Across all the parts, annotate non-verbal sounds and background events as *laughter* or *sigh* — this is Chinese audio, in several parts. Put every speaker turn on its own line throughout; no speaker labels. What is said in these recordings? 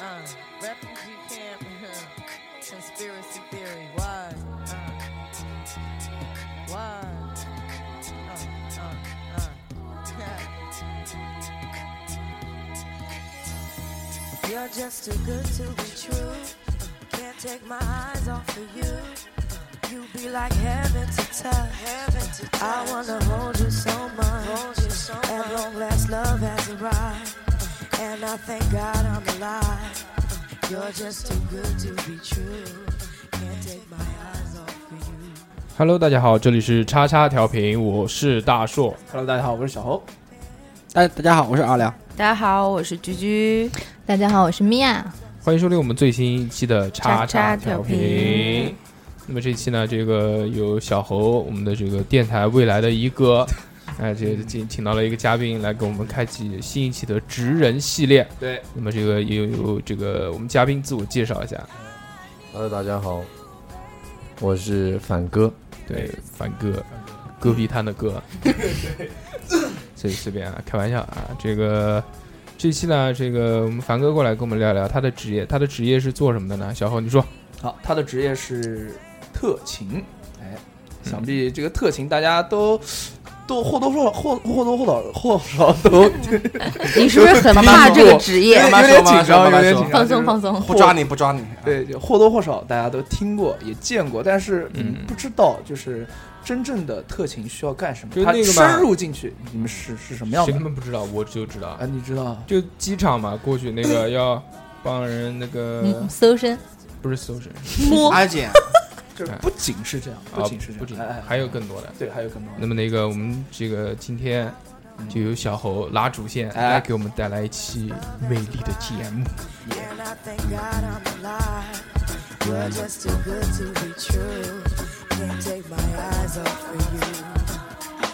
Uh, refugee camp, huh, conspiracy theory. Why? Uh, why? Uh, uh, uh. You're just too good to be true. Uh, Can't take my eyes off of you. Uh, You be like heaven to touch. Heaven to touch. I wanna hold you so much. Hold you so much. At long last, love has arrived. And I thank God I'm alive. You're just too good to be true. Can't take my eyes off of you.
Hello，大家好，这里是叉叉调频，我是大硕。
Hello，大家好，我是小侯。
大哎大家好，我是阿良。
大家好，我是居居。
大家好，我是米娅，
欢迎收听我们最新一期的叉叉
叉叉
调
调
频
频。
那么这期呢，这个有小侯，我们的这个电台未来的一
*laughs*
哥，哎，这个请请到了一个嘉宾来给我们开启新一期的职人系列。
对，
那么这个也有有这个我们嘉宾自我介绍一下，
Hello，大家好，我是反哥。
对，凡哥，戈壁滩的
*laughs*
戈，这随便啊，开玩笑啊，这个。这期呢，这个我们凡哥过来跟我们聊一聊他的职业，他的职业是做什么的呢？小侯，你说，
好，他的职业是特勤，哎，想必这个特勤大家都都或多或少或或多或少或少都 *laughs* 有
你是不是很
妈妈
怕
说
这个职业？
点紧张，有
慢慢说
点紧张，
放松
就是
放松。
不
不
抓
抓你不抓你，
对，就或多或少大家都听过也见过，但是
嗯
嗯，不知道就是真正的特勤需要干什么
就，是
他
那个嘛
深入进去，你们是是什么样
谁
的
他？妈不知道，我就知道
啊，，你知道？
就机场嘛，过去那
*laughs*
个要帮人那个
嗯，搜身，
不是搜身，
摸
嗯
安检
就是
哎
不仅是这样，
啊
不仅是这样，
不仅
哎哎
还有更多的。
对，还有更多的。
那么那个我们这个今天就由小侯拉主线
嗯哎
来给我们带来一期美丽的节目。
And I thank God I'm alive. You're just too good to be true. Can't take my eyes off of you.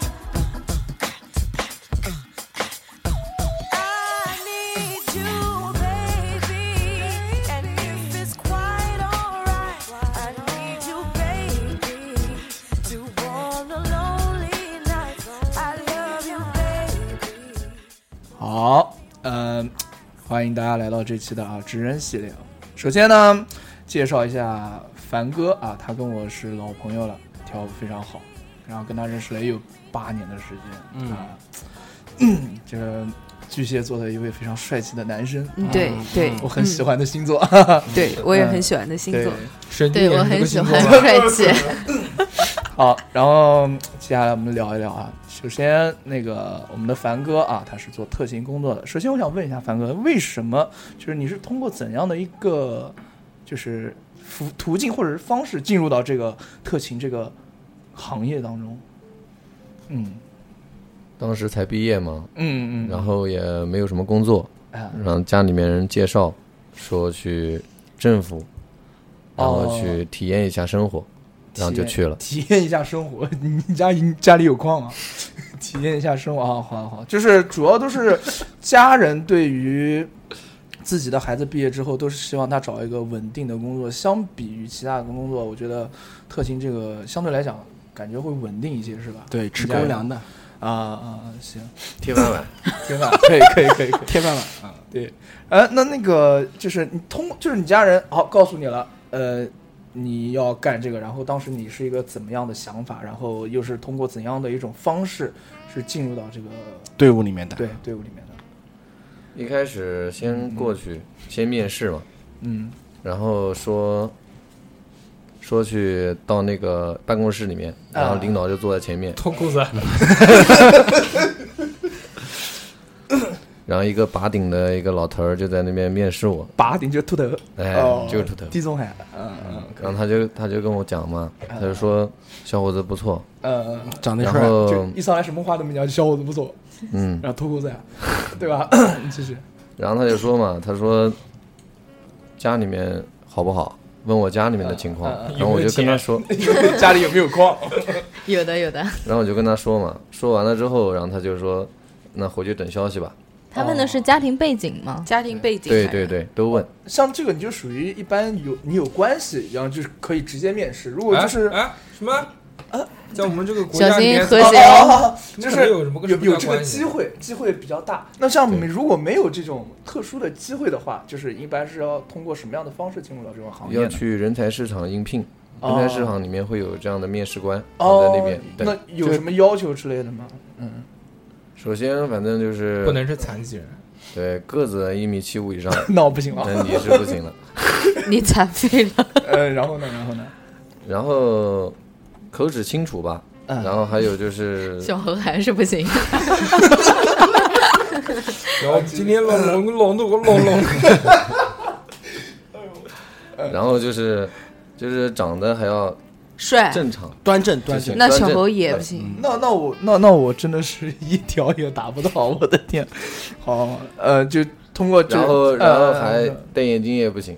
I need you, baby. And if it's quite alright, I need you, baby. To warm the lonely nights. I love you, baby.
好，嗯、欢迎大家来到这期的啊职人系列。首先呢，介绍一下凡哥啊，他跟我是老朋友了，跳舞非常好，然后跟他认识了也有八年的时间，嗯啊，嗯这个巨蟹座的一位非常帅气的男生，
嗯，对对
我很喜欢的星座，
嗯
对，我也很喜欢的星
*laughs* 对
座。，
神经
对
也
我
是这
很
个
喜
星
欢
座吗
*laughs* 帅气，
好，然后嗯接下来我们聊一聊啊。首先，那个我们的凡哥啊，他是做特勤工作的。首先，我想问一下凡哥，为什么就是你是通过怎样的一个就是途途径或者是方式进入到这个特勤这个行业当中？嗯
当时才毕业嘛，
嗯嗯，
然后也没有什么工作，
哎
然后家里面人介绍说去政府，然后去体验一下生活，然后就去了。
*laughs* 体验一下生活。 *laughs* 你家你家里有矿吗？ *laughs* 体验一下生活啊，好好，就是主要都是家人对于自己的孩子毕业之后，都是希望他找一个稳定的工作。相比于其他的工作，我觉得特勤这个相对来讲感觉会稳定一些，是吧？
对，
吃公
*laughs*
粮
的
啊啊，啊行，
铁
*laughs*
饭碗，
挺好，可以可以可以可以。
铁饭碗。
对，呃，那那个就是你通，就是你家人好告诉你了，呃，你要干这个，然后当时你是一个怎么样的想法，然后又是通过怎样的一种方式是进入到这个
队伍里面的，
对队伍里面的？
一开始先过去，先面试嘛，
嗯
然后说说去到那个办公室里面，然后领导就坐在前面，
脱裤子，
然后一个把顶的一个老头儿就在那边面试我，
拔顶就秃头，
哎
哦，，
就是秃头。
地中海，嗯嗯
然后他就他就跟我讲嘛，他就说小伙子不错，
嗯，
长得
然
帅，
嗯
后
就一上来什么话都没讲，小伙子不错，
嗯，
然后脱裤 *laughs* 子呀，啊对吧？ *coughs* 你继续，
然后他就说嘛，他说家里面好不好？问我家里面的情况，然后我就跟他说，
家里有没有矿？
有的有的，
然后我就跟他说嘛，说完了之后，然后他就说，那回去等消息吧。
他问的是家庭背景吗？
家庭背景
对对，对，都问。
像这个你就属于一般有你有关系，然后就是可以直接面试。如果
哎
就是
哎什么，
呃
在我们这个国
小
家里
心
面
和
啊
谐
啊啊啊
怎么可
就是
能有什么跟
有
什么
有
关
这个
系
机会，机会比较大。那像
对
如果没有这种特殊的机会的话，就是一般是要通过什么样的方式进入到这种行业
要
呢？
去人才市场应聘，
哦
人才市场里面会有这样的面试官，
哦，
在那边。对，
那有什么要求之类的吗？
首先反正就是
不能是残疾人，
对个子一米七五以上，
嗯那我不行 *laughs* 了。
那你是不行了。
你残废了，
呃，然后呢？然后呢？
然后口齿清楚吧，
嗯
然后还
*laughs*
有就是
小何还是不行，
然后今天老龙龙都老
*laughs*
龙，
然后就是就是长得还要
帅。
正常，
端正端
就
正
是，
那
端
小
正
侯也不行，
那那我那那我真的是一条也达不到，我的天！ *laughs* 好，呃，就通过这，
然后然后
呃
还戴眼镜也不行，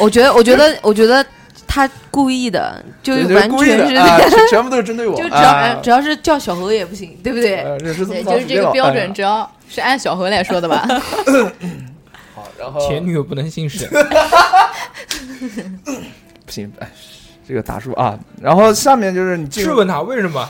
我觉得，我觉得，我觉得他故意的，就
对
是
对
完
故意
全
的
是，
*laughs* 啊，
*laughs*
全全部都是针对我，
就只
啊
要只要是叫小侯也不行，对不对？
呃认识这
对，就
么长
是
时
这
间
个
了
标
哎
准，只要是按小何来说的吧？
好，然后
前女友不能姓
*laughs*
沈，
不行，哎这个打住啊。然后下面就是你进
质
入
问他为什么。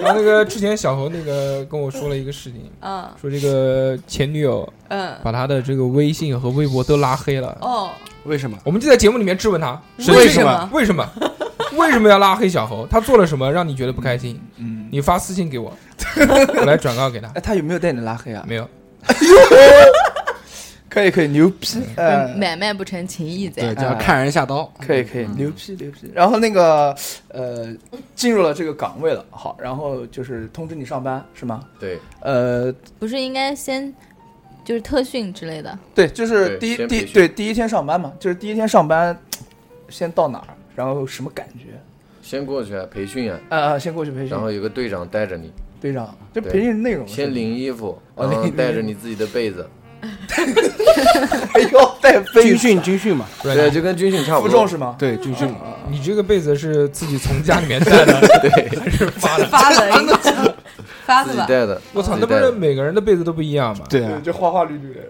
然后那个之前小侯那个跟我说了一个事情，
*laughs* 嗯
说这个前女友
嗯，
把他的这个微信和微博都拉黑了。
哦，
为什么？
我们就在节目里面质问他，
为
神经
什么
为什么？为什么要拉黑小侯？他做了什么让你觉得不开心？
嗯，
你发私信给
*laughs*
我，我来转告给他。
哎，他有没有带你拉黑啊？
没有，
可以可以，牛批，哎，
买卖不成擒意在
对，，啊就要看人下刀。
可以可
嗯
以，牛批牛批。然后那个呃，进入了这个岗位了，好，然后就是通知你上班是吗？
对，
呃，
不是应该先就是特训之类的？
对，就是
对
第一
先
第一
培训
对第一天上班嘛，就是第一天上班，先到哪儿，然后什么感觉？
先过去啊，培训啊，
呃，先过去培训
然，后有个队长带着你，
队长，这
对
培训内容是
先领衣服，
嗯哦
然后
领
带着你自己的被子，
哎呦，
*laughs*
带飞
军训军训嘛，啊
不然
对，就跟军训差不
负重
多。
是吗？
对军训，
你这个被子是自己从家里面带的， *laughs* 对，还是发的？
发的应该，发
自
的
己
吧，
带的，
我操，
自
那
己
不
带
是
的，
每个人的被子都不一样吗？，
对
对，
啊，
就花花绿
*laughs*
绿的。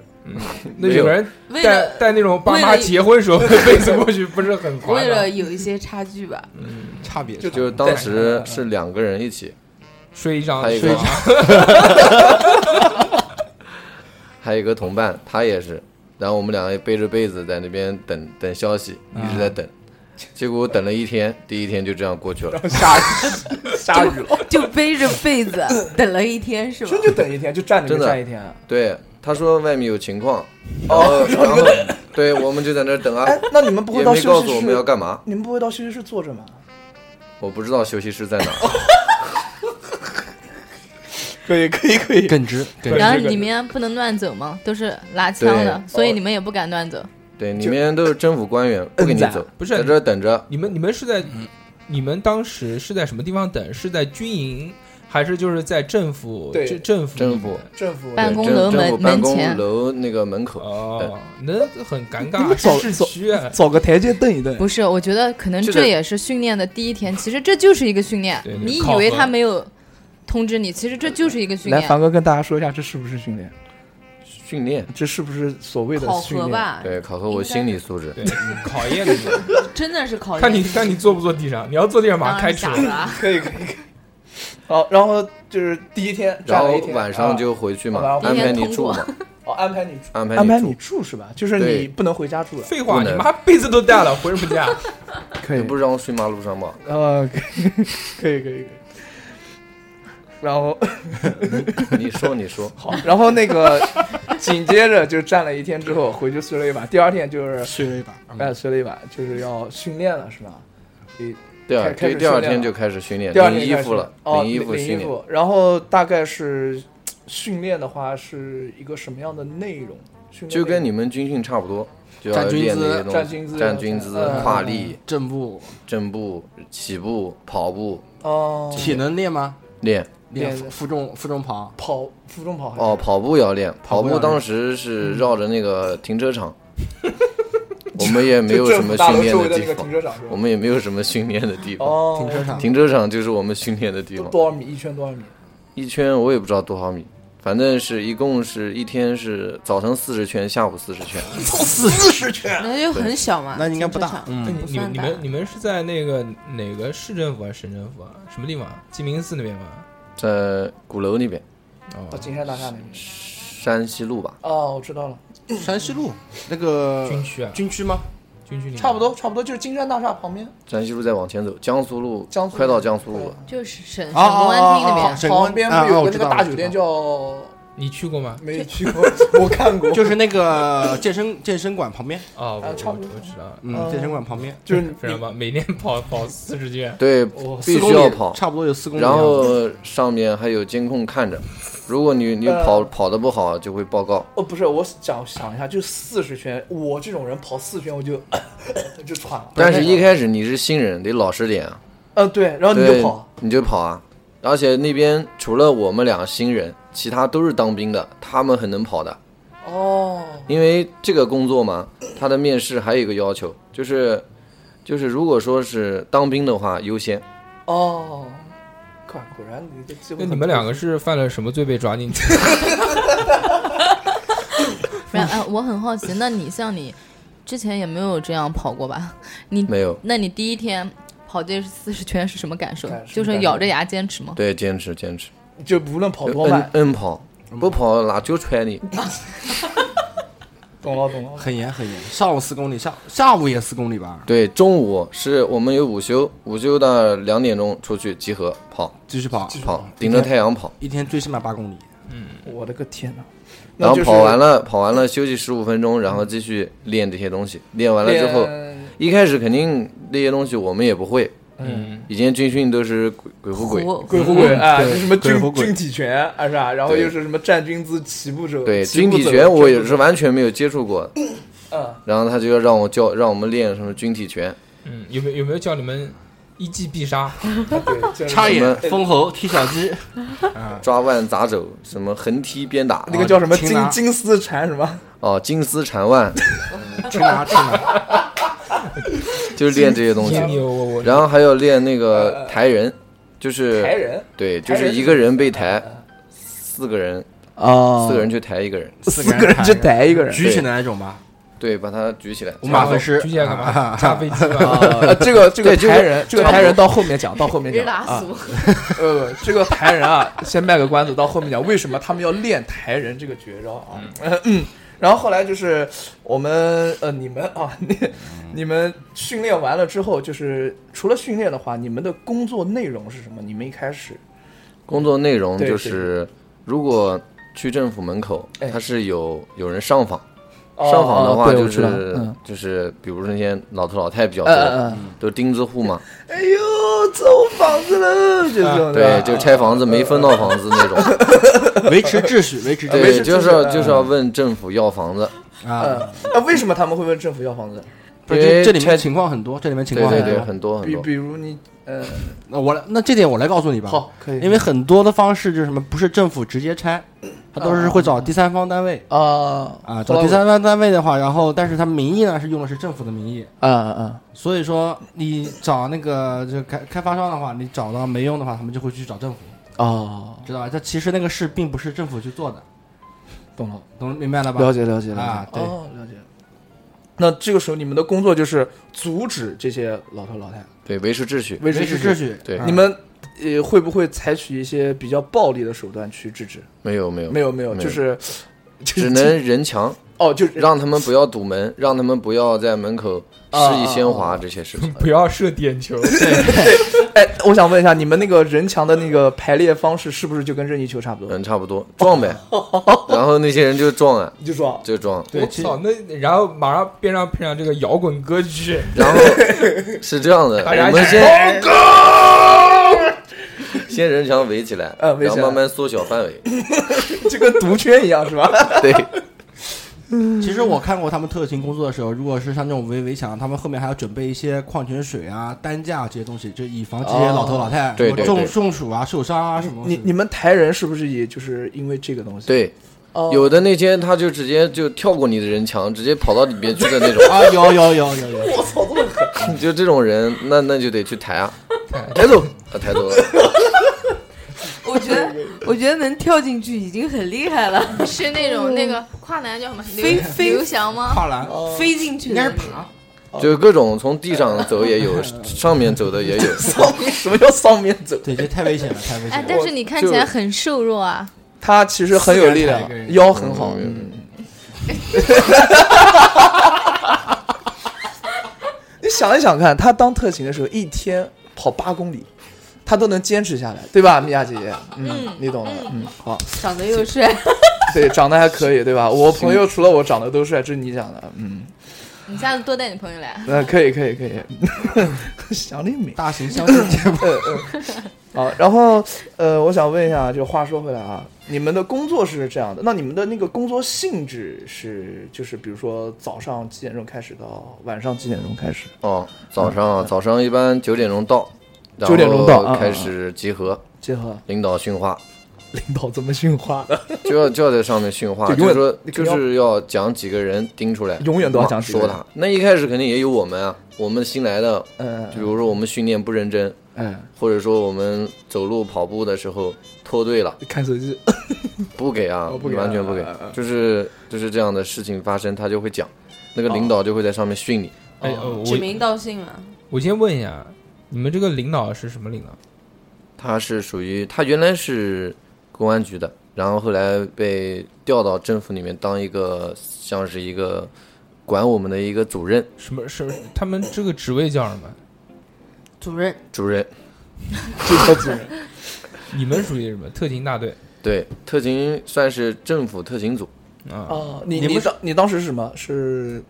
那
没有
有个人
为
带
了
带那种爸
为
妈
了
结婚时候的被子过去，不是很夸
为了
张？
有一些差距吧，
差别
就
就是当时是两个人一起，
睡一啊张
还有一个
床，
还有一个同伴，他也是，然后我们两个也背着被子在那边等等消息，
啊
一直在等，结果我等了一天，第一天就这样过去
*laughs*
了。
下雨，下雨了，
就背着被子等了一天是吧
真？就等一天，就站着
真的
站一天。啊
对，他说外面有情况，然
哦
后
*laughs*
然后 *laughs* 对我们就在那儿等啊，
哎，那你们不会
也
到
没告
休
诉我
息
们要
室？
干嘛，
你们不会到休息室坐着吗？
我不知道休息室在哪
*laughs*
儿，
可以，可以，可以。
耿直，
对
对，
然后
这个
里面不能乱走吗？都是拿枪的，
对
所以你们也不敢乱走。
对，里面都是政府官员，不给你
摁在
走，
不是
在这儿等着，
你们你们是在你们当时是在什么地方等？是在军营，还是就是在政府？
对
这政府
政府
政府
办
对
公
政
楼
政
门
府办
门前
公楼那个门口，
哦，那很尴
你
尬，
们走
是市区啊。
找个台阶蹬一蹬。
不是，我觉得可能
这
这
个
也是训练的第一天，其实这就是一个训练
对。对
你
考
以为
核
他没有通知你，其实这就是一个训
来，
练。
凡哥跟大家说一下，这是不是训练？
训练，
这是不是所谓的
考
训
核
练？
吧，
对，考核我心理素质。
对，考验你， *laughs*
真的是考验。
看你看你坐不坐地上。你要坐地上，马上
当然
开
是
除
假。
*laughs*
的啊，
可以，可以。
*laughs*
可以好，然后就是第一天，
然
站了
后
一天
晚上就回去嘛，
啊
安排
第一
你
天
住
通
嘛，
啊哦安排你住，
安排
安排你
住，
住是吧？就是
对
你不能回家住了。
废话，
不
你
能
妈被子都带了，回什么家？
可
你不是让我睡马路上吗？
呃，可以，可以，可以。可以然后
*laughs* 你说你说，
好，然后那个紧接着就站了一天之后回去睡了一把，第二天就是
睡了一把，嗯
哎睡了一把，就是要训练了是吧？对，
对啊
开，开
对，
始
第二
训练
天
了
就开始训练，
第二
领
天
衣
开始
服了，
哦，
衣服
领
训
衣
练，
服。然后大概是训练的话是一个什么样的内容？训练
就跟
内
你们军训差不多，就要
站军
练那
姿
些东西，
站军姿
站军姿
嗯、
跨立、
正步，
正步、起步、跑步
容哦，
体能练吗？
练。
练
练
负重负重跑，
跑负重跑还是
哦哦，跑步要练，
跑
嗯
跑
步要
步
练
*laughs*
当时是绕着那个停车场，我们也没有
就
什
政府
么
大
训
楼
练
周围的
的地
那个
方
停，车场是
我
吧？
们也没有什么训练的地方。
哦，
停车场
*laughs*
哦
停车场就是我们训练的地
都
方，
多少米？一圈多少米？
一圈我也不知道多少米，反正是一共是一天是早晨四十圈，下午四十圈。
四十圈。
那就很小嘛，
那应该
停车
不大
场
嗯
不
你们
算
你
大。
们你们是在那个哪个市政府啊？省政府啊？什么地方啊？鸡鸣寺那边吗？
在鼓楼那边，
到
哦，
金山大厦那边。
山西路吧，
哦，我知道了，
山西路那个
军区啊，
军区吗？
军区里面
差不多，差不多就是金山大厦旁边。
山西路再往前走，江苏路，
江苏路哦
快到江苏路了。
就是省省
哦
啊啊
公安
啊
厅
啊
那
啊！
边，
沈
旁边
啊
不有
我
个
知
那
道
个
了
大酒店
知道
叫
你去过吗？
没去过， *laughs* 我看过
了，就是那个健身健身馆旁边，
哦，我
啊差
我
不多
我知道了，
嗯，
嗯
健身馆旁边，
就是你
非常棒，每天跑跑四十圈，
对，必须要跑。
差不多有四公里。啊
然后上面还有监控看着，如果你你
呃
跑跑的不好就会报告。
哦，不是，我想想一下，就四十圈，我这种人跑四圈我就 *coughs* 就喘了。
但是一开始你是新人，得老实点啊。
呃对，然后你
对
就跑，，
你就跑啊！而且那边除了我们俩新人，其他都是当兵的，他们很能跑的。
哦，
因为这个工作嘛，他的面试还有一个要求，就是就是如果说是当兵的话，优先。
哦，果果然你的机
那
会很
你们两个是犯了什么罪被抓进去？
不然哎，我很好奇，那你像你之前也没有这样跑过吧？你
没有，
那你第一天跑这四十圈是什么感受
感？受
就是咬着牙坚持吗？
对，坚持坚持，
就无论跑多
嗯
慢，
嗯跑，不跑哪就踹你。
懂了懂了。
很严很严，上午四公里，下下午也四公里吧，
对，中午是我们有午休，午休的两点钟出去集合跑
继续跑，
跑，顶着太阳跑，
一天最起码八公里。
我的个天呐！
然后
那就是
跑完了跑完了休息十五分钟，然后继续练这些东西，练完了之后。
练
一开始肯定那些东西我们也不会，
嗯，
以前军训都是鬼鬼
虎
护鬼，
鬼斧鬼啊，
对
就什
鬼
么
斧
军
鬼
军体拳啊是吧？然后
对
又是什么站军姿、齐步走，
对
齐
军
步
体
走
拳我也
正步
是完全没有接触过，
走嗯，
然后他就要让我教让我们练什么军体拳，
嗯，有没有有没有叫你们一击必杀？
对，就是
插
什么
眼、封喉、踢小 *laughs* 鸡，
嗯
抓腕砸肘，什么横踢鞭打，
那个叫什么
擒
金
拿
金丝缠什么？
哦金丝缠腕，
擒
*laughs*
拿擒拿，
就是练这些东西，
你有我我
然后还要练那个抬人，就是
抬人
对，就
抬
是
人
一个人被抬，四个人
哦
四个人去抬一个人，
四
四个人就逮一个人。
举起来那种吧。
对，把他举起来，
我马
然后
会师
举起来干嘛？炸飞机吗？
呃， *laughs* 这个这个
对就是
抬人，这个
差不多
抬人到后面讲，到后面
日
*laughs*
讲
达
啊，
俗，
呃，这个抬人啊，先卖个关子，到后面讲为什么他们要练抬人这个绝招啊？ *laughs* 嗯，然后后来就是我们呃，你们啊，你 *laughs* 你们训练完了之后，就是除了训练的话，你们的工作内容是什么？你们一开始
工作内容
对
就是，如果去政府门口，
哎
它是有有人上访，
哦
上访的
哦
话
对
就
我知道
是
嗯
就是，比如那些老头老太比较
嗯嗯
多，都钉子户嘛，
嗯，哎呦，走房子了，就这种
对，就拆房子没分到房子那
嗯
种，
维持秩
呃
序，维持秩
对，
序
就
就
是
是
要就是要问政府要房子，
啊！
嗯，那为什么他们会问政府要房子？
不
呃因
是
为
这这里
拆
面情况很多，这里面情
对
况
对
很
对，
多。
很多很
比
多，
比如你呃，
那我来，那这点我来告诉你吧。，
好，可以，
因为很多的方式就是什么，不是政府直接拆，他都是会找第三方单位
啊
啊，找第三方单位的话，然后但是他名义呢是用的是政府的名义，
啊啊，
所以说你找那个就开开发商的话，你找到没用的话，他们就会去找政府，
哦，
知道吧？这其实那个事并不是政府去做的，
懂了，
懂明白了吧？
了解了解了
啊
解，
对
哦，了解。那这个时候你们的工作就是阻止这些老头老太
对，维持秩序，
维
维持秩。序，
对
啊
你们呃会不会采取一些比较暴力的手段去制止？
没有没有
没有没有，
没
就
有
是 *laughs* 就是
只能人墙，
哦，就是
让他们不要堵门，让他们不要在门口
啊
肆意喧
啊
哗这些事情。
不要射点球，
哎，我想问一下，你们那个人墙的那个排列方式是不是就跟任意球差不多？
嗯，差不多撞
*laughs*
呗，然后那些人就撞啊，
你就说
就撞，
我操！那然后马上边上配上这个摇滚歌曲，
然后
*laughs*
是这样的，
大家
呃
哦
我们先先人墙围起来，
嗯围
然
起
后
来
慢慢缩小
*laughs*
范围，
就跟毒圈一样
*laughs*
是吧？
对，
其实我看过他们特勤工作的时候，如果是像这种围围墙，他们后面还要准备一些矿泉水啊、担架这些东西，就以防这些老头老太
对对对
中中暑啊、受伤啊什么东
你
西。，
*laughs* 你们抬人是不是也就是因为这个东西？
对，
哦
有的那天他就直接就跳过你的人墙，直接跑到里边去的那种
啊，有有有有有， *laughs*
我操，这么狠！
就这种 *laughs* 人，那那就得去抬啊，
*laughs*
抬走，啊抬走了，
*laughs* 我觉得，我觉得能跳进去已经很厉害了，
*laughs*
嗯
是那种那个跨栏叫什么？
飞
刘
飞
刘翔吗？
跨栏
飞进去
应
的
该
那
是
种。
爬，
就各种从地上走也有，上面走的也有，
丧命？什么叫丧命走？
对，这太危险了，太危
哎
险，了。
但是你看起来很瘦弱啊，
他其实很有力
四个人抬一个
量，
人
腰很好。
嗯
你想一想看，他当特勤的时候，一天跑八公里，他都能坚持下来，对吧，米娅姐姐？嗯，你懂的。嗯，好，
长得又帅，
对，长得还可以，对吧？我朋友除了我长得都帅，这是你讲的。嗯，
你下次多带你朋友来。
那可以，可以，可以。 *laughs* 想你美。
大型相亲节 *laughs* 目，
啊，然后呃，我想问一下，就话说回来啊，你们的工作是这样的，那你们的那个工作性质是，就是比如说早上几点钟开始到晚上几点钟开始？
哦，早上啊早上一般九点钟到，然
9点钟到
后
啊
开始集合，
结合
领导训话，
领导怎么训话的？
就要就要在上面训话，
就
就
永
是
远
说
你肯定
就
要
是要讲几个人盯出来，
永远都要讲几个
说
人
他。那一开始肯定也有我们啊，我们新来的，
嗯
就比如说我们训练不认真，
嗯，
或者说我们走路跑步的时候脱队了，
看手机，
*laughs* 不给啊，
哦不给啊
完全不给
啊啊啊，
就是就是这样的事情发生，他就会讲，那个领导就会在上面训你。
哎，呃
指
我
名道姓啊了。
我先问一下，你们这个领导是什么领导？
他是属于他原来是公安局的，然后后来被调到政府里面当一个像是一个管我们的一个主任，
什么是他们这个职位叫什么？
主任，
主任
最高级人。
你们属于什么？特勤大队
对特勤算是政府特勤组
啊？
哦，你
你
你
们
当你当时是什么？是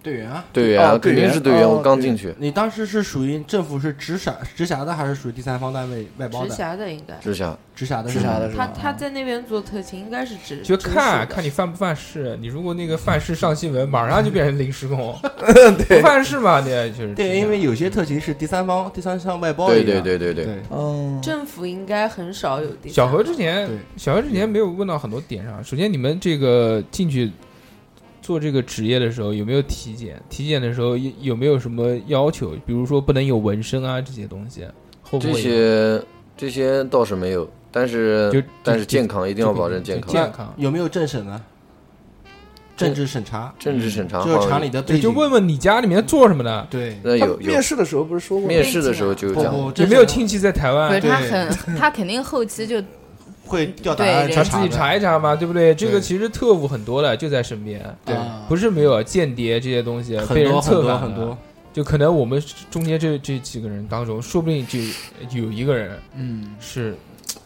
队员啊，
队员啊，
哦队
肯
员
定是队员，
哦
我刚进去，
你当时是属于政府是直辖直辖的，还是属于第三方单位外包
直
的？
辖的应该，
直辖
直辖的，
是啥的？？是
他
吧
他在那边做特勤，应该是直
就
直
看啊
属的
看你犯不犯事，你如果那个犯事上新闻，马上就变成临时工，
*laughs*
不犯事嘛，你就是
对，因为有些特勤是第三方、第三方外
哦
包
对
一
对
样
对对对，
嗯对，
嗯，
政府应该很少有地方。
小何之前
对，
小何之前没有问到很多点上。首先，你们这个进去做这个职业的时候有没有体检？体检的时候有有没有什么要求？比如说不能有纹身啊这些东西，会不会
这
有
些这些倒是没有，但
就
是但
就是
健康一定要保证
就
健
就
康，
健康。
有没有政审呢？政治审查，
政治审查
就是
好
查
像
你的背
对，
景，
就问问你家里面做什么的，
对，
那
他
有有
面试的时候不是说过吗
面试的时候就
不
有讲，
不，
有没有亲戚在台
不是
湾？
他
对
很，他肯定后期就
会吊打
对
案
人
他
查
自
查
家
己
的
查一查嘛，对不对？这个
对
其实特务很多的，就在身边，
对
啊
不是没有间谍这些东西
很
被人
多很
策
多
反
很
的
多，
就可能我们中间这这几个人当中，说不定就有一个人
嗯
是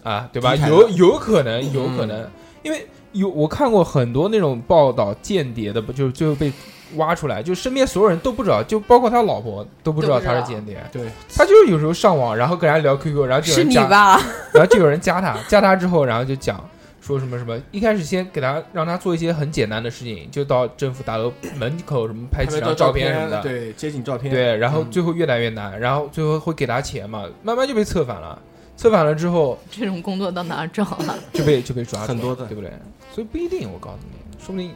啊，对吧？
低碳
有有可能，
嗯
有可能，因为有我看过很多那种报道间谍的，不就是最后被挖出来，就身边所有人都不知道，就包括他老婆都不知道
都不知
他
道
是间谍。
对，
他就是有时候上网，然后跟人家聊 QQ，然后就有
是
人
你
加，
吧？
然后就有人加他，加他之后，然后就讲。说什么什么？一开始先给他让他做一些很简单的事情，就到政府大楼门口什么拍几张照片什么的，
对，街景照片，
对，然后
嗯
最后越来越难，然后最后会给他钱嘛，慢慢就被策反了，策反了之后
这种工作到哪儿找啊？
就被就被抓住了
很多的
对不对？所以不一定，我告诉你，说不定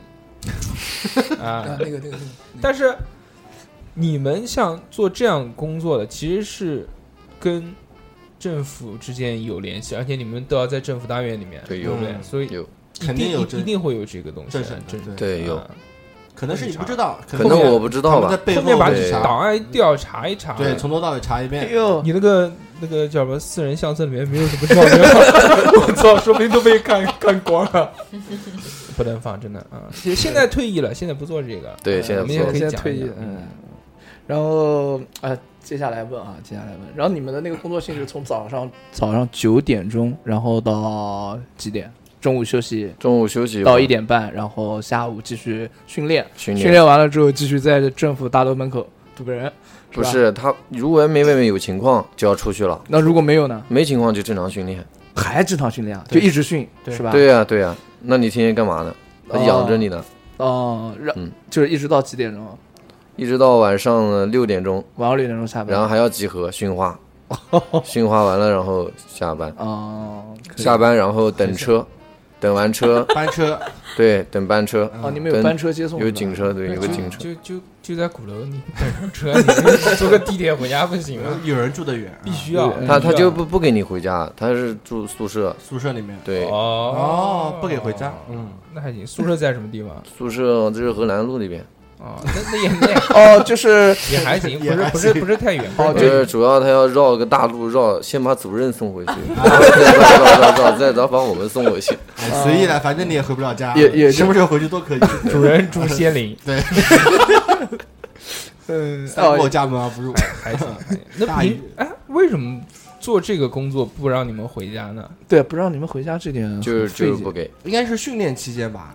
*laughs* 啊，
那个那个
*laughs*
但是你们像做这样工作的，其实是跟政府之间有联系，而且你们都要在政府单位里面，
对
不
有
对？所以
有，
一
肯定有
一
这
一定会有这个东西
政
的，
审
这
的，
对有，
嗯
啊
可能是你不知道，
可能我不知道
他们在
吧，
背
后面把
对
你
去查，
档案一调查一查，
对，从头到尾查一
哎
遍，
呦，
你那个那个叫什么私人相册里面没有什么照片， *laughs* 我操，说不定都被看看光了。 *laughs* 不能放，真的啊！其实现在退役了，现在不做这个。
对
嗯
现在
我
不
们也
做了
可以
现在
讲一
退役
讲
了，嗯。然后呃，接下来问啊，接下来问，然后你们的那个工作性质从早上早上九点钟，然后到几点？中午休息
中午休息
到
会儿
一点半，然后下午继续训练，
训
训
练。
练完了之后继续在政府大楼门口堵个人，
不
吧？
是他，如果没外面有情况就要出去了，
那如果没有呢？
没情况就正常训练。
还正常训练啊，就
对
一直训，
对，
是吧？
对呀、对呀、那你天天干嘛呢？他
哦
养着你呢，
哦，让
嗯
就是一直到几点钟？
一直到晚上六点钟，
晚上六点钟下班。
然后还要集合训话，训话完了然后下班，
哦，可以
下班然后等车，等完车
班
*laughs*
车，
对，等班车，
哦，你们有班车接送是吧？
有警车，对，有个警车。
就就就在鼓楼，你等上车，
*laughs*
你坐个地铁回家不行吗？
有人住得远，啊
必须要，
嗯他他
必须要
就不不给你回家，他是住宿舍，
宿舍里面。
对，
哦
哦，不给回家，嗯，
那还行。宿舍在什么地
*laughs*
方？
宿舍就是河南路那边，
哦，那那也那也
哦，就是
也还行，不
*laughs* 也
是
还
不是不是太远。
哦
不太
就是
远
是主要他要绕个大路绕，先把主任送回去，然后再绕绕绕绕，再绕把我们送回去。
哎随意的，反正你也回不了家，
也也就
什么时候回去都可以。
主人住仙林，
嗯，
三过
哦，
家门啊而不入，
还行。还行那
大
你
雨
哎，为什么做这个工作不让你们回家呢？
*laughs* 对，不让你们回家这点
就是
很费
就是
解
不给。
应该是训练期间吧？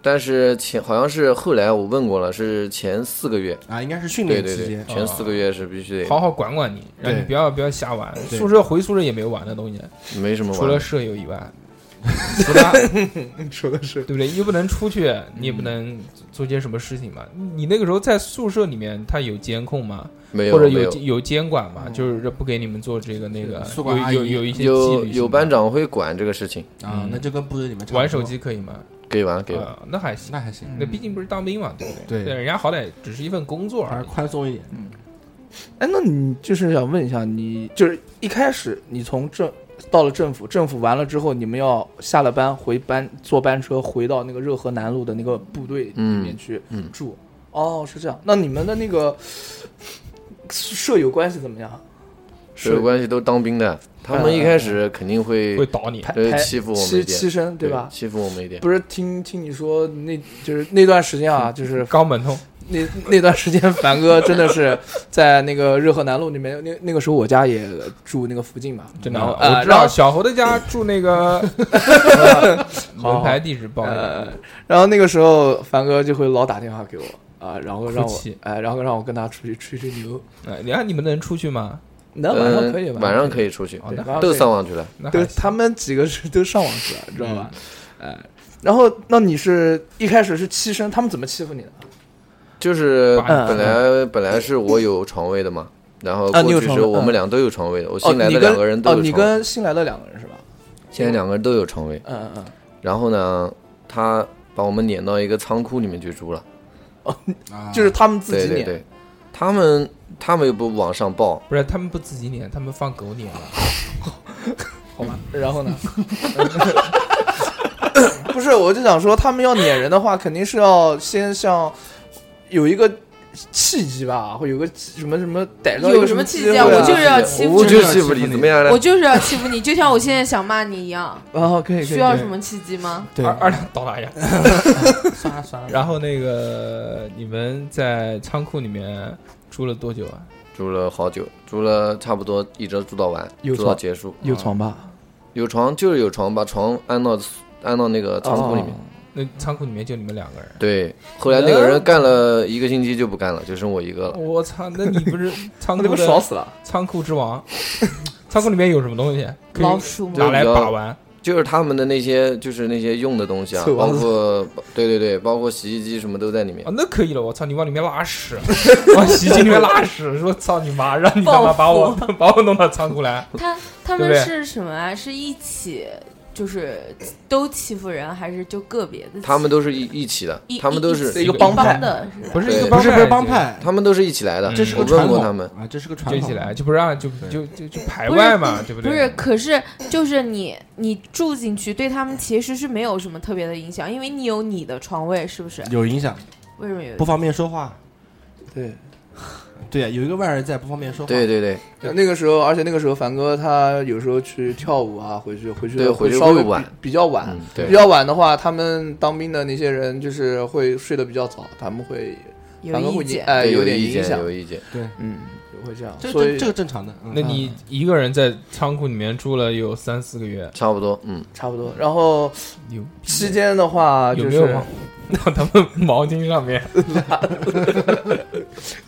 但是前好像是后来我问过了，是前四个月，
啊，应该是训
对
练
对
期
对，
间。
前四个月是必须
好
得，
好管管你，让你
对
不要不要瞎玩。
对
宿舍回宿舍也没有玩的东西，
没什么
除
玩
了
的。
舍友以
*laughs*
外，其他
说的是
对不对？又不能出去，你也
嗯
不能做些什么事情嘛。你那个时候在宿舍里面，他有监控吗？
没有
或者
没
有
有
监有监管吗？就是不给你们做这个那个，
嗯宿管
有
阿姨
有有一些纪
有
律性
有
吗
班长会管这个事情，
啊，那就跟部队里面差不多
玩手，机可以吗？
给完给完。
啊，那还行。
那还行，
那毕竟不是当兵嘛，对不对？
对
人家好歹只是一份工作
还
而
是
已。
宽松一点。
哎，那你就是想问一下，你就是一开始你从政到了政府，政府完了之后，你们要下了班回班坐班车回到那个热河南路的那个部队里面去
嗯嗯
住。哦，是这样。那你们的那个舍友关系怎么样？
所有关系都当兵的，他们一开始肯定会
会倒你，
排
呃
排
欺负我们
欺
一点
欺身对
对
吧？
欺负我们一点。
不是听听你说那就是那段时间啊，就是
肛门痛，
那那段时间，凡哥真的是在那个热河南路那边，那那个时候我家也住那个附近嘛，
真的。啊
然后
我
呃，
知
然
道
后
小侯的家住那
*laughs*
个门牌地址报一下，
呃，然后那个时候凡哥就会老打电话给我啊、然后
哭
让我
泣
哎、然后让我跟他出去吹吹牛，
哎你看你们能出去吗？
那晚上可以
嗯
吧？，
晚上可以出去
哦，
对，
那
晚上
都
可以
上网去了。
那
都
还行嗯
他们几个是都上网去了，知道吧？哎，然后那你是一开始是欺身，他们怎么欺负你的？
就是
把
你
本来本来是我有床位的嘛，然后
嗯啊你有
过去
床
时
位
我们
嗯
俩都有床位的，我
哦，
新来
你
的
跟
两个人都
哦，
有
你
床位，
跟新来的两个人是吧？
现在两个人都有床位。
嗯嗯嗯。
然后呢，他把我们撵到一个仓库里面去住了，
啊
就是他们自
对
己
对
撵，
对，他们他们又不往上报，
不是他们不自己撵，他们放狗撵了。
好吧？然后呢？ *laughs* 不是，我就想说，他们要撵人的话，肯定是要先像有一个契机吧，或有个什么什么逮到一个
有什么
契
契机啊
会
我就是要欺负
我
你
就欺负你怎么样
我
呢？
就是要欺负 *laughs* 你，就像我现在想骂你一样，
啊，可以可以，
需要
可以
什么契机吗？
对
二，二两倒大牙。
算了算
*laughs*
了，
然后那个你们在仓库里面呃住了多久啊？
住了好久，住了差不多一直住到晚，
有
住到
床
结束。
有床吧？
有床就是有床，把床安到安到那
哦
个仓库里面。
那仓库里面就你们两个人。
对，后来那个
嗯
人干了一个星期就不干了，就剩我一个了。
我操，那你不是仓库
哦，那不
的
爽死了？
仓库之王？ *laughs* 仓库里面有什么东西可
老
以
鼠
拿
吗？
来把玩？啊
就是他们的那些，就是那些用的东西啊
臭，
包
王子哦
括对对对，包括洗衣机什么都在里面
啊，。那可以了！我操，你往里面拉屎， *laughs* 往洗衣机里面拉屎，说操你妈，让你他妈把我 *laughs* 把我弄到仓库来。
他他
对
们
不对
是什么啊？是一起就是都欺负人，还是就个别的欺负？
他们都是一一起的
一，
他们都是
一
个
一
帮派
帮的是吧？
不是一个
对
帮
不
派，
是不是帮，派，
他们都是一起来的。
这是个
嗯我
传
问过
统
他们，
啊，这是个传
就
统。
一起来，就不让就就就就排
不是
外嘛，对不
不
对
是，？可是就是你你住进去，对他们其实是没有什么特别的影响，因为你有你的床位，是不是？
有影响，
为什么有？
不方便说话。
对，
对呀，有一个外人在，不方便说话。
对对对，
对那个时候，而且那个时候凡哥他有时候去跳舞啊，回去回去
对
会
回去
稍微
会
比
晚
比较晚
嗯，
比
对，
较晚的话，他们当兵的那些人就是会睡得比较早，他们会
有
凡哥会
意
你
见？
哎
对有
点
意
影
见
响，
有意见。
嗯，会这样，
这
所
这
以
这个正常的。嗯
那你一个人在仓库里面住了有三四个月，
差不多，嗯，
差不多。然后
牛逼
期间的话，
有
就
没有
是
*laughs*
往 *laughs* 往他们 *laughs* 毛巾上面？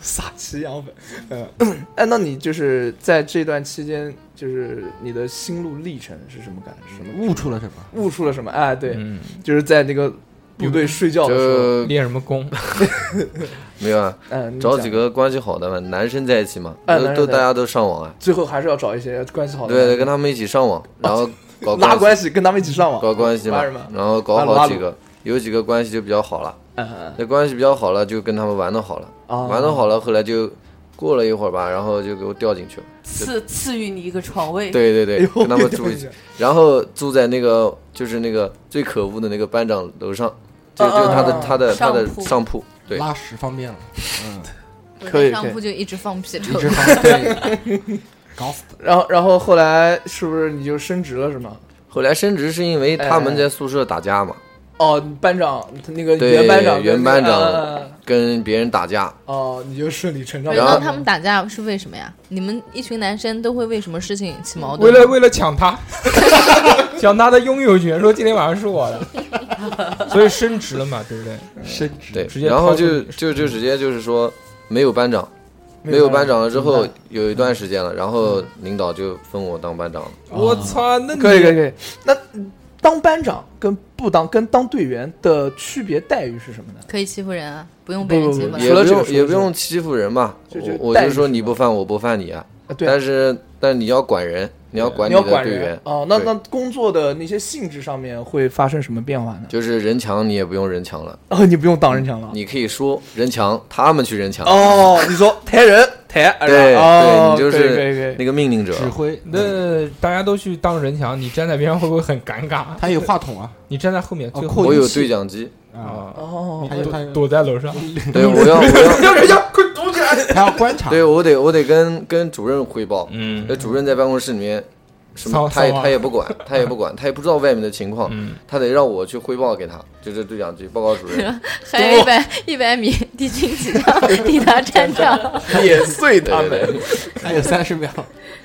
撒奇羊粉。嗯， *clears throat* 哎，那你就是在这段期间，就是你的心路历程是什么感？什么
悟出了什么？
悟出了什么？哎，对，
嗯，
就是在那个部队睡觉的时候，
就
练什么功？
没有啊，
嗯，你
找
讲
几，个关系好的嘛，男生在一起嘛，
哎
都
男生
都
在
大家都上网啊，
最后还是要找一些关系好的
对
人。
对，跟他们一起上网，然后搞
*laughs* 拉
关
关系，跟他们一起上网，
搞关系嘛
玩什么，
然后搞
拉拢
好
拉
几
拢
个，有几个关系就比较好了。
嗯
那关系比较好了，就跟他们玩的好了，
哦
玩的好了，后来就过了一会儿吧，然后就给我调进去了。
赐赐予你一个床位。
对对对，
呦
跟他们住一起，然后住在那个就是那个最可恶的那个班长楼上，就就他的他的他的
上铺
上铺，对，
拉屎方便了，嗯，
我
可以
在上铺就一直放屁
一
臭
直，方便，搞死
然后然后后来是不是你就升职了是吗？
后来升职是因为他们在宿舍打架嘛，
哦，你班长他那个
对
原班长
原班长
跟那个嗯嗯嗯
跟别人打架，
哦，你就顺理成章。
然后
那他们打架是为什么呀？你们一群男生都会为什么事情起矛
为
盾？
了为了抢他，抢他的拥有权，说今天晚上是我的，所以升职了嘛，对不对？
升职，
对
直，接
然后
抛出
就
你
就就直接就是说没有班长，没有班，长了之后有一段时间了，然后领导就分我当班长了。
*laughs* 我操，那你
可以可以可以。那当班长跟不当跟当队员的区别待遇是什么呢？
可以欺负人啊，不用被人
不不
欺
不
负
吧
啊。
也
除了
不
这个
用
说
也
是
不用欺负人嘛，
就就
我我
待
就
遇
说
是
你
吧
不犯我不犯你啊，
啊，对啊，
但是但你要管人，你要管
你
的
要管
队
人
员，
哦。那
对
那工作的那些性质上面会发生什么变化呢？
就是人强你也不用人强了，
哦，你不用当人墙了。
你可以说人强，他们去人强，
哦，你说抬人抬，
*laughs* 对
是吧
对，
哦
你就
可以可以可
是
以
那个命令者，
指挥，
那大家都去当人墙，你站在边上会不会很尴尬？
他有话筒啊，
你站在后面，
哦
最后
扩
我
音
有
器
对讲机，
啊，
啊，
哦
他有他有
躲在楼上，
对我要我要，
他要观察，
对我得我得跟跟主任汇报，
嗯
那主任在办公室里面。呃什么
骚？
他也
骚啊
他也不管，他也不管，他也不知道外面的情况，
嗯，
他得让我去汇报给他，就是对讲机报告主任。
还有一百一百米敌军起降，抵达战场。
碾碎
对
他
对
们
对，
还有三十秒，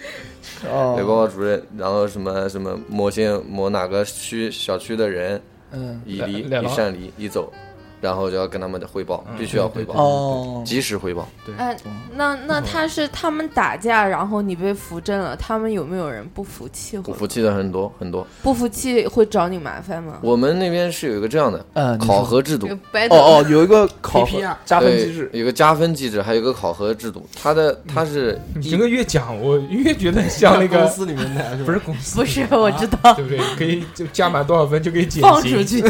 *laughs* 对
哦，
报告主任，然后什么什么某县某哪个区小区的人
嗯，
已离
来来
已
了
擅离已走，然后就要跟他们的汇报，
嗯
必须要汇报，
哦，
及时汇报。
嗯，那那他是他们打架，然后你被扶正了，他们有没有人不服气
不
或？
服气的很多很
嗯
多，
不服气会找你麻烦吗？
我们那边是有一个这样的
嗯，你说
考核制度
有，白
哦
头
哦，有一
*laughs*
个考核
PPR
加分
对，
机制，
有个加分机制，还有一个考核制度。它的
嗯
它是
你
一
这个越讲，我越觉得像那
公
个
司里面的
不是公司，
不
啊
是，我知道，
对不对？可以就加满多少分就可以减
放出
刑，
去。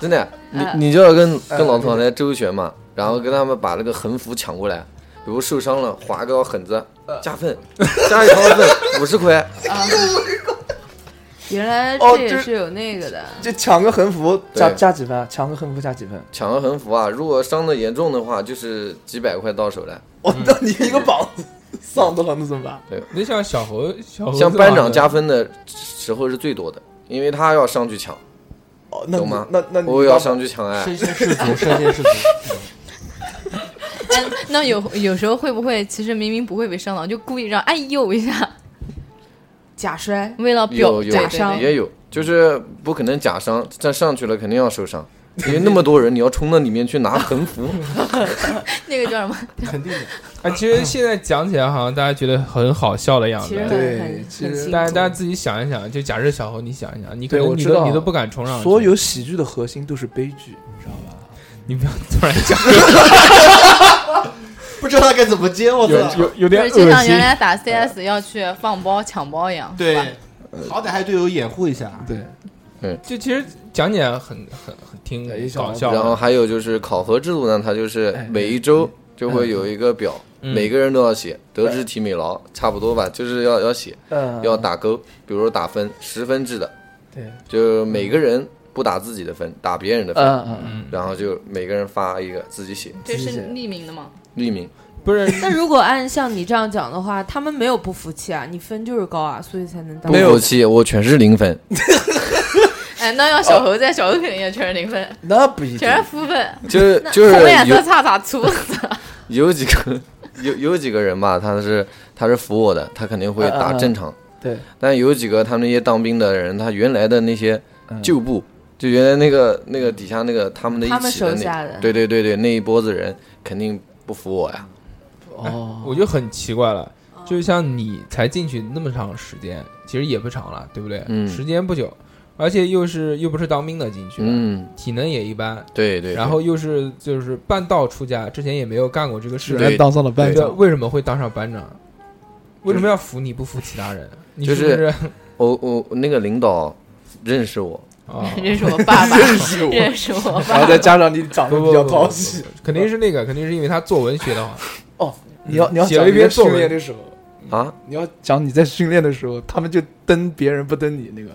真的，你
嗯
哎
你就要跟跟老头老太太周旋嘛，然后跟他们把那个横幅抢过来，比如受伤了划个狠子，
嗯
加分，加一条分五十块，
*laughs* 原来
哦
这也
这
是有那个的，
*laughs*
就抢个横幅加
对
加几分？啊抢个横幅加几分？
抢个横幅啊！如果伤的严重的话，就是几百块到手了。
我哦那你一个膀子 *laughs* 丧多了，那怎么办？
那像小猴小猴子
像班长
嘛
加分的时候是最多的，因为他要上去抢，
哦，那
懂
你
吗
那那你
我也要
当
上去抢哎。
身先士卒，身先士卒，
哎那有有时候会不会，其实明明不会被伤到，就故意让哎呦一下，
假摔。
为了表
有
对
有
对
伤
对
也有，就是不可能假伤，但上去了肯定要受伤，因为那么多人，你要冲到里面去拿横幅，
那个叫什么？
肯定的，
啊，其实现在讲起来好像大家觉得很好笑的样
其
子。
实
对
很很
其实
很辛
大家
苦
大家自己想一想，就假设小猴，你想一想，你可
对我
能你
知道
都你都不敢冲上去，
所有喜剧的核心都是悲剧，你知道吧？
你不要突然讲，
不知道该怎么接，我操，
有有
不是就像原来打 CS 要去放包抢包一样，是吧
对，好歹还队友掩护一下，
对，
就其实讲起来很很很挺
对一小
搞笑
然后
的，
还有就是考核制度呢，它就是每一周就会有一个表，
嗯
每个人都要写，德智体美劳差不多吧，就是要要写，
嗯，
要打勾，比如说打分，十分制的，
对，
就每个人不打自己的分，打别人的分，
嗯嗯，
嗯，
然后就每个人发一个自己写
这
谢谢
是匿名的吗？
匿名。
不是
那如果按像你这样讲的话，他们没有不服气啊，你分就是高啊，所以才能当。
不服气，我全是零分。
哎，那要小猴在，小猴肯定也全是零分，
那不一定
全。是负分，
就是
那
就是
红颜色
有
差差粗死。
*laughs*
*laughs*
有几个有有几个人吧，他是他是服我的，他肯定会打正常。
对，
但有几个他们那些当兵的人，他原来的那些
嗯
旧部，就原来那个那个底下那个他们的一
他们
起的
手下
那，
的
对对对对，那一波子人肯定不服我呀。
哦， *laughs*
我就很奇怪了，
哦
就像你才进去那么长时间，其实也不长了，对不对？
嗯
时间不久，而且又是又不是当兵的进去的，
嗯，
体能也一般，
对对。对
然后又是就是半道出家，之前也没有干过这个事，
对
当上了
对，为什么会当上班长？为什么要服你不服其他人？你
就是
不是
我我我那个领导认识我，
啊
认识我爸爸，
认识
*laughs*
我
认识我
*laughs* 然后
爸
再加上你长得
不
比
不
较
不不
讨
不
喜，
肯定是那个，肯定是因为他作文学的好。
哦，你要你要
写
讲
了一
你在
篇作
训
文
练的时候，
啊，
你要讲你在训练的时候，他们就蹬别人不蹬你那个，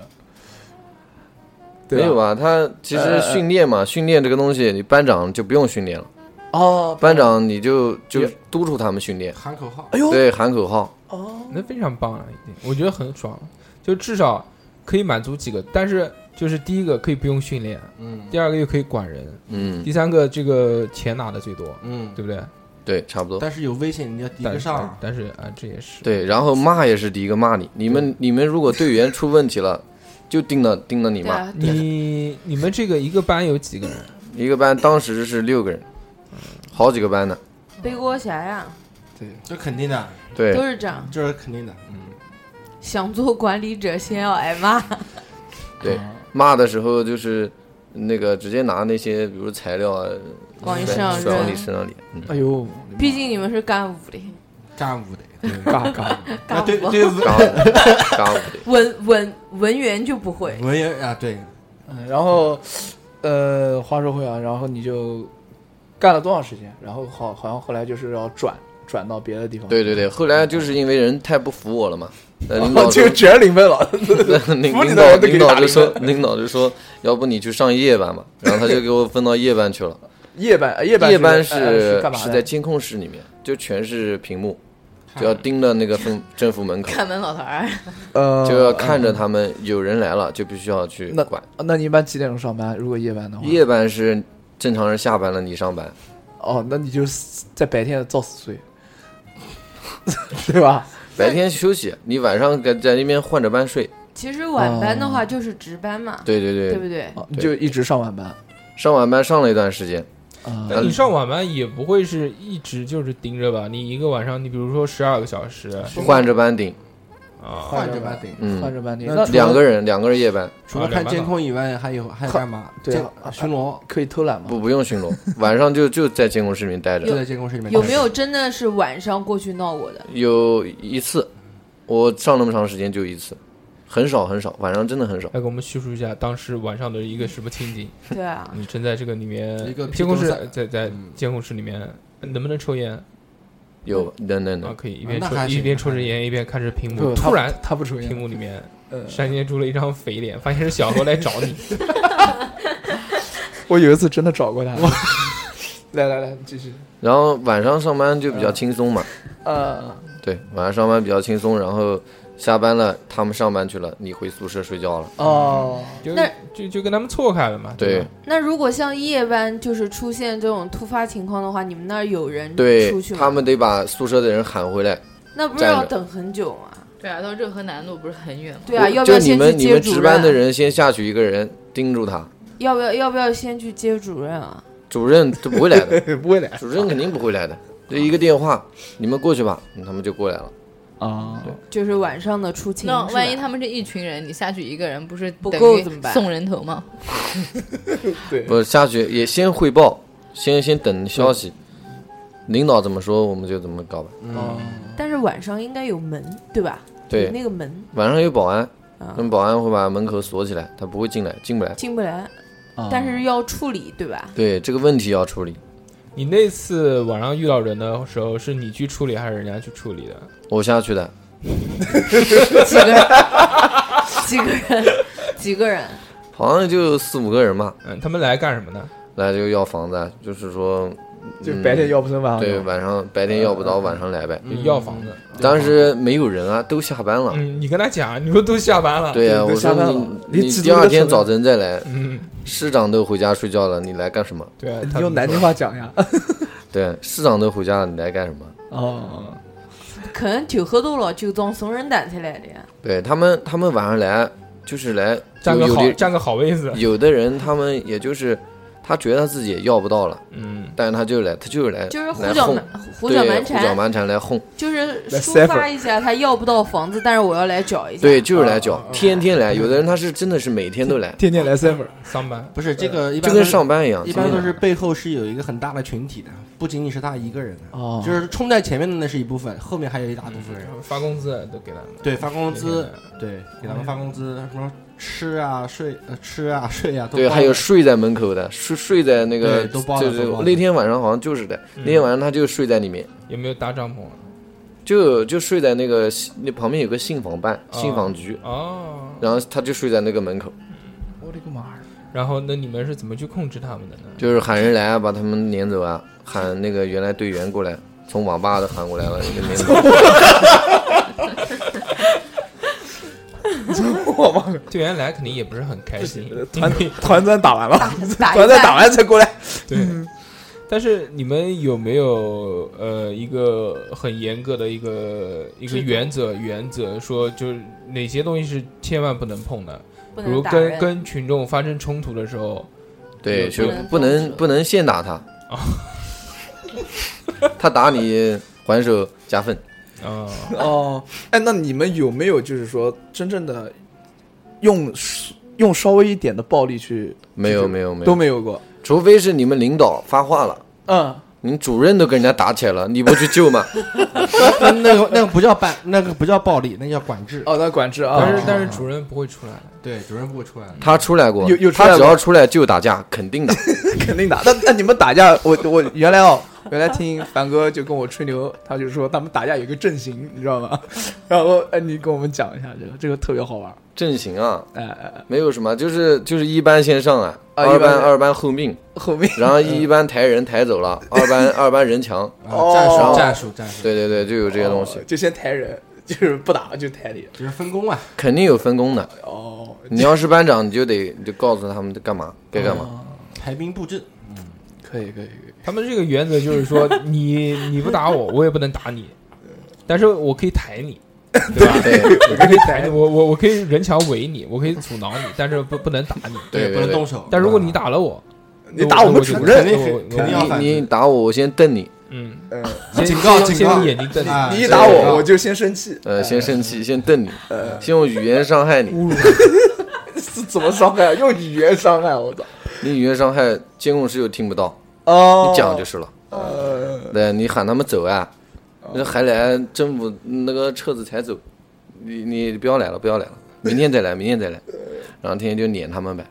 对
没有
吧？
吧？他其
呃
实
呃
训练嘛，训练这个东西，你班长就不用训练了，
哦，
班长你就就
也
督促他们训练，
喊口号，
哎呦，
对，喊口号，
哦，
那非常棒了，已经，我觉得很爽了，就至少可以满足几个，但是就是第一个可以不用训练，
嗯
第二个又可以管人，
嗯
第，三个这个钱拿的最多，
嗯
对，不对？
对，差不多。
但是有危险，你要抵
但
得
是
上。
但是啊，这也是
对，然后骂也是第一个骂你，你们你们如果队员出问题了，就盯着盯着你
对
骂。
啊，
你你们这个一个班有几个人？
一个班当时是六个人，好几个班呢。
背锅侠呀，
对，
这肯定的，
对
都，是这样。
这是肯定的。
想做管理者，先要挨骂。
对骂的时候就是那个直接拿那些比如材料啊，
往你身
摔
上
摔往
扔
你身上脸。
*laughs*
嗯，
哎呦，
毕竟你们是干部的，
干部的，
嘎嘎，
啊
干
对
部
对
嘎
文
五嘎五的。
文文文员就不会。
文员啊，对，
嗯，然后，呃，话说回来，然后你就干了多长时间？然后好，好像后来就是要转转到别的地方，*laughs*
对对对，后来就是因为人太不服我了嘛，呃领
哦，
导
就
就
全是零分了，
领
服你的
领导
人都给
领
你
导
打
就
零
说领导就说，要不你去上夜班吧，然后他就给我分到夜班去了。
夜班，呃夜班
夜班
是呃是干嘛的？哎
是在监控室里面，就全是屏幕，就要盯着那个分政府门口，
看门老头儿，
呃，
就要看着他们有人来了就必须要去
那哦
管。
那你一般几点钟上班？如果夜班的话，
夜班是正常人下班了你上班，
哦，那你就在白天造死罪， *laughs* 对吧？
白天休息，你晚上在在那边换着班睡。
其实晚班的话就是值班嘛，
对对
对
哦对，
不对？
哦，你就一直上晚班
上晚班上了一段时间，
啊、
那你上晚班也不会是一直就是盯着吧？你一个晚上，你比如说十二个小时
换着班顶，
啊，
换着班顶。
嗯
换，着班
那
那
除
*laughs* 两个人两个人夜班，
除了看监控以外，还有还有干嘛？
对啊
监巡逻，
可以偷懒吗？
不不用巡逻， *laughs* 晚上就就在监控室里面待
就
着。
在监控室里面。
有没有？真的是晚上过去闹我的？
有一次，我上那么长时间就一次，很少很少，晚上真的很少。
来给我们叙述一下当时晚上的一个什么情景？
对啊，
你正在这个里面
一个
监控室
披头散，
在在
嗯
监控室里面，能不能抽烟？
有，能能
啊，
能，
可以一边
那
抽
还行
一边抽着烟，一边看着屏幕。
不他
突然，
他不抽
屏
烟，
幕里面
呃，
闪现出了一张肥脸，发现是小何来找
*laughs*
你。
我有一次真的找
*laughs*
过他。来来来，继续。
然后晚上上班就比较轻松嘛，
呃，
对，晚上上班比较轻松，然后下班了，他们上班去了，你回宿舍睡觉了。
哦，
就
那
就就跟他们错开了嘛。
对
吧，
那如果像夜班就是出现这种突发情况的话，你们那儿有人
对
出去吗？
他们得把宿舍的人喊回来。
那不是要
站着
等很久吗？
对啊，到这和南路不是很远吗？
对啊，
我
要不
就
要
你
先
们
去
你
接啊
们
主
值班的
任？
人先下去一个人盯住他，
要不要要不要先去接主任啊？
主任都不会来的，
*laughs* 不会来
主任肯定不会来的，就一个电话，你们过去吧，他们就过来了。
啊，
就是晚上的出勤是
那
吧，
万一他们这一群人，你下去一个人不是不
够怎么办
送人头 *laughs* 吗？
对，
不下去也先汇报，先先等消息，领导怎么说我们就怎么搞吧。
哦，
但是晚上应该有门，对吧？有
对，嗯
那个门
晚上有保安，
啊
那，么保安会把门口锁起来，他不会进来，进不来。
进不来，
啊
但是要处理，对吧？
对这个问题要处理，
你那次晚上遇到人的时候，是你去处理还是人家去处理的？
我下去的，
几个人，几个人， *laughs* 几个人，
好像就四五个人吧，
嗯，他们来干什么呢？
来就要房子，啊就是说，
就白天要不成晚上
对，
要
晚上白天要不
哎
着，晚上来呗。
嗯
就要房
嗯
子。
当时没有人啊，都下班了。
嗯，你跟他讲，你说都下班了。
对呀、
对
我
都下班
说
了
你
你只
第二天
能在
早晨再来，
嗯，
市长都回家睡觉了，你来干什么？
对啊，
你
他
用
们
南京
说
话讲呀。
对，市长都回家了，你来干什么？
哦，
可能酒喝多了就装怂人胆才来的呀。
对他们，他们晚上来就是来，
占
有
个
有
好
的
占个好位子。
有的人他们也就是他觉得他自己也要不到了，
嗯，
但是他就来，他就是来，
就是胡
来
搅
哄
蛮，胡搅蛮
对胡搅
缠，
蛮缠来哄，
就是
来
抒
cipher
发一下他要不到房子，但是我要来找一下。
对，就是
哦
来搅，天天来。有的人他是真的是每天都来，
天天来三份，
上班
不是这个一般
就
都
跟
是
上班一样。
一般
真
都
的
是背后是有一个很大的群体的，不仅仅是他一个人的，
哦，
就是冲在前面的那是一部分，后面还有一大部分人。
嗯
发工资都给他们，
对，发工资，对，给他们发工资，什么吃啊、睡、呃、吃啊、睡啊，都
对，
包
还有
了
睡在门口的，睡睡在那个
对都包了
就是
都包了嗯
那天晚上好像就是的，那天晚上他就睡在里面，
有没有搭帐篷啊？
就就睡在那个那旁边有个信访办、
啊
信访局，
哦，
然后他就睡在那个门口，
我的个妈呀！
然后那你们是怎么去控制他们的呢？
就是喊人来啊，把他们撵走啊，喊那个原来队员过来，从网吧都喊过来了，就撵走。
*laughs*
队员来肯定也不是很开心，
团团战打完了，
*laughs*
打
团战
一半
打完再过来。
对。
嗯
但是你们有没有呃一个很严格的一个一个
制度
原则？原则说就是哪些东西是千万不能碰的，
不
比如
能打
跟
人。
跟群众发生冲突的时候，
对，就
不能
不
动
能
手
不能先打他
哦，
*laughs* 他打你还手加分。
嗯
啊、
哦，哎，那你们有没有就是说真正的用用稍微一点的暴力去
没有没有没
都
有，
没有过？
除非是你们领导发话了，
嗯，
你们主任都跟人家打起来了，你不去
*laughs*
救吗？
那 *laughs* 那个那个不叫办，那个不叫暴力，那叫管制。
哦，那管制啊，
但是但是主任不会出来，
对，主任不会出来的。
他出来过
有有，出来
他
过
只要出来就打架，肯
*laughs*
定的。
肯定打。那那你们打架，我我原来哦，原来听凡哥就跟我吹牛，他就说他们打架有一个阵型，你知道吗？ *laughs* 然后哎，你跟我们讲一下这个，这个特别好玩。
阵型啊，
哎哎，
没有什么，就是就是一班先上来，
啊
二
一班
班二班后命，
哎后面
然后一一班抬人抬走了，二班二班人墙，
啊
哦
战术战术战术，
对对对，就有这些东西
哦，就先抬人， *laughs* 就是不打就抬你。
就是分工啊。
肯定有分工的。
哦，
你要是班长，你就得你就告诉他们干嘛该干嘛。
排兵布阵，
可以可以可以。
他们这个原则就是
*laughs*
说你你不打我，我也不能打你，但是我可以抬
*laughs*
你，对吧？
对
我可以抬你，我我我可以人墙围你，我可以阻挠你，但是不不能打你。
对对
不能
对
动手。
但如果你打了我，
你打我们主任，
肯定
我
肯肯定要反
你
制
你打我，我先瞪你，
嗯，
嗯，
先
警告
先
警告
先用眼睛瞪
啊
你，
你一打
对
我，我就先生气。 *laughs*
呃，先生气，先瞪你，
呃，
先用语言伤害你。
侮辱
是怎么伤
*laughs*
害？啊用语言伤害啊我操！
你语言伤害，监控室又听不到，
哦，
你讲就是了。
呃，
对你喊他们走啊，那还来政府那个车子才走，你你不要来了，不要来了，明天再来，明天再来，然后天天就撵他们呗。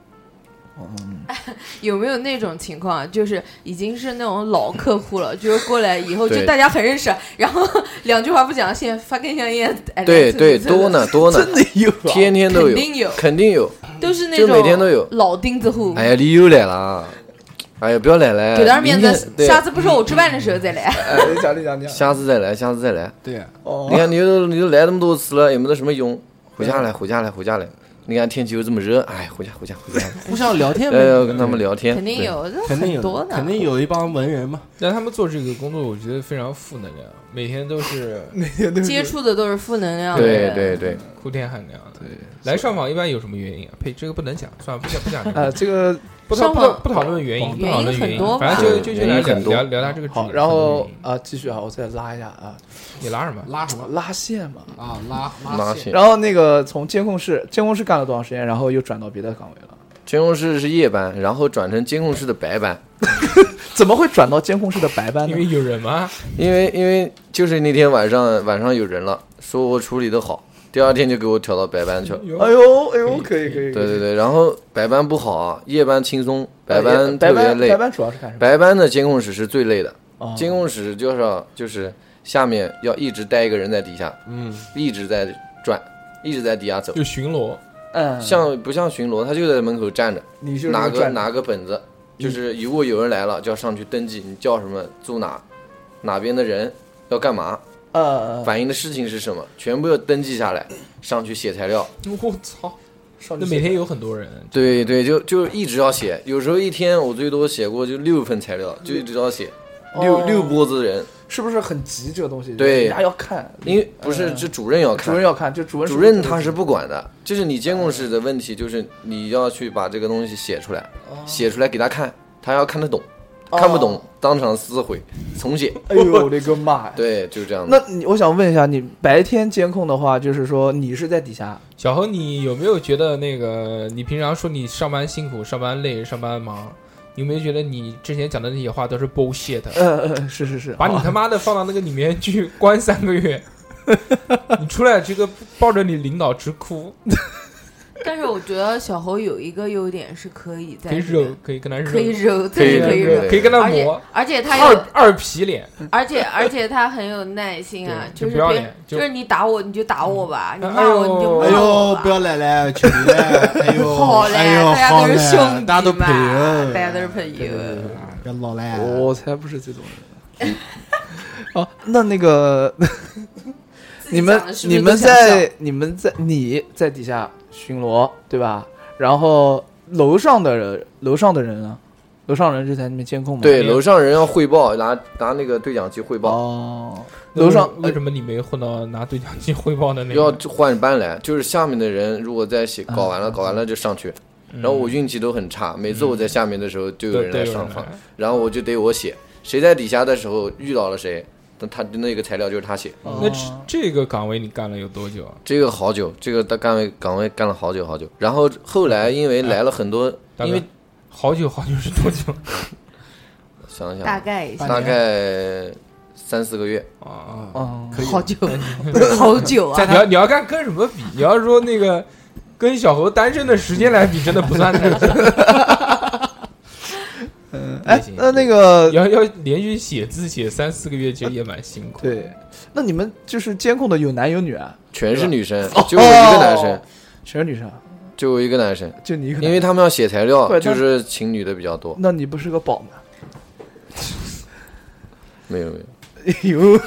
有没有那种情况啊，就是已经是那种老客户了，就是过来以后
对
就大家很认识，然后两句话不讲，现在发根香烟， *laughs* 哎
*laughs* 对对，多，呢
*laughs*
多呢，
真的有啊
天天都
肯
有，
定有，嗯
肯定有。
都是那
就
种
每天都有
老钉子户，
哎呀，你又来了啊，哎呀，不要来了，
给点面
明天
子，
对
下次不是我吃饭的时候再来。
哎，你讲你讲你讲。 *laughs*
下次再来，下次再来。
对
哦
你，看，你都你都来那么多次了，也没得什么用。回家来，回家来，回家来。你看天气又这么热，哎，回家，回家，
*laughs*
回家。
互相聊天呗，
哎要跟他们聊天，
肯定有，这
肯定
很
有
多
的，
呢，
肯定有一帮文人嘛。
但他们做这个工作，我觉得非常负能量，每天都是
接触的都是负能量的
对。
人。
对对对，
哭天喊娘的。来上访一般有什么原因啊？呸，这个不能讲，算了，不讲不讲这
呃，
个，
这个
*laughs* 不讨
上
不
访
讨不讨论原因，不
原因
讨论
很
原因
多，吧
反正就就就来
对原因
聊
很多
聊聊他这个职
好，
业
然后
很多原因
啊，继续啊，我再拉一下啊，
你拉什么？
拉什么
拉线嘛。
啊？拉
拉线。
然后那个从监控室，监控室干了多长时间，然后又转到别的岗位了？
监控室是夜班，然后转成监控室的白班，
怎么会转到监控室的白班
因
呢？
为有人吗？
因为因为就是那天晚上晚上有人了，说我处理的好，第二天就给我调到白班去了。
哎呦哎呦，可以可以，
对
可以
对对，然后白班不好啊，夜班轻松，白班
呃哎白
特别
班
累
白。班主要是干什么？
白班的监控室是最累的，
哦
监控室就是要就是下面要一直带一个人在底下，
嗯，
一直在转，一直在底下走，
就巡逻，
嗯，
像不像巡逻？他就在门口站着，
你就是
拿
那
个
转嗯
拿个本子，就是如果有人来了，就要上去登记，你叫什么，住哪，哪边的人，要干嘛，
呃，
反映的事情是什么，全部要登记下来，上去写材料。
我操！
少女
那
心
每天有很多人，
对对，就就一直要写，有时候一天我最多写过就六份材料，就一直要写，
哦
六六波子人，
是不是很急？这个东西
对
人家要看，
因为不是
嗯
这主任要
主
看
任。要看，就主任
主任他是不管的，就是你监控室的问题，就是你要去把这个东西写出来，写出来给他看，他要看得懂，
哦
看不懂当场撕毁重写。
哎
*laughs*
呦，我的个妈呀！
对，就是这样
那
的。
你我想问一下，你白天监控的话，就是说你是在底
*laughs*
下
小何，你有没有觉得那个你平常说你上班辛苦、上班累、上班忙，你有没有觉得你之前讲的那些话都是
*laughs*
bullshit？
呃，呃，是是是，
把你
好
他妈的放到那个里面去关三个
*laughs*
月，你出来这个抱着你领导直哭，
但是我觉得小猴有一个优点是可以在
可以
这边
惹，可以跟他惹，
可以揉，
可以
对可以
惹
揉，
可以跟他
而且
磨
而且他
二
有，
二皮脸，
而且而且他很有耐心啊，
对就是不要
别
脸，就
就是你打我你就打我吧，你
哎
骂我你就
哎
骂我
呦，
吧
不。要来来，求嘞！哎呦，
好嘞，
哎呦，
大家
好
都
嘞
是兄弟，嘛，
大家都朋友，
大家都是朋友。
不要老来。
我才不是这种
*laughs*
人。哦，那那个你们你们
自己讲的是不是都想笑
在你们在你在底下巡逻对吧？然后楼上的人楼上的人啊，楼上人就在那边监控嘛。
对，楼上人要汇报，拿拿那个对讲机汇报，
哦，
那
楼上
为为什么你没混到拿对讲机汇报的那
要
个？
换班来。就是下面的人如果在写搞完了，搞完了就上去。然后我运气都很差，每次我在下面的时候就
嗯
有
对
人来
对
上访，然后我就得我写，谁在底下的时候遇到了谁，那他那个材料就是他写。
哦
那这这个岗位你干了有多久啊？
这个好久，这个岗位岗位干了好久好久。然后后来因为来了很多，
哎大
因
哥
为，
好久好久是多久 *laughs*
想想
大概一下，
大概三四个月，
啊？
嗯，
哦好久，好久
*laughs*
啊！
你要你要看跟什么比？你要说那个跟小猴单身的时间来比，真的不算太
*laughs*
久。
哎
行，
那那个
要要连续写字写三四个月，其实也蛮辛苦。
对，那你们就是监控的有男有女啊，
全是女生，就我一个男生，
全是女生啊，
就我一个男生，
就你一个男
因
的。
为他们要写材
怪
料，
他
就是情侣的比较多，
那你不是个宝吗？ *laughs*
没有没有。
哎呦，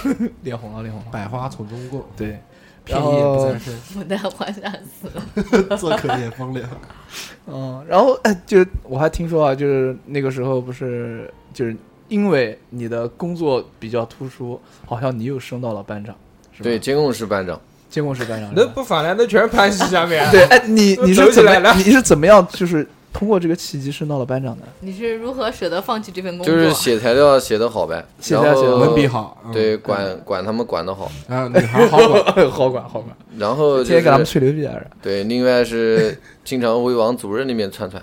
脸红了，脸红了。
百花丛中过，
*laughs* 对，
便宜也不在
不在话下死了。
身，做客也风流。
嗯，然后哎，就是我还听说啊，就是那个时候不是就是因为你的工作比较突出，好像你又升到了班长，是吧？
对，，监控室班长，
监控室班长。
那
是吧
不反来，那全是潘石下面。啊
对，哎，你你是
走起
怎
来
么
了
你是怎么样就是通过这个契机升到了班长的？
你是如何舍得放弃这份工
就
作？
是写材料写的好呗，
写材料
然后
写得
文笔，好，嗯
对，管管他们管的好，
啊，女孩好管。
好管好管，
然后
天天
就
给他们
是
吹牛逼啊！是吧
对，另外是经常会往主任那边窜窜，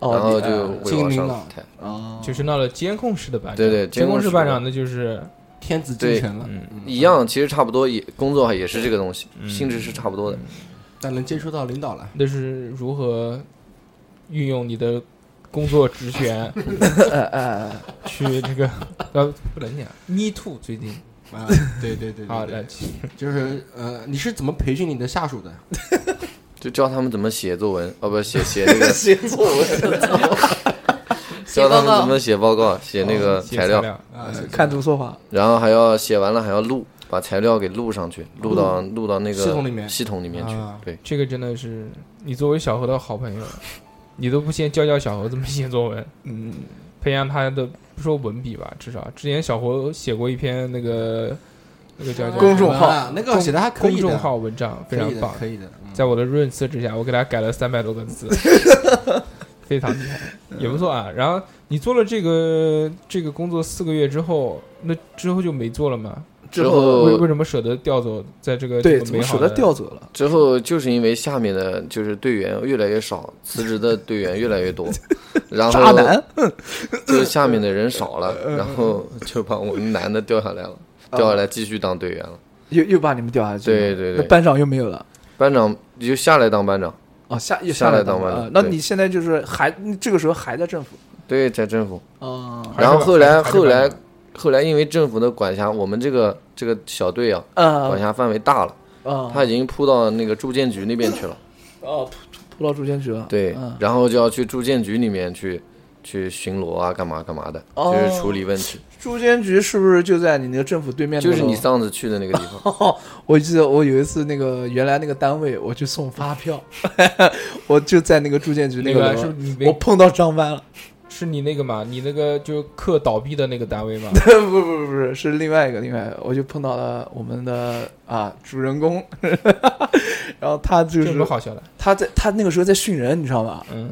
然
哦，
后
你
就会往
精明
上
了
抬，
哦，
就是闹了监控室的班长。
对对
监
监控
室
室
班长那就是
天子进城了，
嗯，
一样，其实差不多也工作也是这个东西，性质是差不多的。
但能接触到领导了，
那是如何运用你的工作职权
哎哎哎，
去这个呃不能讲 me too 最近
啊，对对对，对
啊
对
来请
就是呃，你是怎么培训你的下属的？
就教他们怎么写作文，哦不，写写那个
写作
*laughs*
文
教他们怎么写报告，写那个
哦写
材料，
料
啊，
看图说话，
然后还要写完了还要录，把材料给录上去，录到录到那个
系统里面
系统里面去
啊。
对，
这个真的是你作为小何的好朋友，你都不先教教小何怎么写作文，
嗯，
*laughs* 培养他的不说文笔吧，至少之前小何写过一篇那个那个叫叫
公众号
啊那个写的还可以
公
的，
众号文章，非
可
常
以的，
棒，
可以的。嗯
在我的润色之下，我给他改了三百多个字，非常厉害，也不错啊。然后你做了这个这个工作四个月之后，那之后就没做了吗？
之
为为
后
什么舍得调走？在这个
呃对，
这个
怎么
美好
舍
的
得调走了？
之后就是因为下面的就是队员越来越少，辞职的队员越来越多，然
渣
后
男，
就下面的人少
呃
了，然后就把我们男的调下来了，调下来继续当队员了。
又又把你们调下去了，
对对
哦
对
那班长又没有了。
班长你就下来当班长，
哦，下又
下
来
来当班
了。
长
呃那
对
你现在就是还这个时候还在政府
对，在政府。
啊？
还是
然后后来
还是班长
后来后来因为政府的管辖，我们这个这个小队啊，管
呃
辖范围大了，
呃，
他已经扑到那个住建局那边去了。
哦扑扑到住建局了。
对
嗯，
然后就要去住建局里面去去巡逻啊，干嘛干嘛的，
哦
就是处理问题。
住建局是不是就在你那个政府对面那
就
个楼？啊
是你上次去的那个地
*laughs*
方，
哦我记得我有一次那个原来那个单位，我去送
*laughs*
发票，我就在那个住建局
那
个
个
楼
是你没
我碰到张班了。
是你那个嘛？你那个就课倒闭的那个单位
*laughs*
嘛？
*laughs* 不不不不是，是另外一个另外一个，我就碰到了我们的啊主人公， *laughs* 然后他就
这有什么
是
好笑的？
他在他那个时候在训人，你知道吗？
嗯，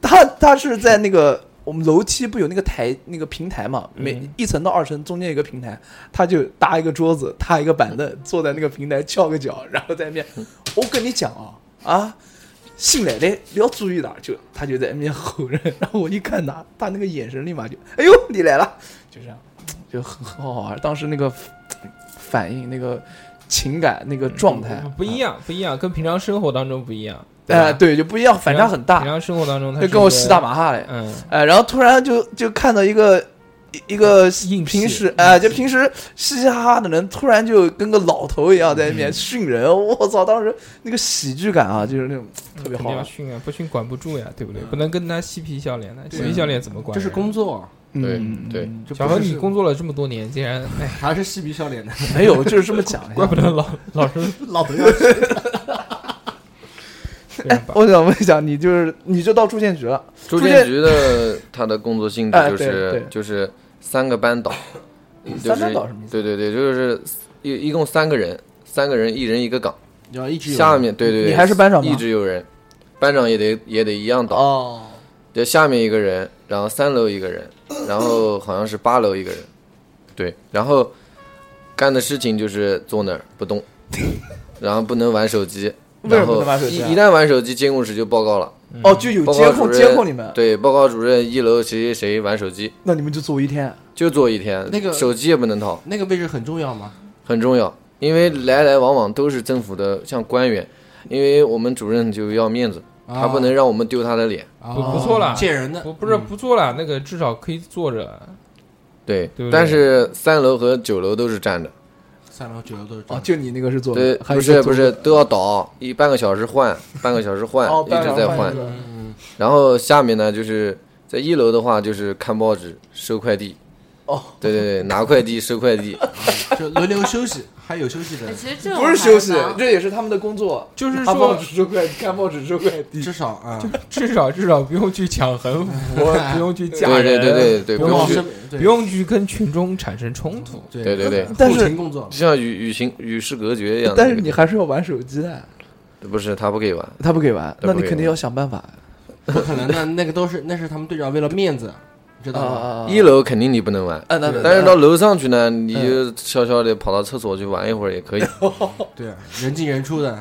他他是在那个我们楼梯不有那个台那个平台嘛，每一层到二层中间有一个平台，他就搭一个桌子，搭一个板凳，坐在那个平台翘个脚，然后在那边，我跟你讲啊啊。新来的你要注意的，就他就在那边吼人，然后我一看他，他那个眼神立马就，哎呦，你来了，就这样，就很很好玩。当时那个反应、那个情感、那个状态
不一，样，不一样，跟平常生活当中不一样。
哎、
吧
呃，对，就不一样，反差很
平
大，
常生活当中，他
就跟我吸大。麻哈嘞，
嗯，
哎，然后突然就就看到一个一一个
哦
硬
平
气
时哎、就平时嘻嘻哈哈的人，突然就跟个老头一样在那
嗯
边训人，我操！当时那个喜剧感啊，嗯就是那种
嗯
特别
肯定
好
要
玩。
训啊，不训管不住呀，对不对？不能跟他嬉皮笑脸的，
啊
嬉皮笑脸怎么管？
这是。工作，
对
嗯
对，
就
小
不
何，
是
你工作了这么多年，竟然哎，
*laughs* 还是嬉皮笑脸的，
没有，就是这么
*laughs*
讲一
怪
下
不。得老老 *laughs* 是
老朋友
这样吧
我想问一下，你就是你就到住建局了，
住
建
建局的他的工作性质
哎
就
对
是
对
就是三个班导，嗯就
三班
是
倒什么意思？
对对对，就是一一共三个人，三个人一人一个岗，
你 *laughs* 要一直有
下面对对对，
你还是班长吗
一直有人，班长也得也得一样倒，
哦，
就下面一个人，然后三楼一个人，
*coughs*
然后好像是八楼一个人，对，然后干的事情就是坐那儿
*laughs*
不动，然后不能玩手机，
为什么
然
不
后
能玩手
一
机啊
一旦玩手机，监控室就报告了，
嗯
哦，就有
报
监
告主
控
任
监控你们，
对，报告主任一楼谁谁谁玩手机，
那你们就坐一天。
就坐一天，
那个
手机也不能掏，
那个位置很重要吗？
很重要，因为来来往往都是政府的像官员，因为我们主任就要面子，
啊
他不能让我们丢他的脸，
啊
不不错了
见人的
我不是
嗯
不做了，那个至少可以坐着。
对，
对不对
但是三楼和九楼都是站着，
三楼九楼都是这
哦，
样
就你那个是坐的
对，，
还有
不
一
是
个
不
坐
是都要倒一半个小
*laughs*
时换，半个小时换，
哦，
一
班
直
长
在
换
换
一。个
嗯
然后下面呢，就是在一楼的话，就是看报纸、收快递。
哦，
对对对，拿快递、收快
*laughs*
递。
就轮流休息，还有休息的
哎
人，
其实这种
不是休息
还好，
这也是他们的工作。
就是
看报
说，
纸收快递，看报纸收快递。
至少啊，
至少至少不用去抢横幅，不用去架
对对
人，
对对对，
不
不
用
用
去
去。
生
不
对
用去跟群众产生冲突。
对
对对对
但是
后勤工作
就像与与行与世隔绝一样的
但
那
是
个。
你还是要玩手机的，
不是他不给玩，
他不给玩，
他
那
不
你
给
肯定
玩
要想办法
不可能的，那个都是那是他们队长为了面子，你知道吗？
啊。
一楼肯定你不能玩。
啊，那那嗯
但是到楼上去呢，你就悄悄的跑到厕所去玩一会儿
*laughs*
也可以。哦啊
对，人进人出的，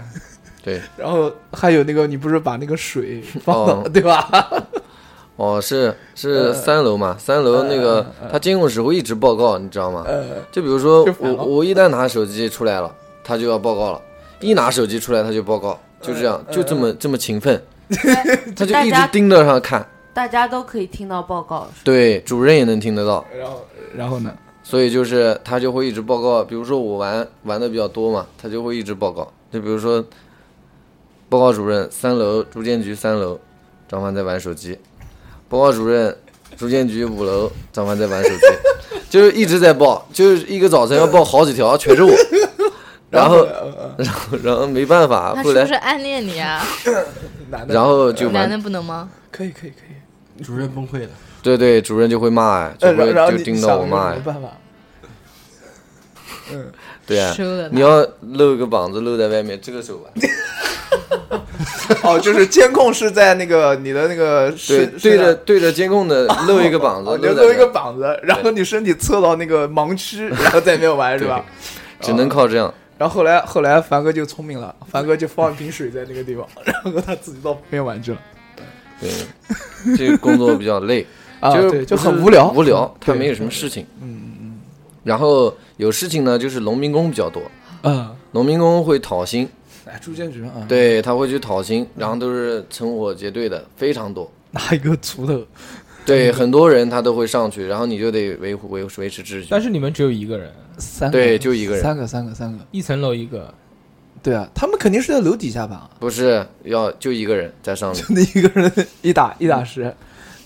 对，
然后还有那个，你不是把那个水放呃到 *laughs*
哦
对吧？
哦，是是三楼嘛，三楼那个他监控室会一直报告，你知道吗？
呃，
就比如说
就反
我
了
我一旦拿手机出来了，他就要报告了；一拿手机出来他就报告，
呃
就这样，就这么这么
*laughs*
勤奋，
对
他就
大
一
家
直盯着他看。
大家都可以听到报告。
对，主任也能听得到，
然后然后呢？
所以就是他就会一直报告。比如说我玩玩的比较多嘛，他就会一直报告。就比如说，报告主任三楼住建局三楼，张帆在玩手机；报告主任住建局五楼，张帆在玩手机， *laughs* 就是一直在报，就是一个早晨要报好几条，全
*laughs*
是我。然后
呃
然后然后没办
啊
法，
他
后
是不是
来
暗恋你
*laughs*
啊？
男的
然后就
男
完，
的不能吗？
可以可以可以，
主任崩溃了，
对对，主任就会骂哎，就
呃，
会
然后
就
你
盯
想
到我
有
骂
什
哎
么，办法？ *laughs*
对
嗯
啊
收，了
你
他。
要露个膀子露在外面，这个手吧，
哦，就是监控是在那个你的那个
对
身
对着对着监控的露一个膀子，
哦留
露在
留一
那
个膀子，然后你身体侧到那个盲区，然后在那边玩是吧？
只能靠这样。
然后后来后来凡哥就聪明
*laughs*
了，凡哥就放一瓶水在那个地方， *laughs* 然后他自己到旁边玩去了。
对，这个工作比较累，
啊，
就是
对，就
不是
很无聊，
无聊，他
对
没有什么事情。嗯嗯嗯。然后有事情呢，就是农民工比较多，
嗯，
农民工会讨薪，
哎，住建局啊，，
对他会去讨薪，然后都是成伙结队的，非常多。
拿一个锄头，
对，很多人他都会上去，然后你就得维护维维持秩序。
但是你们只有一个人，
三个
对，就一个人，
三个三个三个，
一层楼一个， *laughs*
对啊，他们肯定是在楼底下吧？ *laughs*
不是要就一个人在上面。
那一个人一
嗯
打一打十，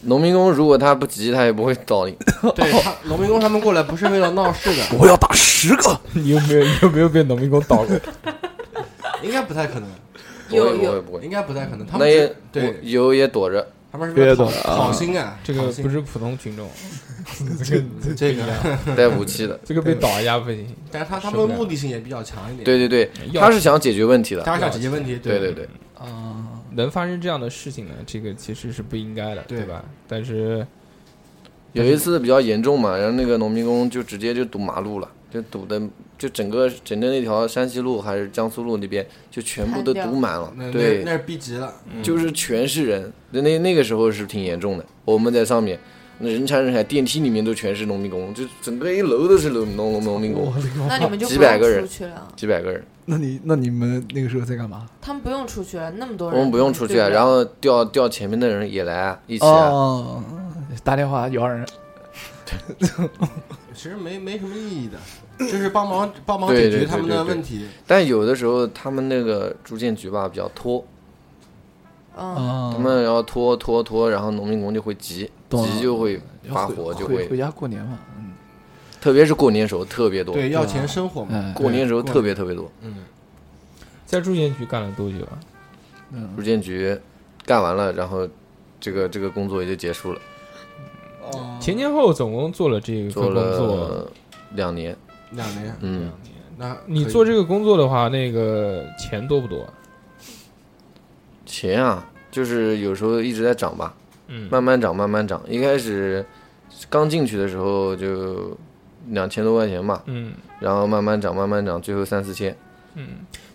农民工如果他不急，他也不会倒你。
对他农民工他们过来不是为了闹事的，
我要打十个，
你有没有你有没有被农民工倒过？
应该不太可能，
不会
有
不会
有
不会，
应该不太可能，他
那
们
也
是对，
有也躲着。
他们是为了
别
讨
的
讨薪啊，
这个
讨薪
不是普通群众，这个
这个，
带武器的。
这个被倒一啊下不行。
但是他他
受不
们
了
目的性也比较强一点，，
对对对，
要
他是想解决问题的。
他是想解决问题，
对
对
对对，
能发生这样的事情呢，这个其实是不应该的，
对
吧？但是
有一次比较严重嘛，然后那个农民工就直接就堵马路了，就堵的就整个整个那条山西路还是江苏路那边就全部都
瘫掉
堵满了
那，那
对
那，是逼急了，
就是全是人，那那那个时候是挺严重的。我们在上面，那人山人海，电梯里面都全是农民工，就整个一楼都是农农农农民工，
那你们就
几
不
百个
用
人
出去了，
几百个人，
那你那你们那个时候在干嘛？
他们不用出去了，那么多
我
人，
们不用出去，
对不
啊
对
然后调调前面的人也来啊一起啊，
哦，打电话摇人，
其实没没什么意义的，就是帮忙帮忙
对
解
对
决
对
他们
对
的
对
问题。
但有的时候他们那个住建局吧比较拖，
嗯，
哦
嗯，
他们然后拖拖拖，然后农民工就会急，
懂
急
了
就会
要
发
回
火，就
回
会
回，家过年嘛，嗯，
特别是过年时候特别多，
对，要钱生活嘛。
哎
啊过年时候
对
特别特别多。
在住建局干了多久啊？
住建局干完了，然后这个这个工作也就结束了，
嗯
啊
前前后后总共做了这个
做
份工作，
了两年，
两年，
嗯，
那
你
可以
做这个工作的话，那个钱多不多啊？
钱啊，就是有时候一直在涨吧，
嗯，
慢慢涨，慢慢涨。一开始刚进去的时候就两千多块钱嘛，
嗯
然后慢慢涨，慢慢涨，最后三四千。
嗯，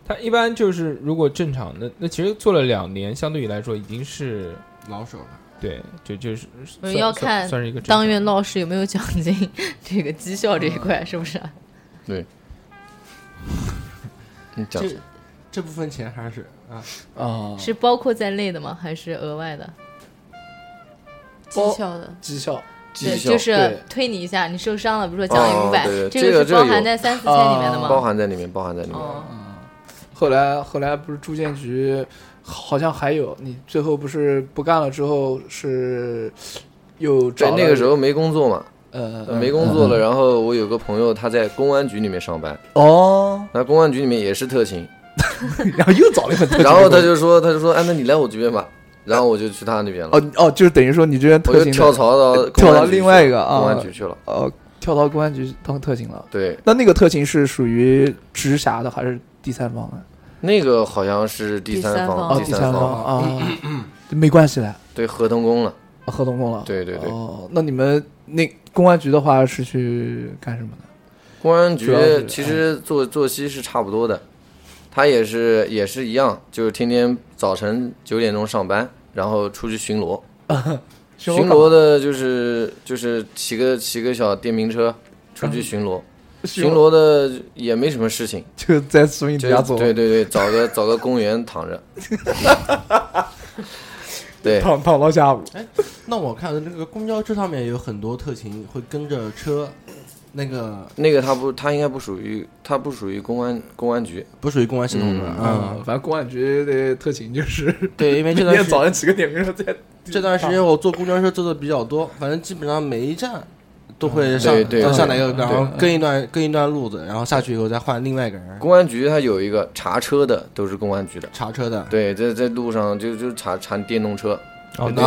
他一般就是如果正常，那那其实做了两年，相对于来说已经是
老手了，
对，就就是
呃
算
要
算
看
算是一个正
*laughs* 当
常
院闹事有没有奖金？ *laughs* 这个绩效这一
嗯
块是不是啊？
你讲
这这部分钱还是啊，
啊，
是包括在内的吗？还是额外的？
绩效的，
绩效
绩
对，
效
就是
对
推你一下，你受伤了，比如说奖励
哦
五百
对，
这
这个
是包
这个
含
有
在三四千里面
哦
的吗？
包含在里面，包含在里
嗯
面。
哦，
后来后来不是住建局，好像还有你最后不是不干了之后是又
对
找，
那个时
候
候没工作嘛，
呃
嗯没工作了。然后我有个朋友，他在公安局里面上班，
哦，
那公安局里面也是
*laughs*
特勤，
然后又找了一份特勤
然后
工
他
作
就说，他就说，哎，那你来我这边吧。然后我就去他那边了，
哦哦，就是等于说你这边特
我就
勤的
跳槽到公安局
跳到
去
另外一个
了
啊
公安局去了。
哦跳到公安局当特勤了。
对，
那那个特勤是属于直辖的还是第三方的？
那个好像是第
第
三
三方
方，
哦，
第
第
三
三方
方，
啊，没关系的，哦
对，合同工了。
合同工了。
对对对，
哦，那你们那公安局的话是去干什么呢？
公安局
主要是哎
其实作作息是差不多的，他也是也是一样，就是天天早晨九点钟上班，然后出去巡逻。巡
干嘛
逻的就是就是骑个骑个小电瓶车出去巡逻，巡
啊巡
逻的也没什么事情，
就在孙颖
就
家走，
对对对，找个找个公园
*laughs*
躺着。对，
躺躺到下午。
那我看那个公交车上面有很多特勤会跟着车，那个
那个他不，他应该不属于，他不属于公安公安局。
不属于公安系统的啊。
嗯，反正公安局的特勤就是
对，因为哎
*laughs* 每
这段
天
时
早上骑个电瓶车在
这段时
啊
间我坐公交车坐的比较多，反正基本上每一站都会上
嗯对对
呃
对嗯
上来一个，然后
对
跟一段跟一段路子，然后下去以后再换另外一个人
公安局他有一个查车的，都是公安局的。
查车的。
对，在在路上就就查查电动车，
哦，
啊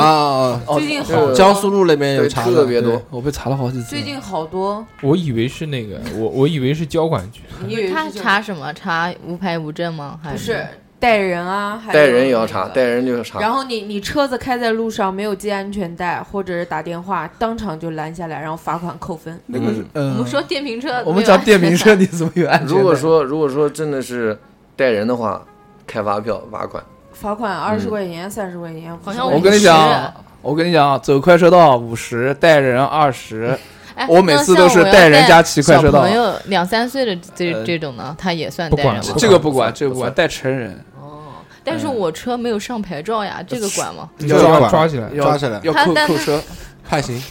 啊，
最近好
啊
多
江苏路那边有
哦对，
查的
特别多
对。
我被查了好几次。
最近好多，
我以为是那个，我我以为是交管局，
你以为
他
是这
查什么？查无牌无证吗？还
不是带人啊，还有
带人也要查，
那个
带人就要查。
然后你你车子开在路上没有系安全带，或者是打电话，当场就拦下来，然后罚款扣分。
那个是，
我
嗯，
们说啊电瓶车，
我们讲电
*laughs*
瓶车，，你怎么有安全带？
如果说如果说真的是带人的话，开发票罚款。
罚款二十块钱、三十块钱，
好像
我
50
跟你
块钱
讲，我跟你讲，啊走快车道五十，带人二十，
哎，
我每
那
次
像
都是
我要
带人家骑快车
小
道
朋友两三岁的这
呃
这种呢，他也算
不
带
管
人
了
吗？
这个不管，
不算
这个不管，
不算
带成人
哦，但
嗯
是我车没有上牌照呀，这个管吗？
要
交管
要哎抓起来。
要
抓起来
要
他
扣
但
扣
他
车，
判刑，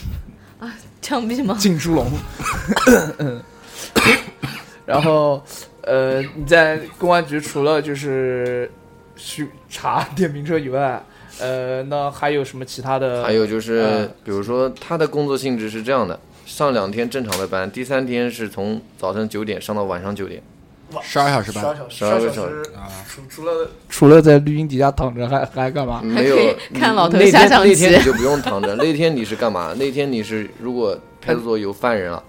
枪毙吗？
进猪笼。 *coughs* 然后，呃，你在公安局除了就是去查电瓶车以外，呃，那还有什么其他的？
还有就是
呃，
比如说他的工作性质是这样的：上两天正常的班，第三天是从早晨九点上到晚上九点。
十二小时班。
小
十二个小时，
除除了除了在绿荫底下躺着，还还干嘛？
没有
还啊可以看老头
那
下
天
象
那
棋
天你就不
*laughs*
用躺着，那天你是干嘛？那天你是如果派出所有犯人了，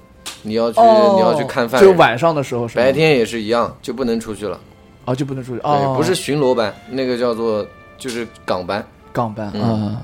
你要去
哦
你要去看犯
就
人。
晚上的时候是吗
白天也是一样，就不能出去了。
哦，就不能出去
对，
哦，
不是巡逻班，那个叫做就是岗班。
港班
嗯
啊。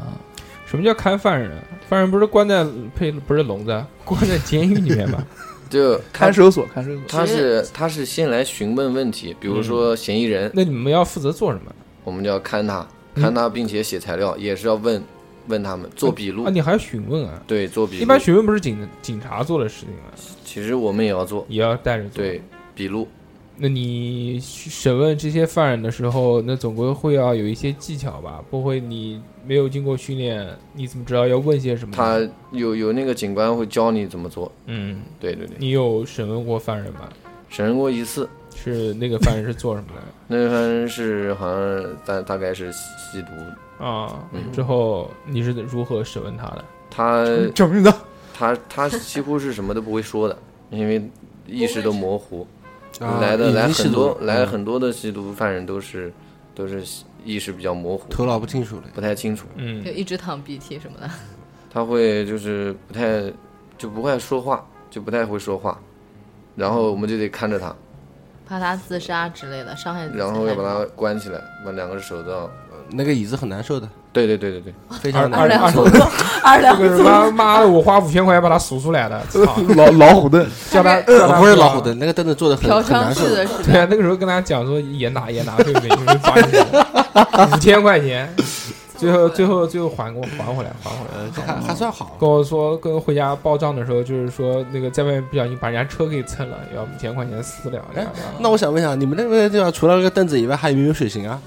什么叫看犯人啊？犯人不是关在配不是笼子，啊 *laughs* 关在监狱里面吗？
就
看守所，看守嗯所。
他是他是先来询问问题，比如说嫌疑人，
那你们要负责做什么？
我们就要看他，看他，并且写材料，也是要问问他们做笔录
啊，。你还要询问啊？
对，做笔录。
一般询问不是警警察做的事情吗？
其实我们也要做，
也要带着做。
对，笔录。
那你审问这些犯人的时候，那总归会要有一些技巧吧？不会你没有经过训练，你怎么知道要问些什么？
他有有那个警官会教你怎么做。
嗯，
对对对，
你有审问过犯人吗？
审问过一次，
是那个犯人是做什么
*laughs*
的
那个犯人是好像大大概是吸毒，
啊？
嗯
之后你是如何审问他的？
他
嗯
证明的，
他他几乎是什么都不会说的，因为意识都模糊。
啊
来的
已经
来
吸
很
毒
多
了
来
嗯
很多的吸毒犯人都是都是意识比较模糊，
头脑不清楚了。
不太清楚。
嗯
就，一直淌鼻涕什么的。
他会就是不太就不会说话，就不太会说话。然后我们就得看着他，
怕他自杀之类的，伤害自己。
然后要把他关起来，把两个手都要。
那个椅子很难受的，
对对对对对，
非常
二
难
两
*laughs* 受。
二两
这个妈妈的，我花五千块钱把他赎出来的，
*laughs*
操！
老老虎凳，
叫他
呃不是老虎。凳，那个凳子坐的很
嫖
很
娼
难受
式的
的。
是
对
吧？
啊，那个时候跟他讲说严打严打，对不对？因为发现五千块钱，最后最后最后还给我还回来还回来。
呃，这还还算好。
跟我说跟回家报账的时候，就是说那个在外面不小心把人家车给蹭了，要五千块钱私了。
哎那我想问一下，你们那个地方除了那个凳子以外，还有没有水刑啊？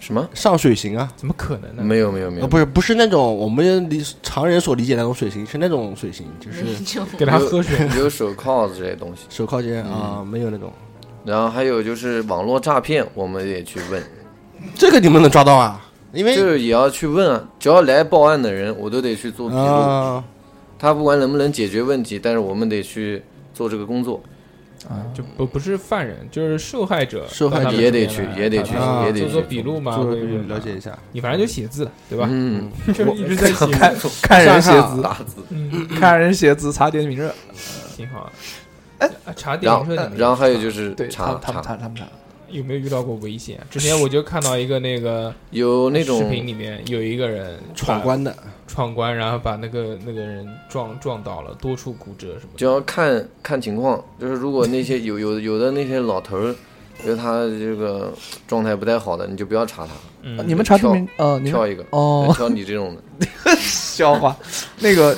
什么？
上水刑啊？
怎么可能呢？
没有没有没
哦
呃，
有，
不是，不是那种我们理常人所理解的那种水刑，是那种水刑，就是
那种
给他喝
*laughs*
水，啊
只有手铐子这些东西。
手铐间
嗯
啊，没有那种。
然后还有就是网络诈骗，我们也去问，
这个你们能抓到啊？因
哎
就
为
是也要去问啊。只要来报案的人，我都得去做笔录。
啊，
他不管能不能解决问题，但是我们得去做这个工作，
就不不是犯人，就是受害者，
受害者
到他们
也得
这边来
去也得去
啊
也
得
做做
去
笔录嘛，
做
对不对
了解一下。
你反正就写字，对吧？
嗯，
*laughs* 就是一直
*laughs*
在写，
看看人写字，
大字。
嗯，
*laughs* 看人写字，查点名字。
挺好。
哎
啊，查点
然
名
后
车怎么
然后还有就是
对，他们
查
他们
查，
查他们查。
有没有遇到过危险？啊之前我就看到一个那个
有那
视
种
频里面有一个人把
闯关的，
闯关，然后把那个那个人撞撞倒了，多处骨折什么
就
的。
要看看情况，就是如果那些有有有的那些老头儿，就是他这个状态不太好的，你就不要查他，
嗯，
你们查地名呃，啊你们
挑一个，
哦，
*laughs* 挑你这种的，
笑话，那个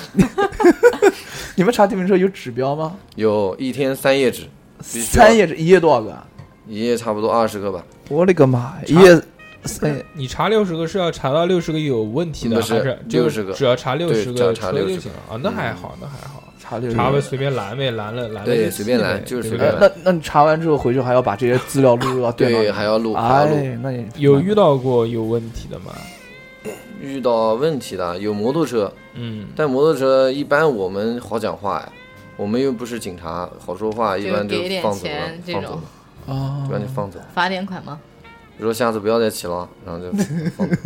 你们查地名车有指标吗？
有一天三
*laughs*
页纸，必须要
三页是一页多少个啊？
一页差不多二十个吧，
我勒个妈呀！
查
一页哎三页，
你查六十个是要查到六十个有问题的，
不
还
是
是就
60个
只要查六十
对只要
个
查
车
60
就行了啊？那还好，那还好，
查六十
查
个
呗，随便拦呗，拦了拦了
对
就
随便拦
记呗
就是
对不
随
哎
便
对
拦
那那你查完之后回去还要把这些资料录入到电脑里
对，还要录，还要录。
哎，那也
有遇到过有问题的吗？
遇到问题的有摩托车，
嗯，
但摩托车一般我们好讲话呀，我们又不是警察，好说话，一般就
给点
放走了
钱，这
放走
种
了，
啊
一，般就放走了。
罚点款吗？
说下次不要再骑了，然后就放走。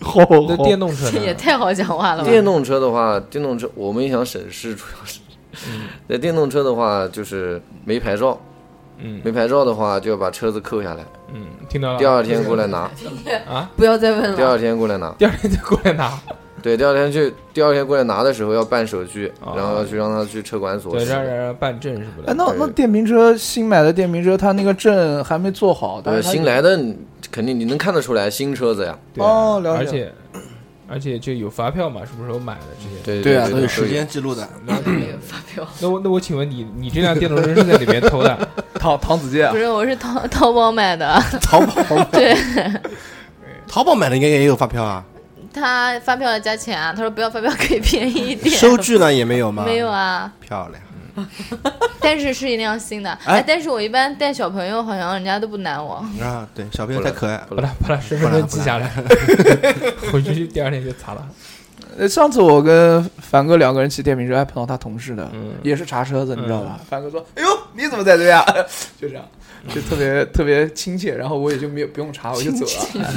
好
那电动车
这也
呢？
太好讲话了吧？
电动车的话，电动车我们也想省事，主要是。 *laughs* 那电动车的话，就是没牌照，
嗯
没牌照的话就要把车子扣下来，
嗯，听到了。
第二天过来拿，
不要再问
第
了。
二天过来拿，
*laughs* 第二天再过来拿。
对，第二天去，第二天过来拿的时候要办手续，
哦
然后要去让他去车管所
对，
使用。
让让让办证什么
哎，
的。
那那电瓶车新买的电瓶车，它那个证还没做好，但是
对，
它
呃新来的你肯定你能看得出来新车子呀，
对啊
哦了
而
解
且而且就有发票嘛，什么时候买的这些。
对
对啊，
啊，
都有
有
时。间记录
*laughs*
的。
*laughs* 发票
那我那我请问你，你这辆电动车是在里面偷
*laughs*
的？
唐唐子健啊
不是，我是淘淘宝买的，
淘宝
对
淘宝买的应该也有发票
*laughs*
啊，
他发票要加钱啊，他说不要发票可以便宜一点。
收据呢也没有吗？
没有，啊，
漂亮。
但是是一辆新的。
哎
哎，但是我一般带小朋友，好像人家都不拦我。
啊，对，小朋友太可爱了。
把它把它身份证记下来， *laughs* 回去就第二天就查了。
呃，上次我跟凡哥两个人骑电瓶车，还碰到他同事的，
嗯
也是查车子，你知道
嗯
吧？凡哥说：“哎呦，你怎么在这呀？” *laughs* 就这样，就特别特别亲切。然后我也就没有不用查，我就走了。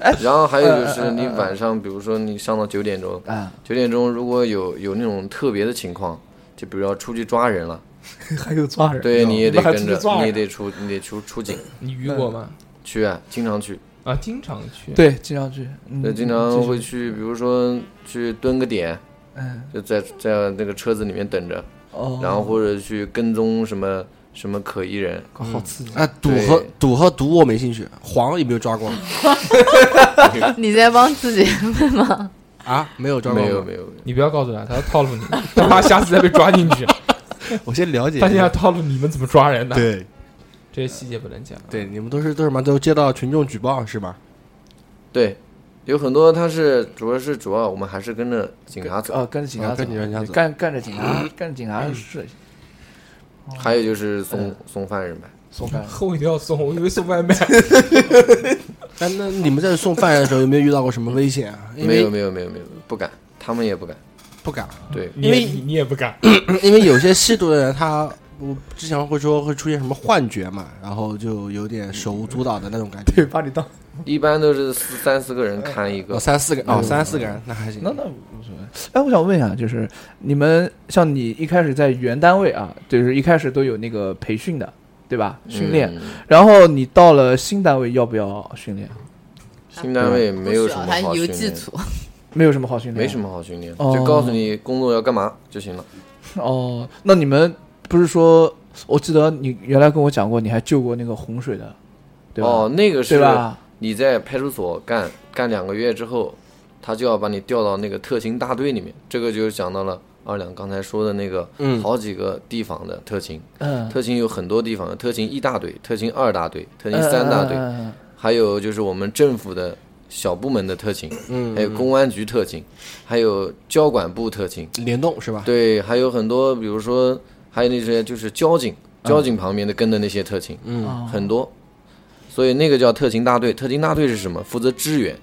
哎然后还有就是你晚上，比如说你上到九点钟，
啊，
九点钟如果有有那种特别的情况，就比如要出去抓人了，
*laughs*
还有抓人，
对，你也得
那还
跟
出去抓人
着，
嗯
你也得出，你得出出警
你遇过吗？
去啊，经常去。
啊，经常去，
对，经常去，嗯，
对，经常会去，比如说去蹲个点，
嗯，
就在在那个车子里面等着，
哦，
然后或者去跟踪什么什么可疑人，
嗯
好刺激，
哎，赌
对
和赌和毒我没兴趣，黄有没有抓过
哎
你在帮自己问吗？
啊？没有抓过，
没有。没有，
你不要告诉他，他要套路你， *laughs* 他怕下次再被抓
*laughs*
进去。
我先了解一
他现在
下。
套路你们怎么抓人的？，
对
这些细节不能讲。
对，你们都是都是什么？都接到群众举报是吗？
对，有很多他是主要是主要我们还是跟着警察走，
呃，跟着警察
啊
走，
跟着警察走
干干着警
*coughs*
察，干着警察是
还有就是送送犯人呗，
*laughs*
送饭，
后一定要送，我以为送
*laughs*
外卖。
哎那那你们在送犯人的时候有没有遇到过什么危险啊？因为
没有没有没有没有，不敢，他们也不敢，
不敢， *clears throat*
对，
你也你也不敢，
因为有些吸毒的人他。我之前会说会出现什么幻觉嘛，然后就有点手舞足蹈的那种感觉。
把你当
一般都是四三四个人看一
哦，
个，嗯
三四个哦，三四个人那还行
那。那无所谓。哎，我想问一下，就是你们像你一开始在原单位啊，就是一开始都有那个培训的，对吧？训练，
嗯
然后你到了新单位要不要训练？
新单位没有什么
啊还
好
邮
训
寄
练，
组，
没有什么好训练，
没什。么好训练，
哦
就告诉你工作要干嘛就行了。
哦，那你们不是说，我记得你原来跟我讲过，你还救过那个洪水的，对吧？
哦，那个
对
是
吧？
你在派出所干干两个月之后，他就要把你调到那个特勤大队里面，这个就讲到了二两刚才说的那个
嗯
好几个地方的特勤，
嗯，
特勤有很多地方，有特勤一大队、特勤二大队、特勤三大队，
嗯嗯嗯嗯
还有就是我们政府的小部门的特勤，
嗯
还有公安局特勤，还有交管部特勤，
联动是吧？
对，还有很多，比如说还有那些就是交警，交警旁边的跟的那些特勤，
嗯，
很多，所以那个叫特勤大队。特勤大队是什么？负责支援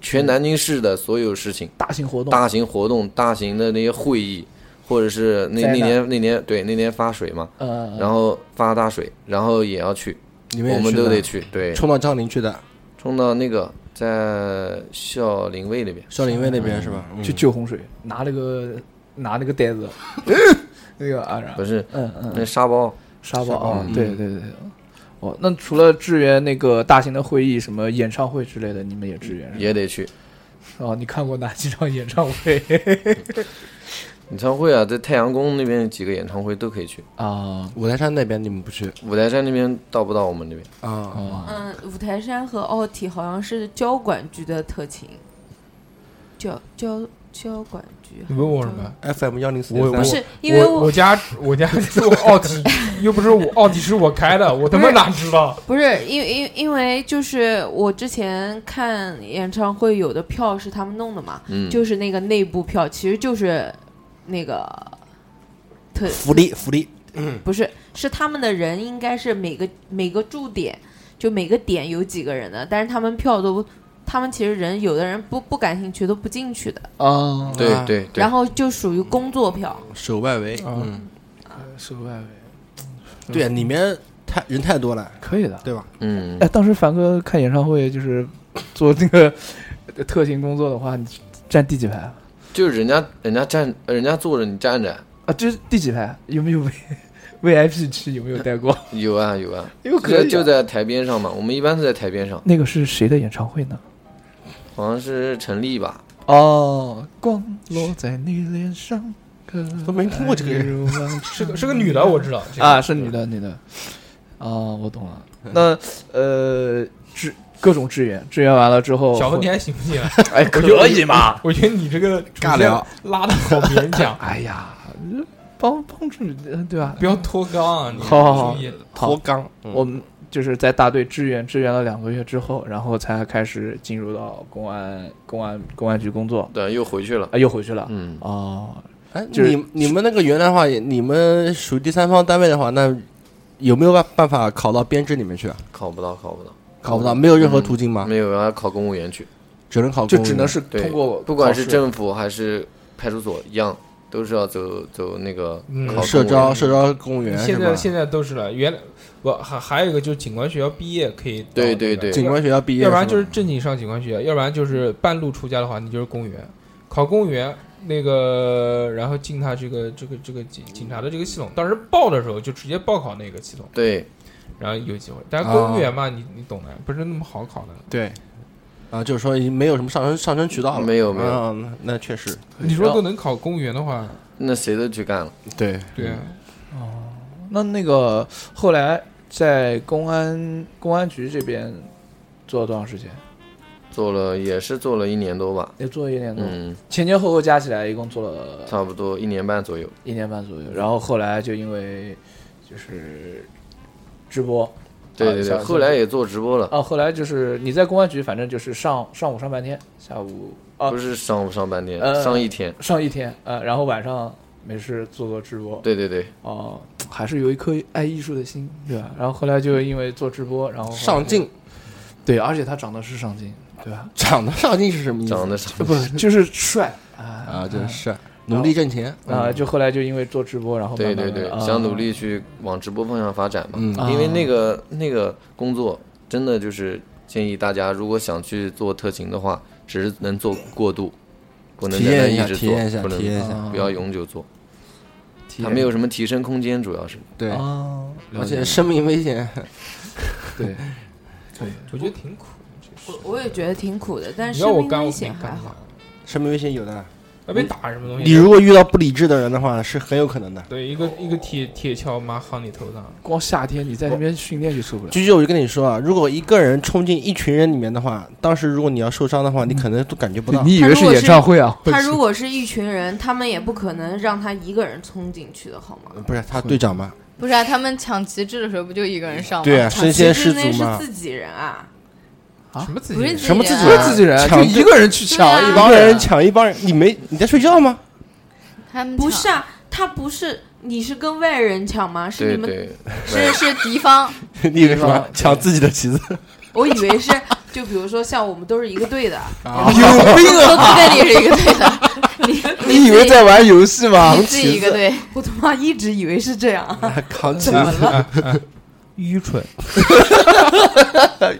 全南京市的所有事情，
大型
嗯
活动，
大型活动、大型的那些会议，或者是那
灾
那
难
年那年对那年发水嘛，
呃，
然后发大水，然后也要去，
嗯你们也
我们
去
都
的
得去，对，
冲到江陵去的，
冲到那个在校林卫那边，
少林卫那
嗯
边是吧？嗯
去救洪水，拿那个拿那个袋子， *laughs* 那个啊，然后
不是
嗯嗯，
那沙包，嗯
沙包啊，对对对。哦，那除了支援那个大型的会议，什么演唱会之类的，你们也支援是吧？
也得去。
哦，你看过哪几场演唱会
演唱会啊，在太阳宫那边几个演唱会都可以去，
啊？
五台山那边你们不去
五台山那边到不到我们这边？
啊？
嗯，五台山和奥体好像是交管局的特勤，交交交管局。
你问我什么？
FM 幺零四
我
点
我
三，
不是因为
我家我家
*laughs*
住奥体，又不是我奥体是我开的，我他妈
不是
哪知道？
不是因为因为因为就是我之前看演唱会，有的票是他们弄的嘛，
嗯，
就是那个内部票，其实就是那个特
福利福利，
不是是他们的人，应该是每个每个驻点就每个点有几个人的，但是他们票都他们其实人有的人不不感兴趣都不进去的，
啊，
对
啊
对对
然。后就属于工作票。
手外围，嗯，
是外围
对，啊里面太人太多了，
可以的。
对吧？
嗯
哎，，当时凡哥看演唱会就是做那个特勤工作的话，你站第几排啊？
就是人家人家站，人家坐着你站着，
啊，这是第几排？有没有 *laughs* V VIP 区？有没有带过？
有啊有啊，
*laughs* 有
就在就在台边上嘛。我们一般都在台边上，
那个是谁的演唱会呢？
好像是陈立吧，
哦，光落在你脸上，
都没听过这个
嗯
人
人
是个是个女的，我知道这个
*laughs* 啊，是女的，女的。啊，我懂了。那呃，支各种支援，支援完了之后，
小何，你还行不行啊？
哎，可以嘛？
我觉得你这个
尬聊
拉的好勉强，
哎呀，帮帮助你，呃对吧？
不要脱肛啊！你
好好好
注意
脱肛，嗯
我们就是在大队支援，支援了两个月之后，然后才开始进入到公安、公安、公安局工作，
对，又回去了。
啊，又回去了。
嗯，
哦，
哎，
就是
你你们那个原来的话，你们属于第三方单位的话，那有没有办办法考到编制里面去啊？
考不到，考不到，
考不到，没有任何途径吗？
没有要考公务员去。
只能考公务
就
员，
只能是
哦对
通过，
不管是政府还是派出所一样，都是要走走那个
嗯
考
社
公务
招
员
社招公务员是
现
吧
在？现在都是了，原来不还还有一个就是警官学校毕业可以到
对
那
对
个
对
警官学校毕业吗，
要不然就是正经上警官学校，要不然就是半路出家的话，你就是公务员。考公务员那个，然后进他这个这个这个警警察的这个系统。当时报的时候就直接报考那个系统，
对，
然后有机会。但是公务员嘛，你你懂的，不是那么好考的。
对，啊，就是说已经没有什么上升上升渠道了，
没有没有
嗯，那确实，
你说都能考公务员的话，
那谁都去干了。
对，
对啊，
那那个后来在公安公安局这边做了多长时间？
做了也是做了一年多吧，
也做了一年多，
嗯，
前前后后加起来一共做了
差不多一年半左右。
一年半左右。然后后来就因为就是直播，
对
啊
对对，
像
后来也做直播了，
啊，后来就是你在公安局，反正就是上上午上半天，下午啊
不是上午上半天，
呃
上一天。
上一天，呃，然后晚上没事做做直播，
对对对，
哦、还是有一颗爱艺术的心，对吧？然后后来就因为做直播，然后后来
上镜
对，而且他长得是上镜，对吧？
长得上镜是什么意思？
长得啥？
不就是帅啊
啊，真是努力挣钱
啊！就后来就因为做直播，然后
对
慢
对
慢地
对，
啊
想努力去往直播方向发展嘛。
嗯
啊
因为那个那个工作真的就是建议大家，如果想去做特勤的话，只是能做过渡，不能
体
在那
验一
一
下
直
体
做
验一下，
不能
体验一下，
啊
不要永久做，
体
它
验
没有什么提升空间，主要是。
对，
啊，
而且生命危险，
对，
我觉得挺苦。
我我也觉得挺苦的，但
你
是
要
生
我
命
干，我
危
肯
险
定干
还
不
好
了。。
生命危险有的。
要被打什么东西？
你如果遇到不理智的人的话，是很有可能的。
对一个一个铁铁锹妈夯你头上，
光夏天你在那边训练就受不了。
居居，我就跟你说啊，如果一个人冲进一群人里面的话，当时如果你要受伤的话，你可能都感觉不到。
你以为是演唱会啊？
他如果是一群人，他们也不可能让他一个人冲进去的，好吗？
不是他队长嘛？
不是啊，他们抢旗帜的时候不就一个人上吗？
对啊，身先士
哦那
卒
是
嘛。
自己人啊，
什么自
不是
己
自己
什么
人
自
啊
己人？
*laughs* 自己人就
抢
一个人去抢
对啊
一
一
帮
帮
人
人，
抢一帮人，你没你在睡觉吗？
他们
不
抢
是啊，他不是你是跟外人抢吗？是
对
你们，
是
对，
是敌方，
*laughs* 你以为什么？抢自己的旗子？
我以为是就比如说像我们都是一个队的，
哎
有病
都
啊！
不跟你是一个队的，
你以为在玩游戏吗
你？自己一个队，
我他妈一直以为是这样，
啊扛旗
怎么
子？
了？
愚蠢？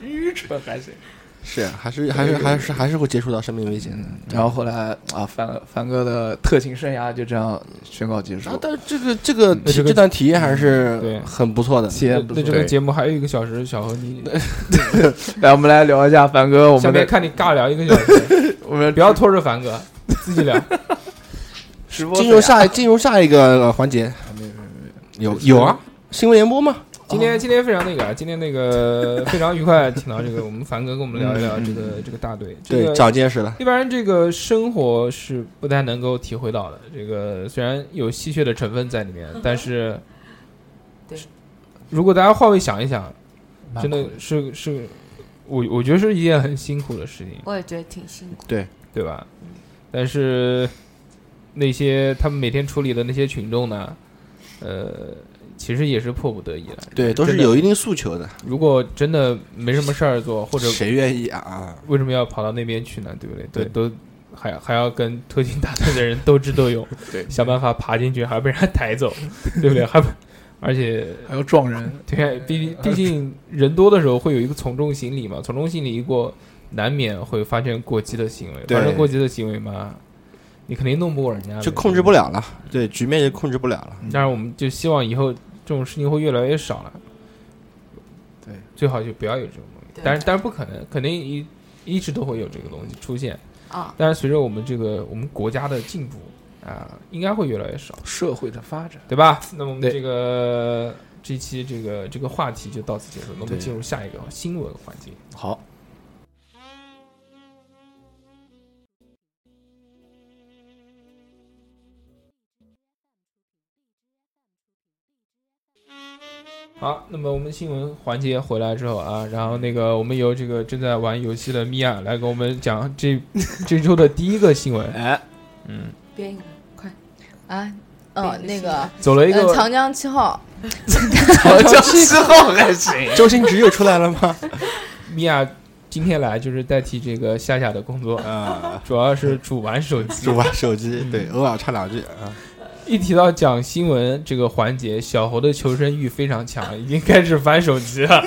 愚蠢还行。
*laughs* 是啊还是还是还是还是会接触到生命危险的。
然后后来啊，凡凡哥的特勤生涯就这样宣告结束
啊，。但是这个这个嗯
那这
体
个
这段体验还是
对
很不错的。
体验不
那
错
这
对
个节目还有一个小时，小何你
来，我们来聊一下凡哥，我
下
们
面
的
看你尬聊一个小时，
我们
不要拖着凡哥，自己聊。
直播
进
啊
入下进入下一个呃环节，有有啊，新闻联播嘛，
今天今天非常那个，啊，今天那个非常愉快，请到这个我们凡哥跟我们聊一聊这个这个大队。这
对
个，
长见识了。
一般人这个生活是不太能够体会到的。这个虽然有戏谑的成分在里面，但是，
对，
如果大家换位想一想，
蛮
真的是是，我我觉得是一件很辛苦的事情，
我也觉得挺辛苦。
对吧？但是那些他们每天处理的那些群众呢，呃，其实也是迫不得已的。
对，都是
真的
有一定诉求的，
如果真的没什么事儿做，或者
谁愿意啊？
为什么要跑到那边去呢？对不对？
对
都都还还要跟特勤大队的人斗智斗勇，
对
想办法爬进去，还要被人家抬走，对不对？还不而且
还要撞人，
对，毕竟毕竟人多的时候会有一个从众心理嘛，从众心理一过，难免会发生过激的行为，
对
发生过激的行为嘛，你肯定弄不过人家的，
就控制不了了，对，局面就控制不了了。
但是我们就希望以后这种事情会越来越少了。
对，
最好就不要有这种东西
对。
但是但是不可能，肯定一一直都会有这个东西出现
啊。
但是随着我们这个我们国家的进步啊，应该会越来越少，
社会的发展，
对吧？那么我们
对
这个这一期这个这个话题就到此结束，那我
对
们进入下一个新闻环节。
好，
好，那么我们新闻环节回来之后啊，然后那个我们由这个正在玩游戏的米娅来给我们讲这这周的第一个新闻。
哎，
嗯，
编一个
啊，
嗯
哦，那个，
走了一
呃，
个
长江七号，
我叫七号还行，
周星驰又出来了吗？
米娅，今天来就是代替这个夏夏的工作，
啊，
主要是主玩手机。
*laughs* 主玩手机，对，偶尔插两句啊。
一提到讲新闻这个环节，小猴的求生欲非常强，已经开始翻手机
*laughs*
了。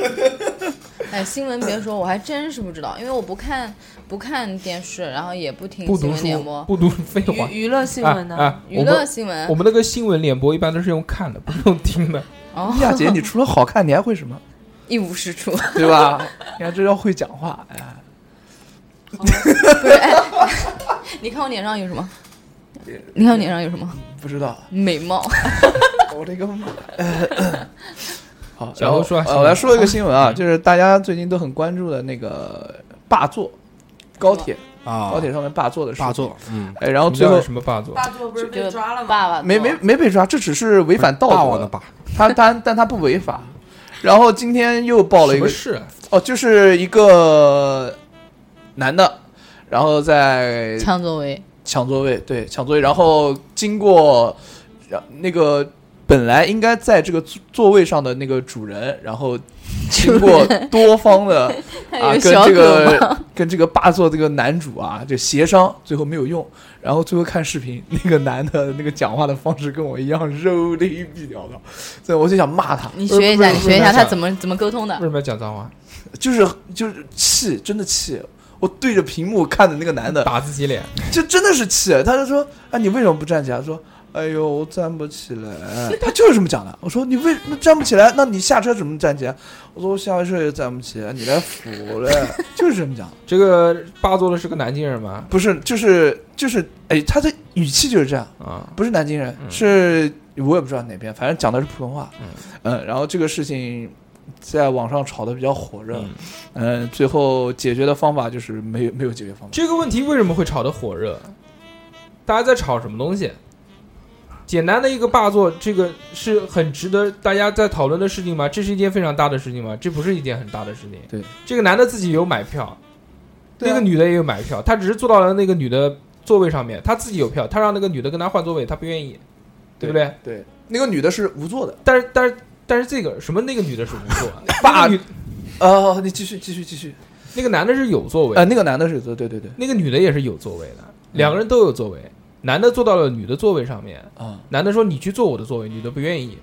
哎，新闻别说，我还真是不知道，因为我不看不看电视，然后也不听
不
新
读
闻联播
书，，不读废 *laughs* 话。
娱娱乐新闻呢？
啊啊，
娱
我
乐
们
新
我
闻
们
*laughs*
那个新闻联播一般都是用看的，不是用听的。
哦 *laughs*
丽亚哎姐，你除了 *laughs* 好看，你还会什么？
一无是处。
对吧？你看这要会讲话，哎呀，
不是，哎，你看我脸上有什么？你看我脸上有什么？
不知道，
美貌。
我这个妈！好，
小
然后
欧说啊
呃
新闻
我来说一个新闻啊， *laughs* 就是大家最近都很关注的那个霸座，高铁
啊
高铁上面霸座的事情
霸座，，嗯，
哎，然后
你
最
知道
后
是什么霸座？
霸座不是被抓了吗？
爸爸
没没没被抓，这只是违反道
霸
德
王的霸，
他他但他不违法。然后今天又报了一
什么
个
事啊？
哦，就是一个男的，然后在
强作为
抢座位，对，抢座位，然后经过，然那个本来应该在这个座座位上的那个主人，然后经过多方
*laughs*
的啊，
有
跟
小
这
狗
个跟这个霸座这个男主啊，就协商，最后没有用，然后最后看视频，那个男的那个讲话的方式跟我一样肉 *laughs* 里比聊的，所以我就想骂他，
你学一下，你学一下他怎
么
么怎么沟通
为
的
什。么要讲脏话？
就是就是气，真的气。我对着屏幕看的那个男的，
打自己脸，
就真的是气，他就说：“啊，你为什么不站起来？”说：“哎呦，我站不起来。”他就是这么讲的。我说：“你为那站不起来，那你下车怎么站起来？”我说：“我下车也站不起来，你来扶嘞。”就是这么讲，
这个霸座的是个南京人吗？
不是，就是就是，哎，他的语气就是这样，
啊，
不是南京人，
嗯
是我也不知道哪边，反正讲的是普通话。
嗯
嗯，然后这个事情。在网上炒的比较火热，
嗯
嗯、最后解决的方法就是没有没有解决方法，
这个问题为什么会炒得火热？大家在吵什么东西？简单的一个霸座，这个是很值得大家在讨论的事情吗？这是一件非常大的事情吗？这不是一件很大的事情。
对，
这个男的自己有买票，
对啊
那个女的也有买票，他只是坐到了那个女的座位上面，他自己有票，他让那个女的跟他换座位，他不愿意，对不对？
对，那个女的是无座的，
但是但是但是这个什么那个女的是无座，
*laughs* 霸
那个女
哦，你继续继续继续。
那个男的是有座位的
呃，，那个男的是对对对对
那个女的也是有座位的，两个人都有座位，男的坐到了女的座位上面，
啊，
男的说你去坐我的座位，女的不愿意，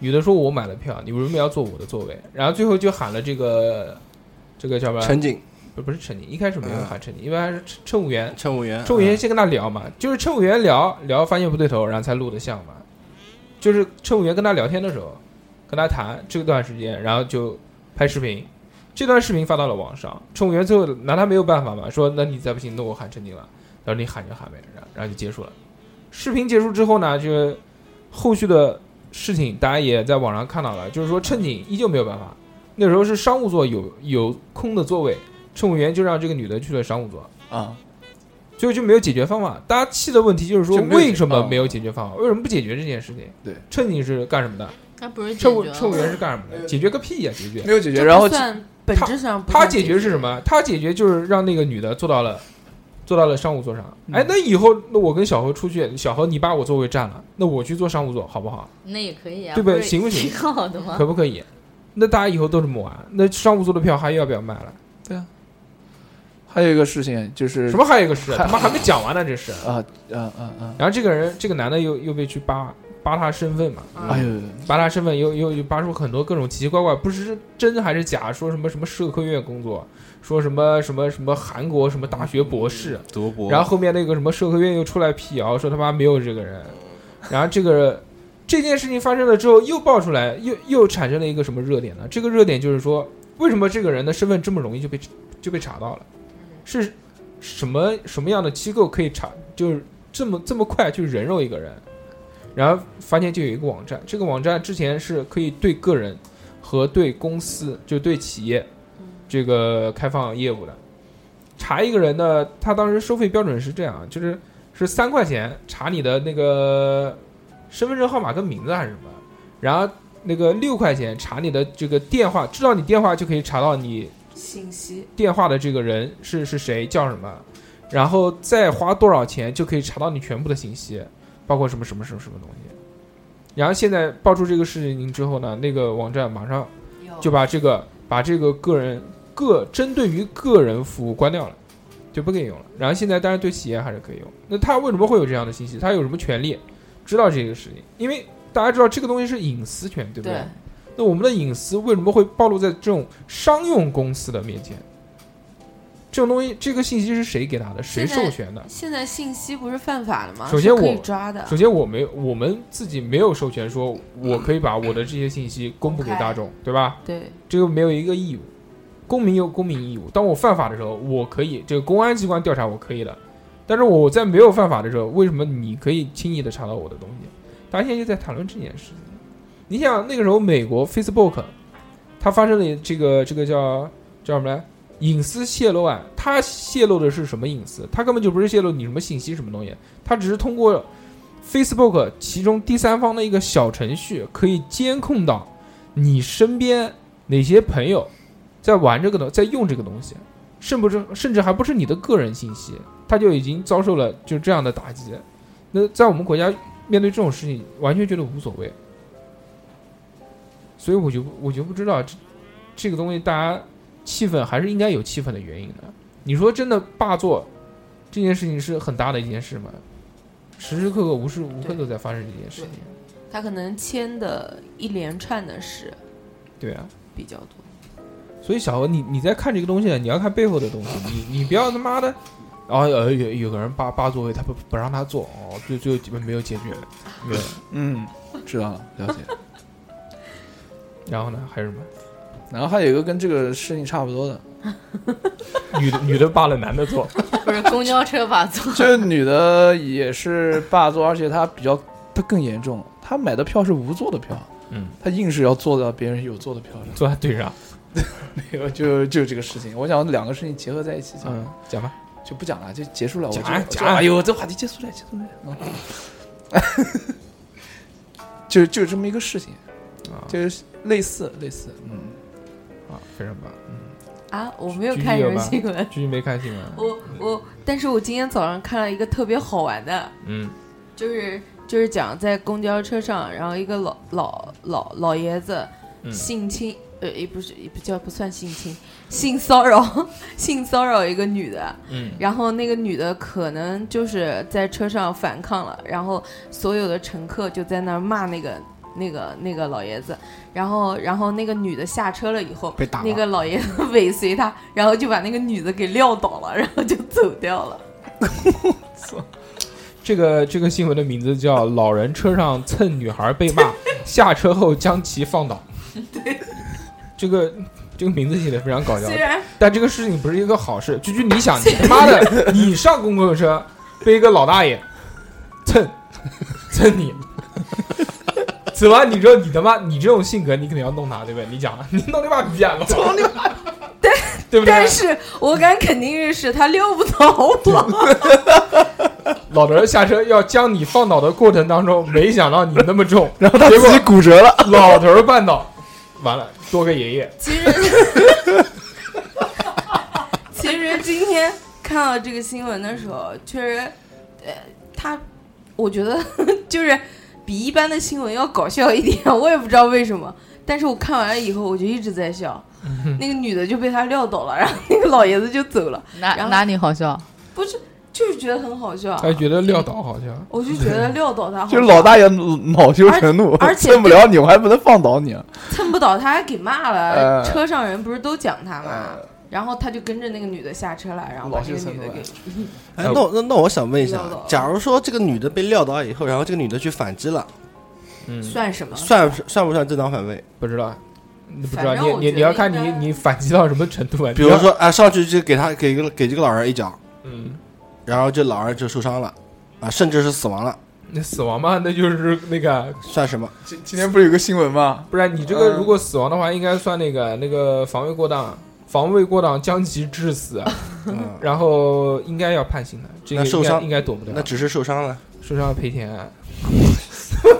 女的说我买了票，你为什么要坐我的座位？然后最后就喊了这个这个叫什么？
陈景，
不不是陈宁，一开始没有喊陈宁，一般还是陈陈武元，
乘务员，嗯
陈武元先跟他聊嘛，就是陈武元聊聊发现不对头，然后才录的像嘛，就是陈武元跟他聊天的时候，跟他谈这段时间，然后就拍视频。这段视频发到了网上，乘务员最后拿他没有办法嘛，说那你再不行，那我喊陈静了，然后你喊就喊呗，然后然后就结束了。视频结束之后呢，就是后续的事情大家也在网上看到了，就是说乘警依旧没有办法，那时候是商务座有有空的座位，乘务员就让这个女的去了商务座，
嗯啊，
最后就没有解决方法。大家气的问题就是说
就没有解
为什么
哦
没有解决方法，为什么不解决这件事情？
对，
乘警是干什么的？
他不是
乘务乘务员是干什么的？解决个屁呀、解决
没有解决，
这
然后
不算本质上不
他
算
解决是什？么？他解决就是让那个女的坐到了坐到了商务座上。哎，那以后那我跟小何出去，小何你把我座位占了，那我去坐商务座好不好？
那也可以啊，
对不对
是
行不行
挺好
*laughs*
的吗？
可不可以？那大家以后都这么玩，那商务座的票还要不要卖了？
还有一个事情就是
什么还有一个事，
嗯还
他妈还没讲完呢，这是。
啊啊啊啊，
然后这个人，这个男的又又被去扒扒他身份嘛，
嗯
哎呦，
扒他身份又又又扒出很多各种奇奇怪怪，不是真还是假，说什么什么社科院工作，说什么什么什么韩国什么大学博士，
德国，
然后后面那个什么社科院又出来辟谣，说他妈没有这个人。然后这个这件事情发生了之后，又爆出来，又又产生了一个什么热点呢？这个热点就是说，为什么这个人的身份这么容易就被就被查到了？是什么什么样的机构可以查，就是这么这么快去人肉一个人？然后发现就有一个网站，这个网站之前是可以对个人和对公司，就对企业这个开放业务的。查一个人呢，他当时收费标准是这样，就是是三块钱查你的那个身份证号码跟名字还是什么，然后那个六块钱查你的这个电话，知道你电话就可以查到你
信息
电话的这个人是是谁，叫什么，然后再花多少钱就可以查到你全部的信息，包括什么什么什么什么东西。然后现在爆出这个事情之后呢，那个网站马上就把这个把这个个人个针对于个人服务关掉了，就不给用了。然后现在当然对企业还是可以用。那他为什么会有这样的信息？他有什么权利知道这个事情？因为大家知道这个东西是隐私权，对不
对，
那我们的隐私为什么会暴露在这种商用公司的面前？这种东西，这个信息是谁给他的？谁授权的？
现在信息不是犯法的吗？
首先
是可以
我
抓的
首，先，我没有，我们自己没有授权说，我可以把我的这些信息公布给大众，对吧？
对，
这个没有一个义务，公民有公民义务。当我犯法的时候，我可以，这个公安机关调查我可以的，但是我在没有犯法的时候，为什么你可以轻易的查到我的东西？大家现在就在谈论这件事情。你想那个时候，美国 Facebook 它发生了这个这个叫叫什么来？隐私泄露案，它泄露的是什么隐私？它根本就不是泄露你什么信息什么东西，它只是通过 Facebook 其中第三方的一个小程序，可以监控到你身边哪些朋友在玩这个东，在用这个东西，甚不是甚至还不是你的个人信息，他就已经遭受了就这样的打击。那在我们国家面对这种事情，完全觉得无所谓。所以我就不我就不知道这这个东西，大家气氛还是应该有气氛的原因的。你说真的霸座这件事情是很大的一件事吗？时时刻刻、无时无刻都在发生这件事情。
他可能签的一连串的事
对啊，
比较多。
所以小何，你你在看这个东西，你要看背后的东西，你你不要他妈的，然后有有有个人霸霸座位，他不不让他坐，哦，最最后没有解决，对，
嗯，知道了， *laughs* 了解。
然后呢还有什么？
然后还有一个跟这个事情差不 *laughs* 多的，
女的女的霸了男的坐，
不是公交车吧？坐
这个女的也是霸座，而且她比较，她更严重，她买的票是无座的票，
嗯，
她硬是要坐到别人有座的票上。
*laughs* 坐他对上，
没有，就就这个事情，我想两个事情结合在一起讲，
嗯，讲吧，
就不讲了，就结束了。我就
讲啊
我就
讲啊
哎呦，这话题结束了，结束了。嗯 *laughs* 就就这么一个事情，
啊
就是类似类似，嗯，
啊，非常棒，嗯，
啊，我没有
狙击
看什
有
么
吧
新闻，
居然没看新闻，
哦
我我，但是我今天早上看了一个特别好玩的，
嗯
就是就是讲在公交车上，然后一个老老老老爷子
嗯
性侵，呃，也不是也不叫不算性侵，性骚扰性骚扰一个女的，
嗯
然后那个女的可能就是在车上反抗了，然后所有的乘客就在那儿骂那个那个那个老爷子，然后然后那个女的下车了以后，
被打了
那个老爷子 *laughs* 尾随她，然后就把那个女的给撂倒了，然后就走掉了。
这个这个新闻的名字叫“老人车上蹭女孩被
*laughs*
骂，下车后将其放倒”。这个这个名字写的非常搞笑啊
虽，然
但这个事情不是一个好事。居居，你想，你他妈
*laughs*
的，你上公共车被一个老大爷蹭蹭你，此完你说你他妈你这种性格，你肯定要弄他，对不对？你讲，你弄你妈逼啊，老弄你妈，对不对？
*laughs* 但是我敢肯定的是，他撩不倒我。
老头儿下车要将你放倒的过程当中，没想到你那么
*laughs*
重，
然后他
结
自
果
己骨折了，
老头儿绊倒，完了多个爷爷，
其实，其实今天看到这个新闻的时候，确实，呃，他，我觉得 *laughs* 就是比一般的新闻要搞笑一点，我也不知道为什么。但是我看完了以后，我就一直在笑。那个女的就被他撂倒了，然后那个老爷子就走了，
哪
然后
哪里好笑？
不是，就是觉得很好笑啊。
他哎觉得撂倒好像。
我就觉得撂倒他好
就
笑，
是老大爷恼羞成怒，
而而且
蹭不了你，我还不能放倒你。啊
蹭不倒他还给骂了，
呃
车上人不是都讲他
啊
嘛，然后他就跟着那个女的下车了，然后
哎
把
老
这
是
个
蹭
女的
到
给
呀
哎，那我那那我想问一下
被撂倒，
假如说这个女的被撂倒以后，然后这个女的去反击了，
嗯，
算
啊
什么？
算不算不算正当防卫？
不知道，你不知道，
反正
你
我
你
觉
你要
得
看
应
你
该
你反击到什么程度啊？
比如，说啊，上去就给她给个给这个老人一脚，
嗯，
然后这老人就受伤了，啊，甚至是死亡了，
那死亡嘛，那就是那个，
算什么？
今今天不是有个新闻吗？
不然你这
嗯
个如果死亡的话，应该算那个那个防卫过当，防卫过当将其致死，啊 *laughs*
嗯，
然后应该要判刑的，这个
那受
应该
伤
应该躲不掉
那，只是受伤了。
受伤要赔钱啊， *laughs*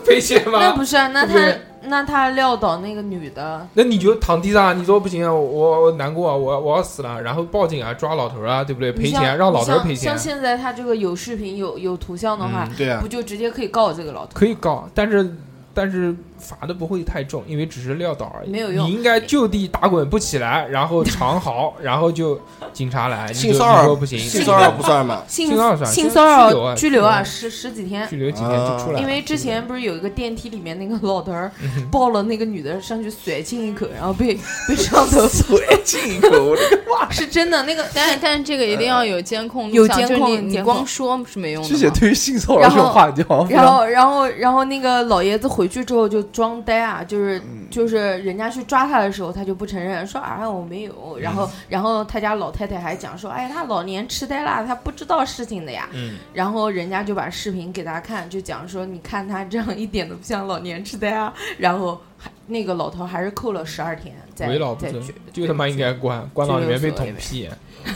赔钱
那
吗？
不是啊，那
对不
他
对
那他撂倒那个女的，
那你就躺地上，你说不行啊，我我我难过啊，我我要死了，然后报警啊，抓老头儿啊，对不对？赔
你像
钱啊，让老头儿
你像
赔钱啊嗯
像。现在他这个有视频有有图像的话，
对啊，
不就直接可以告这个老头？
可以告，但是但是罚的不会太重，因为只是撂倒而已，
没有用
你应该就地打滚不起来，然后长
*laughs*
嚎，然后就警察来，你就
性骚扰
你说不行，
性骚扰不算
*laughs*
吗？
性
性骚扰算
性
拘
骚
拘留啊
扰拘留啊，
拘
十十几天
拘。留几啊天就出来了。
因为之前不是有一个电梯里面那个老头儿
嗯
抱了那个女的上去甩进一口，然后被被
*laughs*
上头
嘴进口，
*laughs* 是真的那个，
但但这个一定
呃
要有监控录
有
像，
监
就是
控
你你
监控
光说是没用的
这
嘛。
些对于性骚扰这种话题好像非
然
常
后，然后，然后那个老爷子回去之后就装呆啊，就是、就是人家去抓他的时候，他就不承认，说啊我没有。然后，然后他家老太太还讲说，哎，他老年痴呆啦，他不知道事情的呀。
嗯，
然后人家就把视频给他看，就讲说，你看他这样一点都不像老年痴呆啊。然后还那个老头还是扣了十二天，在
为老不
在
尊
去，
就他妈应该关，关到里面被
拘
捅
留
屁， *laughs*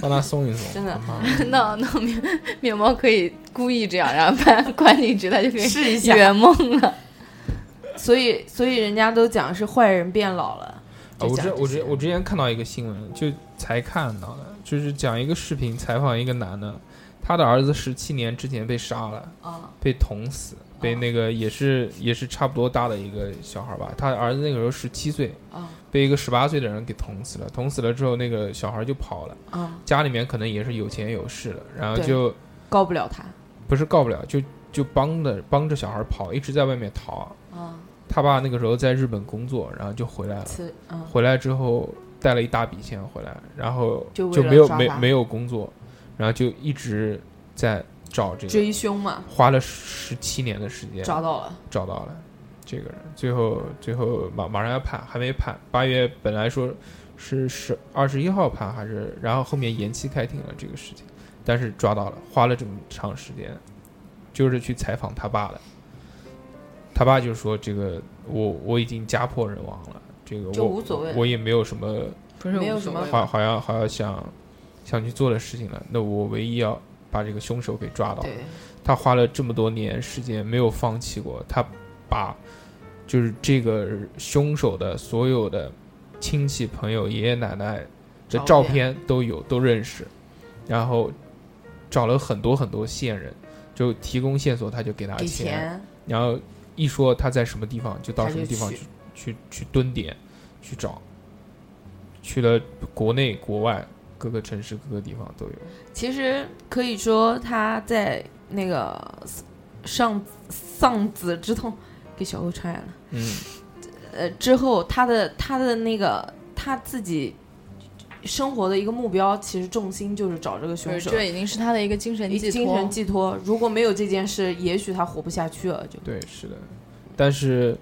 帮他松一嗯松。
*laughs* 真的
他妈
*laughs* 那那面面包可以故意这样，然后把 *laughs* 关进去，他就可以
试一下
圆梦了。
所以所以人家都讲是坏人变老了。
啊
就
我
讲
之
这
我之
些
我之前看到一个新闻，就才看到的，就是讲一个视频采访一个男的，他的儿子十七年之前被杀了，
啊
被捅死，被那个也是也是差不多大的一个小孩吧，他儿子那个时候十七岁，
啊
被一个十八岁的人给捅死了，捅死了之后那个小孩就跑了，
啊，
家里面可能也是有钱有势的，然后
对
就
告不了他
不是告不了，就就帮着帮着小孩跑，一直在外面逃。
啊，
他爸那个时候在日本工作，然后就回来了。
此嗯。
回来之后带了一大笔钱回来，然后
就为
就
了
没有
抓
没
他
没有工作，然后就一直在找这个，啊
追凶嘛，
花了十七年的时间
抓到了，
找到了这个人，最后最后马马上要判，还没判，八月本来说是十二十一号判，还是然后后面延期开庭了这个事情，但是抓到了，花了这么长时间，就是去采访他爸的，他爸就说这个我我已经家破人亡了，这个
就
我
无所谓
我也没有什么
不是
没有
无所
什么
谓
好好像好像想想去做的事情了，那我唯一要把这个凶手给抓到，
对，
他花了这么多年时间没有放弃过，他把就是这个凶手的所有的亲戚朋友、爷爷奶奶的照
照片
片都有，都认识，然后找了很多很多线人，就提供线索，他就给他
给钱
然后一说他在什么地方，就到
他
什么
就
地方
去
去去去蹲点去找，去了国内国外各个城市各个地方都有。
其实可以说他在那个上丧子之痛给小欧传染了，
嗯，
呃，之后他的他的那个他自己生活的一个目标，其实重心就是找这个
就
凶
是
手，
这已经是他的一个精神
一
寄
精神
托。
寄托。如果没有这件事，也许他活不下去了，就
对，是的。但是，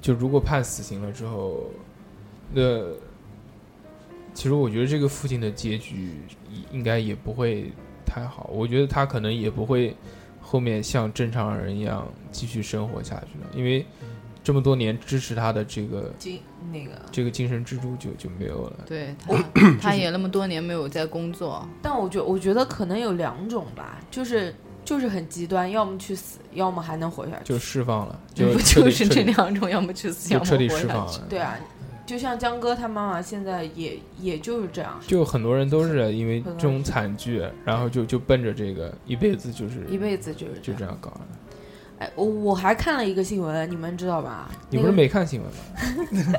就如果判死刑了之后，那其实我觉得这个父亲的结局应应该也不会太好。我觉得他可能也不会后面像正常人一样继续生活下去了，因为这么多年支持他的这个
精那个。
这个精神支柱就就没有了。
对
*clears throat*
他，他也那么多年没有在工作，
但我觉我觉得可能有两种吧，就是就是很极端，要么去死，要么还能活下去。
就释放了，就
*laughs* 不
彻
就
底
是
彻
这
底
两种，要么去死，
就
要么
彻底
活
释
下
放
去
了。
对啊，就像江哥他妈妈现在也也就是这样，
就很多人都是因为
很多
这种惨剧，然后就就奔着这个一辈子就是
一辈子就是
就
这
这
样。
样搞了。
哎，我我还看了一个新闻，你们知道吧？
你
那
不
个
是没看新闻吗？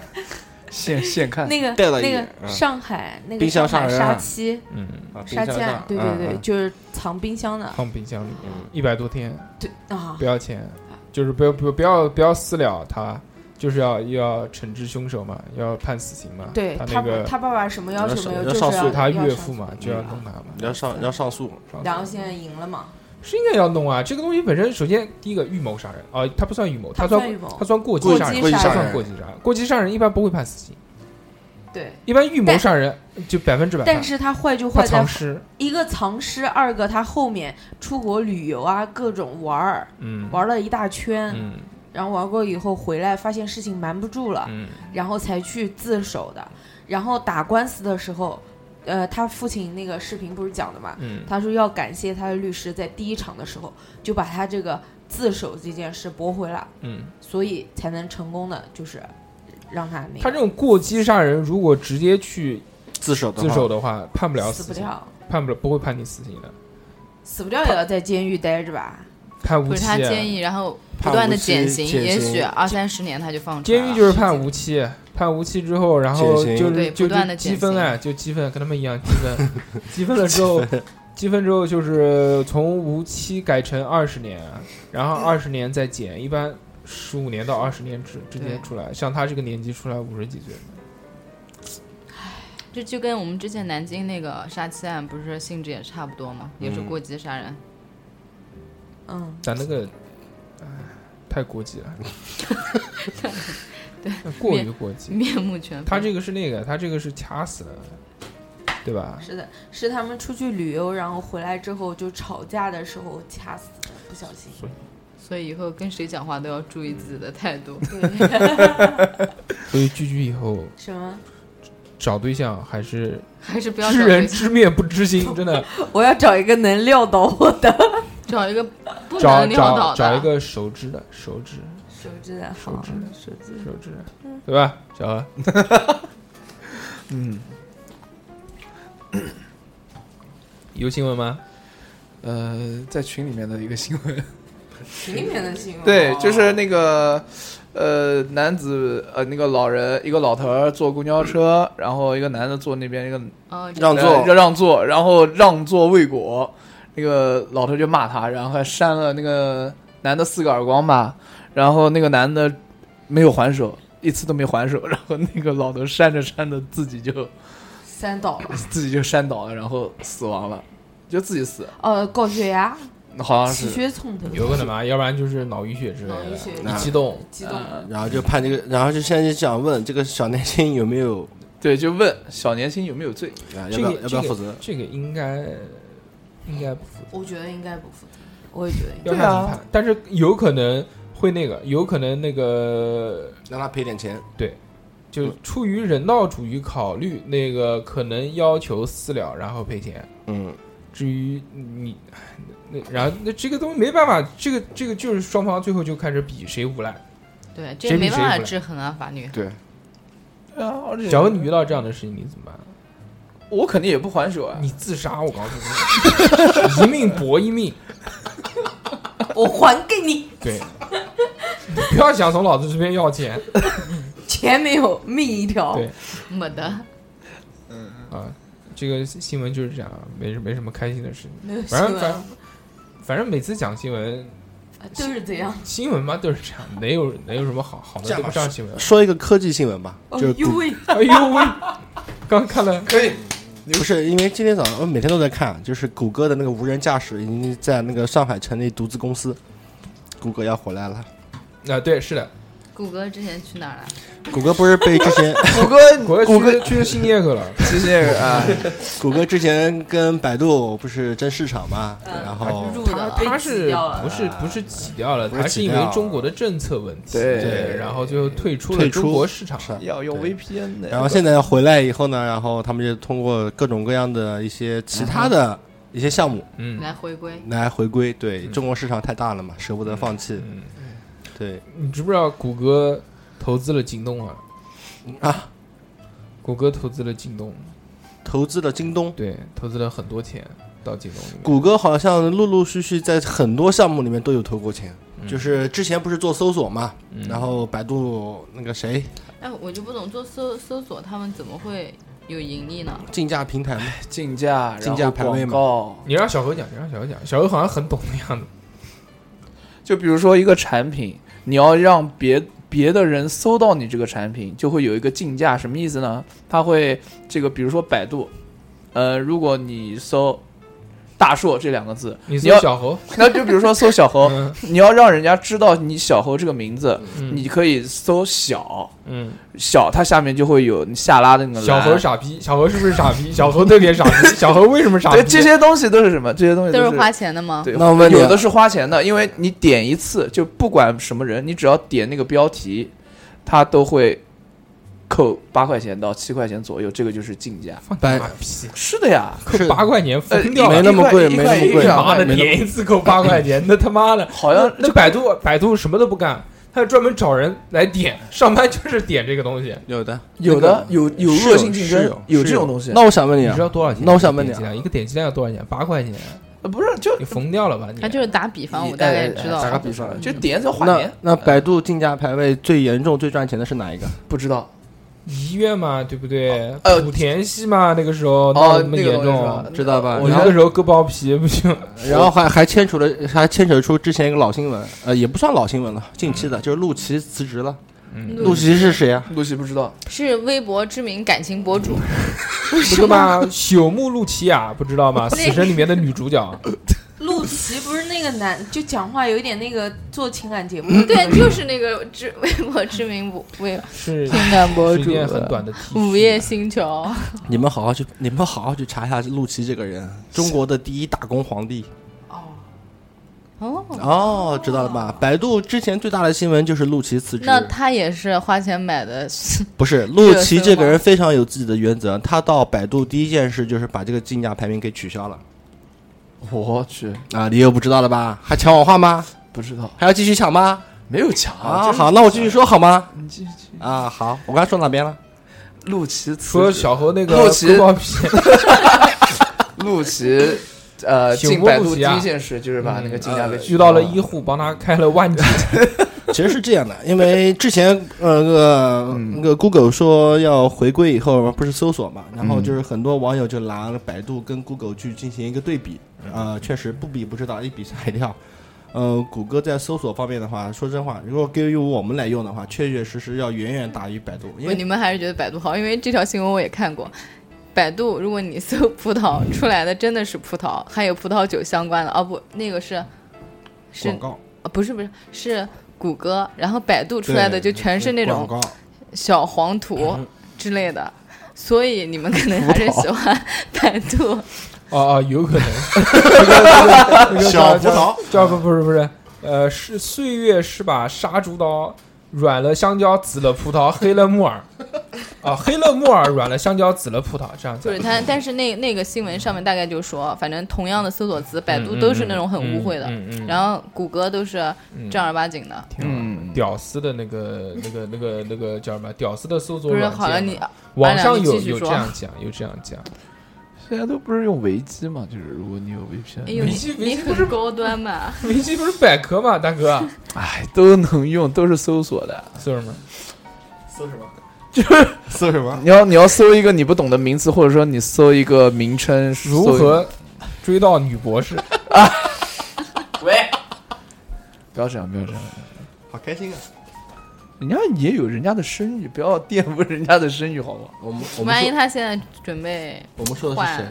现现看
那个
带了一
那
眼
个上海那个
嗯冰箱
上海
杀人
杀
案
妻
嗯，
啊冰
杀
箱
妻案
上，
对
嗯
对
啊
对，
嗯
就是藏冰箱的，
放冰箱里，一百多天
对嗯啊
不，要钱，就是不要不要不要不要私了他，就是要要惩治凶手嘛，要判死刑嘛。
对
他
他
那
不
个
他爸爸什么要
要
求没
上
有，就
要
是
上诉
要
他岳
上
父
诉
嘛，就要弄嗯他嘛，
你要上你要上诉，
然后现在赢了嘛，
是应该要弄啊。这个东西本身，首先第一个预谋杀人啊，他不算预谋，
他
他
不算
算
预谋
他算过
过
杀
激
人，
过激
他
杀
杀
算
人
过激杀人，过激杀人一般不会判死刑，
对。
一般预谋
但
杀人就百分之百判。
但是他坏就
他
坏在
藏尸，
一个藏尸，二个他后面出国旅游啊，各种玩儿，
嗯，
玩了一大圈，
嗯
然后玩过以后回来发现事情瞒不住了，
嗯
然后才去自首的。然后打官司的时候，呃，他父亲那个视频不是讲的嘛，
嗯，
他说要感谢他的律师，在第一场的时候就把他这个自首这件事驳回了，
嗯，
所以才能成功的就是让他那个
他这种过激杀人，如果直接去
自首的
自
话
首的话，判不了
死
死
不
刑，
了，
判不了不会判你死刑的。
死不掉也要在监狱待着吧？
判无
不是
期
他
啊，
监狱，然后不
判
断的
无期
减刑，
减
也
刑
许二三十年他就放出来
监狱
了
就是判无期，判无期之后，然后
减刑
就
对
是
不
就
断
就
地
积
减
分啊，就积分，跟他们一样积分，积分了之
*laughs*
后，积分之后就是从无期改成二十年，然后二十年再减，一般十五年到二十年之之
对
间出来，像他这个年纪出来五十几岁嘛，
这就跟我们之前南京那个杀妻案不是性质也差不多吗？也是
嗯
过激杀人。
嗯，
咱那个，唉，太过激了，
*laughs* 对，
*laughs* 过于
面
过激，
面目全非。
他这个是那个，他这个是掐死了，对吧？
是的，是他们出去旅游，然后回来之后就吵架的时候掐死的，不小心。
所以以后跟谁讲话都要注意自己的态
*laughs*
度。
对
所以聚聚以后
什么？
找对象还是
还是不要
知
找对
人
象
知面不知心，真的
我要找一个能撂倒我的。
找一个不
找
能撂倒
找
的，
找一个熟知的熟知
手指啊的，
手指的
手指
熟知的，对吧？啊小何，
嗯，
有新闻吗？
呃，在群里面的一个新闻，
群里面的新闻。
对，就是那个呃，男子呃，那个老人，一个老头儿坐公交车，然后一个男的坐那边，一个
哦，这
让座
呃让座，然后让座未果，那个老头就骂他，然后还扇了那个男的四个耳光吧，然后那个男的没有还手，一次都没还手，然后那个老头扇着扇着自己就
三倒了。
自己就扇倒了，然后死亡了，就自己死，
呃，高血压，
好像
气
是
血冲头，
有可能吧，要不然就是脑淤血之类
脑淤
的，
血
一激动，
激动。
呃
然后就判这个，然后就现在就想问这个小年轻有没有
对，就问小年轻有没有罪。
啊
这
要不
个
要要不要负责？
这个应该应该不负责，
我觉得应该不负责，我也觉得应该。
要看怎么判，但是有可能会那个，有可能那个
让他赔点钱，
对，就出于人道主义考虑，那个可能要求私了，然后赔钱。
嗯，
至于你，哎那那然后那这个东西没办法，这个这个就是双方最后就开始比谁无赖。
对，这
谁
也
比
没
谁
办法
无赖
制衡啊，法 *laughs* 律。
对，
对啊，而且
假如你遇到这样的事情，你怎么办？
我肯定也不还手啊，
你自杀，我告诉你，一命搏一命。
*laughs* 我还给你，
对，你不要想从老子这边要钱。
钱没有，命一条。
对
没得，
啊，这个新闻就是这样，没没什么开心的事情。
没有新
反正
闻啊
反反正每次讲新闻，
都是
*laughs*
这样。
新闻嘛都是这样，哪有哪有什么好好的
这样
对
吧
不上新闻。
说一个科技新闻吧，
哦
就是
呦
股，
喂，
哎呦喂， *laughs* 刚看了，
可以，
不是因为今天早上我呃每天都在看，就是谷歌的那个无人驾驶已经在那个上海成立独资公司，谷歌要回来了。
啊，对，是的，
谷歌之前去哪儿了？啊
谷歌不是被之前 *laughs*
谷歌
嗯
国
谷歌
去新业科了，
机械人啊，
谷歌之前跟百度不是争市场嘛，然后
入
哦他
的被
他
挤
是
掉了。啊
不是不是挤掉了，
不是
他是
挤
因
掉
为
了
中国的政策问题，
对
然后最后退出了
退出
中国市场，
是
*laughs* 要用 VPN 的。
然后现在回来以后呢，然后他们就通过各种各样的一些其他的一些项目
嗯
来回归。
来回归。对中国市场太大了嘛，舍不得放弃。
嗯，
对
你知不知道谷歌投资了京东啊？
啊，
谷歌投资了京东，
投资了京东，
对，投资了很多钱到京东里面，
谷歌好像陆陆续续在很多项目里面都有投过钱。
嗯
就是之前不是做搜索嘛，
嗯
然后百度那个谁
哎，我就不懂做搜搜索他们怎么会有盈利呢？
竞价平台嘛，
竞价，
竞价
然后
排位
广
嘛
告，
你让小何讲，你让小何讲，小何好像很懂的样子，
就比如说一个产品，你要让别别的人搜到你这个产品，就会有一个竞价，什么意思呢？它会这个，比如说百度，呃，如果你搜大硕这两个字，
你
你
搜
要
小何，
那就比如说搜小猴，
嗯
你要让人家知道你小猴这个名字，
嗯
你可以搜小
嗯，
小，它下面就会有下拉的那个栏
小何傻逼，小何是不是傻逼？小何特别傻逼，小何为什么傻逼？
对这些东西都是什么？这些东西
都
是
是花钱的吗？
对，
那我问你啊
有的是花钱的，因为你点一次，就不管什么人，你只要点那个标题，它都会扣八块钱到七块钱左右，这个就是竞价。
放
百
傻逼，
是的呀，
扣
是
八块钱
呃
疯掉
没
了。
那么贵
一
没
块
那么
一
贵
块
妈的，
啊没那么呃
点一次扣八块钱，那他妈的，
好像
那百度百度什么都不干，他就专门找人来点，上班就是点这个东西。
有的
有的有有
是有
恶性竞
是
争
有，
有
是
这种东西。
那我想问你
你
啊
知，道多少钱？
那我想问你啊
点击量一个点击量要多少钱？八块钱，
呃不是就哎
你缝掉了吧？你哎
他就是打比方，我大概知道
打个
了。
比方，就点就画
那
面，
那百度竞价排位最严重、最赚钱的是哪一个？
不知道
一月嘛，对不对？
呃
莆田系嘛，那个时候闹
哦
得那么
那个
严
东西是吧
重，
知道吧？
呃我
然
那
后
个时候割包皮不行，
然后还还牵扯了，还牵扯出之前一个老新闻，呃，也不算老新闻了，近期的，就是陆琪辞职了。
嗯
陆琪是谁啊？
露西不知道，
是微博知名感情
*laughs*
博主，
那个嘛，朽木露琪亚不知道
*laughs*
吗？
那
死神里面的女主角，
陆琪不是那个男，就讲话有一点那个做情感节目，
对，就是那个知 *laughs* 微博知名博微
*laughs*
*laughs*
是
情感博
是一
主，
件很短的 T
午夜星球，
你们好好去，你们好好去查一下陆琪这个人，中国的第一打工皇帝。
哦，
哦，知道了吧？百度之前最大的新闻就是陆琪辞职，
那他也是花钱买的，
不是陆琪这个人非常有自己的原则，他到百度第一件事就是把这个竞价排名给取消了
我去
啊！你又不知道了吧？还抢我话吗？
不知道，
还要继续抢吗？
没有强
啊，好，那我继续说好吗？啊，好，我刚才说哪边了？
陆琪
说
辞职，
小侯那个
陆琪
割包皮，
陆琪
*laughs*
呃
醒
进
过
百
陆
度第
琪啊
一件事就是把
嗯
那个竞
呃
价给取
遇到
消
了医护帮他开了万级，
*laughs* 其实是这样的，因为之前呃那个那个 Google 说要回归以后，不是搜索嘛，然后就是很多网友就拿了百度跟 Google 去进行一个对比，啊，确实不比不知道，一比吓一跳。呃，谷歌在搜索方面的话，说真话，如果给予我们来用的话，确确实实要远远大于百度，因
我
为
你们还是觉得百度好，因为这条新闻我也看过。百度，如果你搜葡萄出来的真的是葡萄，还有葡萄酒相关的哦不，那个是是
广告
呃不是不是是谷歌，然后百度出来的就
对
全是那种
广告，嗯
小黄图之类的，所以你们可能还是喜欢百度。
哦哦，有可能。那个
小葡
叫
萄
叫不不是不是，呃，是岁月是把杀猪刀，软了香蕉，紫了葡萄，黑了木耳，啊，黑了木耳，软了香蕉，紫了葡萄，这样
不
子
是。他，但是那那个新闻上面大概就说，反正同样的搜索词，百
嗯
度都是那种很污秽的，
嗯嗯嗯嗯
然后谷歌都是
嗯
正儿八经的。
挺好
嗯
的屌丝的那个、那个、那个、那个叫什么？屌丝的搜索
不是
软件嘛。
好了，你
网
安
上
良
有
你继续
有这
说
样讲，有这样讲。
现在都不是用维基嘛，就是如果你有 VPN，
哎呦，
维
你
基维
你
基
很高端吧？
维基不是百科嘛，大哥？
哎，都能用，都是搜索的。
搜什么？
就是
搜什么？
你要你要搜一个你不懂的名词，或者说你搜一个名称，搜
如何追到女博士？
不要这样，不要这样。
*laughs* 好开心啊！
人家也有人家的声誉，不要玷污人家的声誉，好不好？
我们我们
万一
说
他现在准备
我们说的是谁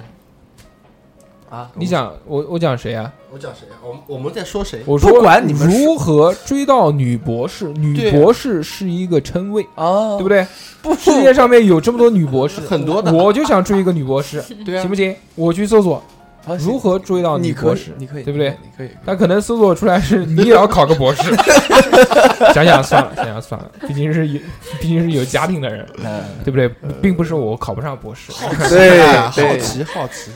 换？
你讲我我讲谁啊？
我讲谁啊？我们我们在说谁？
我说
不管你们是
如何追到女博士，女
对啊
博士是一个称谓，
哦
对不对？
不
世界上面有这么多女博士，
很多的
我就想追一个女
*laughs*
博士，
对啊
行不行？我去搜索
好行
如何追到
呃你
女
可
博
以
士，，
你可以，
对不对？
你可以。
但可能搜索出
*laughs*
来是你也要考个博士，想想算了，想想算了，毕竟是有，毕竟是有家庭的人，
嗯
对不对？并不是我考不上博士，
对
哎呀好
对
奇好奇，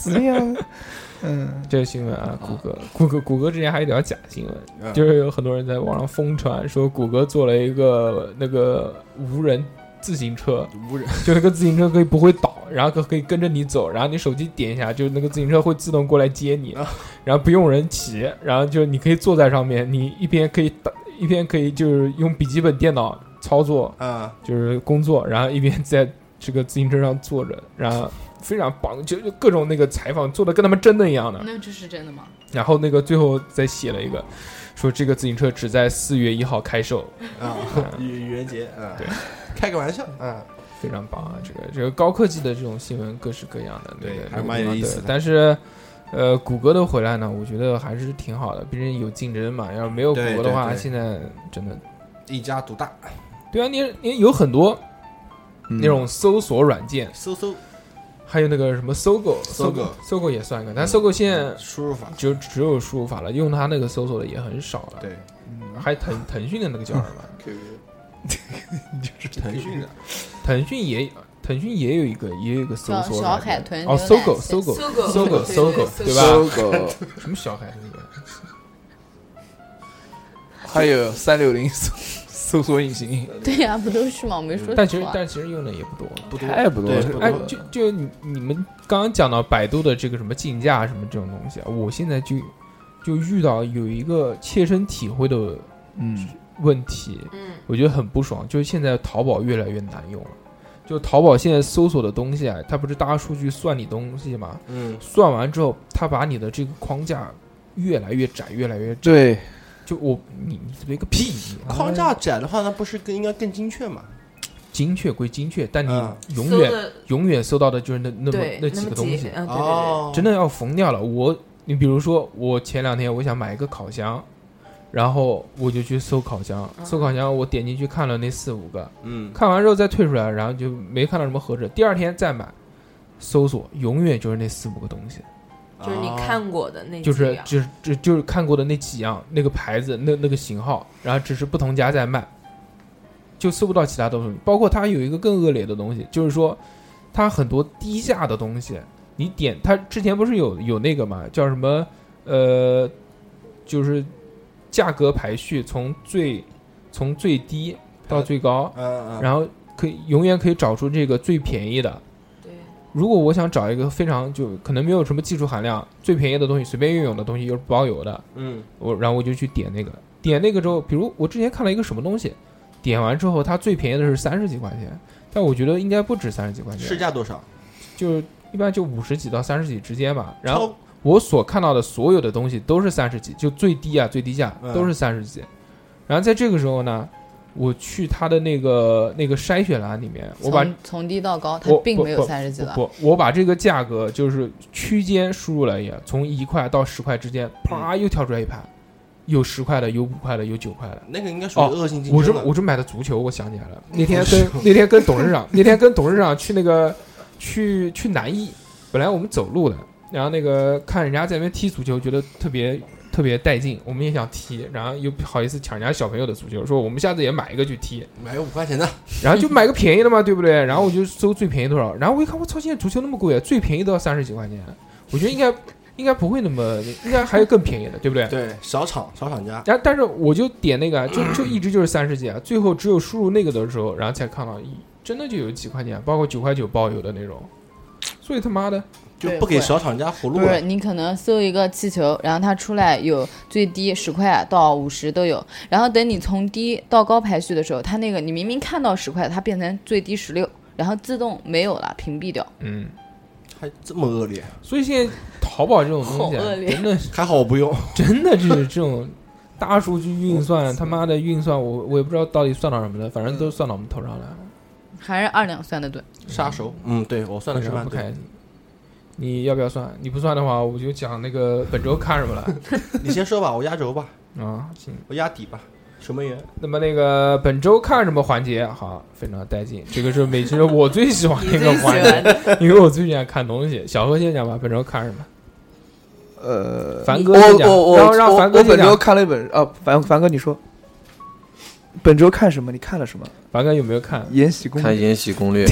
怎么样？
*laughs*
嗯，
这是新闻啊，谷歌，谷歌，谷歌之前还有一条假新闻，
嗯
就是有很多人在网上疯传说谷歌做了一个那个无人自行车，
无人
就那个自行车可以不会倒，然后可可以跟着你走，然后你手机点一下，就那个自行车会自动过来接你，然后不用人骑，然后就你可以坐在上面，你一边可以打，一边可以就是用笔记本电脑操作，
啊。
就是工作，然后一边在这个自行车上坐着，然后非常棒，就就各种那个采访做的跟他们真的一样的。
那这是真的吗？
然后那个最后再写了一个，说这个自行车只在四月一号开售，
啊，
*laughs*
愚愚人节啊，
对，
开个玩笑啊，
非常棒啊！这个这个高科技的这种新闻各式各样的，那
对
个
还蛮有意思的
对但是，呃，谷歌的回来呢，我觉得还是挺好的，毕竟有竞争嘛。要是没有谷
对
歌的话，
对对
现在真的，
一家独大，
对啊，你你有很多
嗯
那种搜索软件，
搜搜
还有那个什么搜狗，
搜
搜
狗
搜狗也算一个，
嗯
但搜狗现在
嗯输入法，
只有只有输入法了，用它那个搜索的也很少了。
对，
还腾腾讯的那个叫什么？
*laughs*
腾讯的，
腾讯也腾讯也有一个也有一个搜
小
索
小
软件
海豚
哦，
浏览
搜狗
器
搜狗
搜狗
搜狗
对
搜狗
对
对吧？
搜狗， *laughs*
什么小海豚？
还有三六零搜
搜索引擎
*laughs* 对呀、不都是吗？我没说
嗯但其实
错啊
但其实用的也不多。
不多，嗯
太不多
对不
了。
哎
哎，，
就就你你们刚刚讲到百度的这个什么竞价什么这种东西啊，我现在就就遇到有一个切身体会的
嗯，
问题，
嗯，
我觉得很不爽，就是现在淘宝越来越难用了。就淘宝现在搜索的东西啊，它不是大数据算你东西嘛？
嗯，
算完之后，它把你的这个框架越来越窄，越来越窄。
对，
就我你你这个个屁！
框架窄的话，那不是更应该更精确嘛？
精确归精确，但
嗯
你永
搜
远、
的
永远搜到的就是那那么
对
那
那
几
么
个东
几
西，
嗯对对对，
哦，
真的要疯掉了。我你比如说，我前两天我想买一个烤箱，然后我就去搜烤箱，
嗯
搜烤箱我点进去看了那四五个，
嗯，
看完之后再退出来，然后就没看到什么合适。第二天再买，搜索永远就是那四五个东西，
就是
哦
你看过的那
就是
几样
就是就就是看过的那几样，那个牌子，那那个型号，然后只是不同家在卖，就搜不到其他东西。包括它有一个更恶劣的东西，就是说它很多低价的东西，你点它之前不是有有那个嘛，叫什么呃，就是价格排序从最从最低到最高，
嗯，嗯嗯，
然后可以永远可以找出这个最便宜的。
对，
如果我想找一个非常就可能没有什么技术含量、最便宜的东西，随便用用的东西又是不包邮的，
嗯
我然后我就去点那个，点那个之后，比如我之前看了一个什么东西，点完之后它最便宜的是三十几块钱，但我觉得应该不止三十几块
市
钱，
价多少？
就一般就五十几到三十几之间吧。然后
超
我所看到的所有的东西都是三十几，就最低啊最低价
嗯
都是三十几。然后在这个时候呢，我去他的那个那个筛选栏里面，我把
从从低到高，它
我
并
不
没有
不
三十几的，
不，我把这个价格就是区间输入了一下，从一块到十块之间，啪又跳出来一排，有十块的，有五块的，有九块的。
那个应该属于
哦
恶性竞
我是
争了。
我是买的足球，我想起来了，那天 *laughs* 跟那天跟董事长，那天跟董事长去那个去去南艺，本来我们走路的，然后那个看人家在那边踢足球，觉得特别特别带劲，我们也想踢，然后又不好意思抢人家小朋友的足球，说我们下次也买一个去 *laughs* 踢，
买个五块钱的，
然后就买个便宜的嘛，对不对？然后我就搜最便宜多少，然后我一看，我操，现在足球那么贵，啊最便宜都要三十几块钱，我觉得应该应该不会那么，应该还有更便宜的，对不对？
对，小厂小厂家，
然后但是我就点那个，就就一直就是三十几啊，最后只有输入那个的时候，然后才看到，咦真的就有几块钱，啊包括九块九包邮的那种，所以他妈的，
就
对
不给
会
小厂家活路
不是
了。
你可能搜一个气球，然后它出来有最低十块啊到五十都有，然后等你从低到高排序的时候，它那个你明明看到十块，它变成最低十六，然后自动没有了，屏蔽掉。
嗯，
还这么恶劣，
所以现在淘宝这种东西啊
好恶，劣
真的
还好我不用。
真的就是这种大数据运算，他妈的运算，我我也不知道到底算到什么的，反正都算到我们头上来了。
还是二两算的对， *laughs*
杀手，嗯，对我算的是
非常
蛮
不
对
开心。你要不要算？你不算的话，我就讲那个本周看什么了
的。你先说吧，我压轴吧，
啊。行，
我压底吧。守门员，
那么那个本周看什么环节？好，非常带劲。这个是每期我最喜欢的一个
*laughs* 你最喜
环
欢
节，因为我最喜欢看东西。小何先讲吧，本周看什么？
呃，
凡哥
我
先讲，
我我
然后让
我
凡
我
哥先
本周
讲。
看了一本啊，凡凡哥你说，本周看什么？你看了什么？
凡哥有没有看？
《延禧攻
看《
略》。
延禧攻略》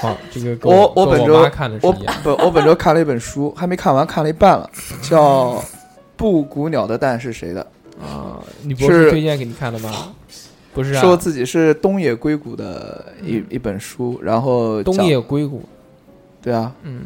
好，这个跟
我
我跟
本
我
周
妈看的是
我
一样。
不我本周看了一本书，还没看完，看了一半了，叫《布谷鸟的蛋是谁的
啊，你不是
是
推荐给你看的吗？不是》，啊，嗯
说自己是东野圭吾的一一本书，然后
东
讲
野圭吾。
对啊，
嗯，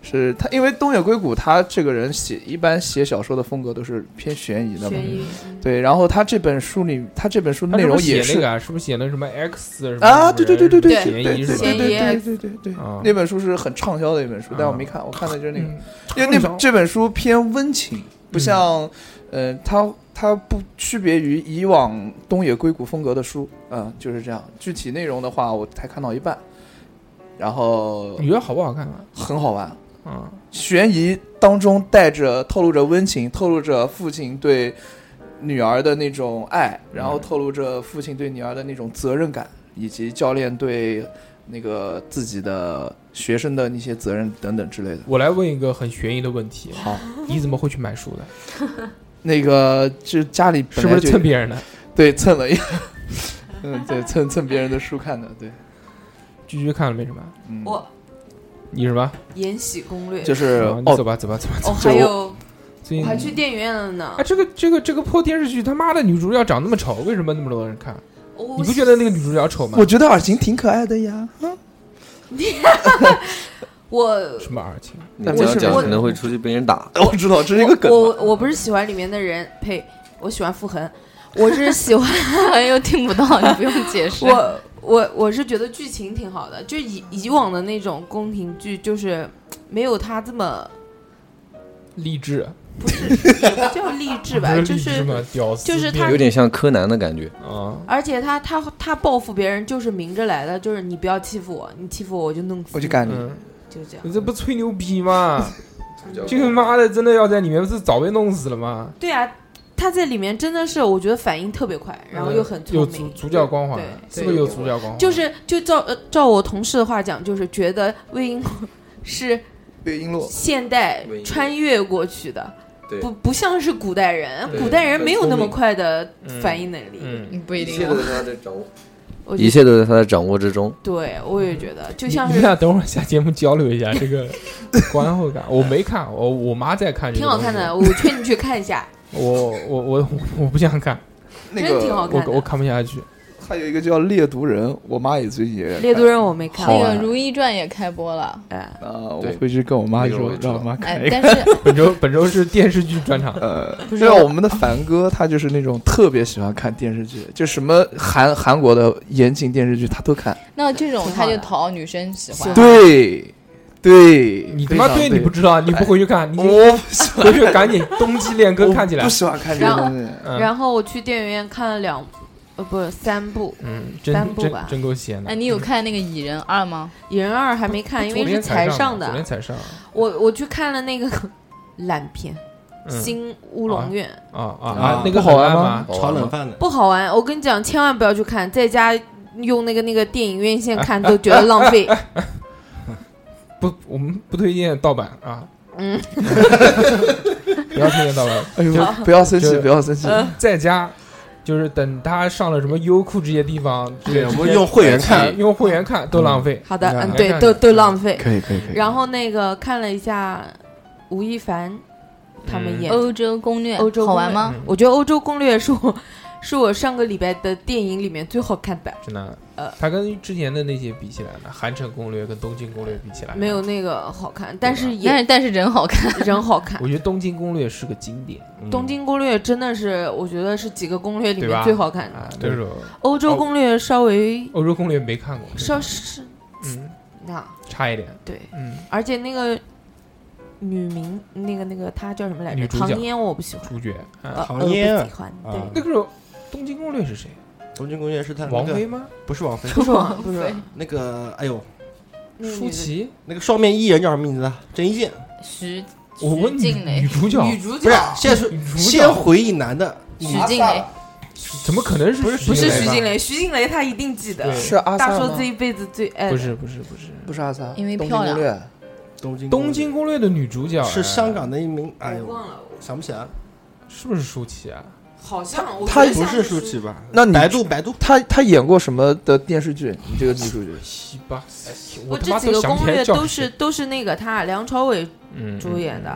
是他，因为东野圭吾他这个人写一般写小说的风格都是偏悬疑的嘛
悬，疑，嗯
对，然后他这本书里，他这本书
他
内
是
容
不是
也
写那
是
个啊，是不是写那什么 X 什么
啊，
什么
对对对对
人
对
什
对
嫌疑
对
是
对
吧？
对
嫌
对
疑
对对对
啊，
那本书是很畅销的一本书，但我
啊
没看，我看的就是那个，
嗯
因为那
嗯
本这本书偏温情，不像，呃，它它不区别于以往东野圭吾风格的书，嗯，就是这样。具体内容的话，我才看到一半，然后
你觉得好不好看啊？
很好玩，
啊，
悬疑当中带着透露着温情，透露着父亲对女儿的那种爱，然后透露着父亲对女儿的那种责任感，以及教练对那个自己的学生的那些责任等等之类的。
我来问一个很悬疑的问
*laughs*
题：
好，
你怎么会去买书的？
那个这家里本
是不
来
是
就
蹭别人的？
对蹭了一，
*laughs*
嗯，对蹭蹭别人的书看的，对，
居居看了没什么？
嗯，
我
你什么？
《延禧攻略》
就是哦
啊你
奥
走吧，走吧，走吧。
哦，
就
还有
最
我
近
还去电影院了呢
啊，。这个这个这个破电视剧，他妈的女主角长那么丑，为什么那么多人看？
哦我
你不觉得那个女主角丑吗
我？觉得尔晴挺可爱的呀。
我
什么尔晴？
你
但
这样
为什
讲
么
可能会出去被人打。
*laughs* 我知道这是一个梗
我
嘛，
我不是喜欢里面的人，呸，我喜欢傅恒，我是喜欢
又哎听不到，你不用解释。
我我我是觉得剧情挺好的，就以以往的那种宫廷剧，就是没有他这么
励志，啊
不是也不叫励志吧，
不
就是
励志
是
吗？屌丝
就是
变
他
有点像柯南的感觉，
嗯
啊，
而且他他他报复别人就是明着来的，就是你不要欺负我，你欺负我我就弄死你，
我就干你。
嗯，
就这样。
你这不吹牛逼吗？
*laughs*
这个妈的，真的要在里面，不是早被弄死了吗？
对啊，他在里面真的是我觉得反应特别快，然后又很
有
聪
主
明，
主角光环
对，
是
对
不是有主角光环？
就是就照呃照我同事的话讲，就是觉得魏璎珞 *laughs* 是
对璎珞，
现代
魏璎珞
穿越过去的
对，
不不像是古代人，
对
古代人
很
没有
聪
那么
明
快的
嗯
反应能力。
嗯，
不一定
切
哦
都。在他的掌握，
我觉
一
得
切都在他的掌握之中。
对，我也觉得，就
你
像
你
是
俩等会儿下节目交流一下这
*laughs*
个观后感。我没看，我我妈在看，
挺好看的，。我劝你去看
*laughs*
一下，
我我我我不想看，
那
真挺
个
好
我
看
我
的。
看不下去。
还有一个叫《猎毒人》，我妈也最近也
猎毒人我没看，
好啊
哦
那个《如懿传》也开播了，
哎，
啊，我
对
回去跟我妈
那个我
说
也，知道
让我妈看
*laughs* 哎
一，看。
但是
本周本周是电视剧专场，
呃，
不是
知道我们的凡哥，他就是那种特别喜欢看电视剧，就什么韩韩国的言情电视剧他都看。
那这种他就
挺好的
讨女生喜
喜
欢
欢。
对，对，
你他妈
嗯非常对哎
你不知道，你不回去看，你
我不喜
回去赶紧冬季恋歌
欢
看起来
不。喜欢看这个东西。
嗯
然后我去电影院看了两，呃，不是三部，
嗯，
三
真
部
真
吧
真够闲的。嗯
哎，你有看那个《蚁人二》吗？
《蚁人二》还没看，因为
昨天
是才
才
上
昨天
的。
才上。
我我去看了那个 *laughs* 烂片《
嗯
新乌龙院》，
啊啊
啊
那个
不好
很
玩
烂
吗
吗？
炒冷饭的，
不好玩。我跟你讲，千万不要去看，在家用那个那个电影院线看都觉得
*laughs*
浪费。
不，我们不推荐盗版啊，
嗯，
*laughs* 不要推荐盗版，
哎
就
呦，不要生气
就，
不要生气。
在家。就是等他上了什么优酷这些地方，
对，我
我
们用会员看
看，用会员看都浪费。
好的，嗯，
嗯
对，都都浪费。
可以可以可以。
然后那个看了一下吴亦凡他们
嗯
演，
欧洲攻略，
嗯欧洲
好
攻略
玩吗？
嗯我觉得《欧洲攻略》是我 *laughs* 是我上个礼拜的电影里面最好看的，
真的
呃，
他跟之前的那些比起来呢，韩城攻略跟东京攻略比起来，
没有。那个好看，但是
但
也
是但是人好看，
人
*laughs*
好看。
我觉得东京攻略是个经典，嗯
东京攻略真的是，我觉得是几个攻略里
对
面
吧哦
最好看的。
啊，这种
欧洲攻略稍微
欧洲攻略没看过，
稍是
嗯，
那
差一点，
对，
嗯，
而且那个女明那个那个她叫什么来
女
着？
主角
唐嫣我不喜欢，
主角
呃
啊，
唐
呃我不
嫣
喜欢，
啊
对，
那个时候东京攻略是谁？
东京公园是他那
王
个
菲吗？
不是王菲，
不爽不
对
爽。
那个哎呦，
那个女
舒
的
淇？
那个双面艺人叫什么名字啊？郑伊健，
徐
我问
徐
你，
静蕾
女，主角，
女主
不是
角，
先说
女主
先
角
回忆男的，
徐静蕾，
怎么可能是
不是
徐
徐
静
静
蕾
蕾，徐静蕾她一定记得
对。
是阿
大
萨
叔
吗
这一辈子最呃爱
吧？
的
不是不是不是，
不是阿萨，
因为
东京
漂亮
攻略
东京
东京攻略的女主角
是
哎
香港的一名，哎
我
呦，
忘了，
想不起来，
是不是舒淇啊？
好像我
她
觉得
不
像
是
舒
舒淇吧？
那你
百度百度，
他他演过什么的电视剧？你这个女主角
西巴，哎
不，
我他
这
妈
几
都
个
想不
攻
起来
略
叫
都
谁
是都是那个她梁朝伟
嗯
主演的。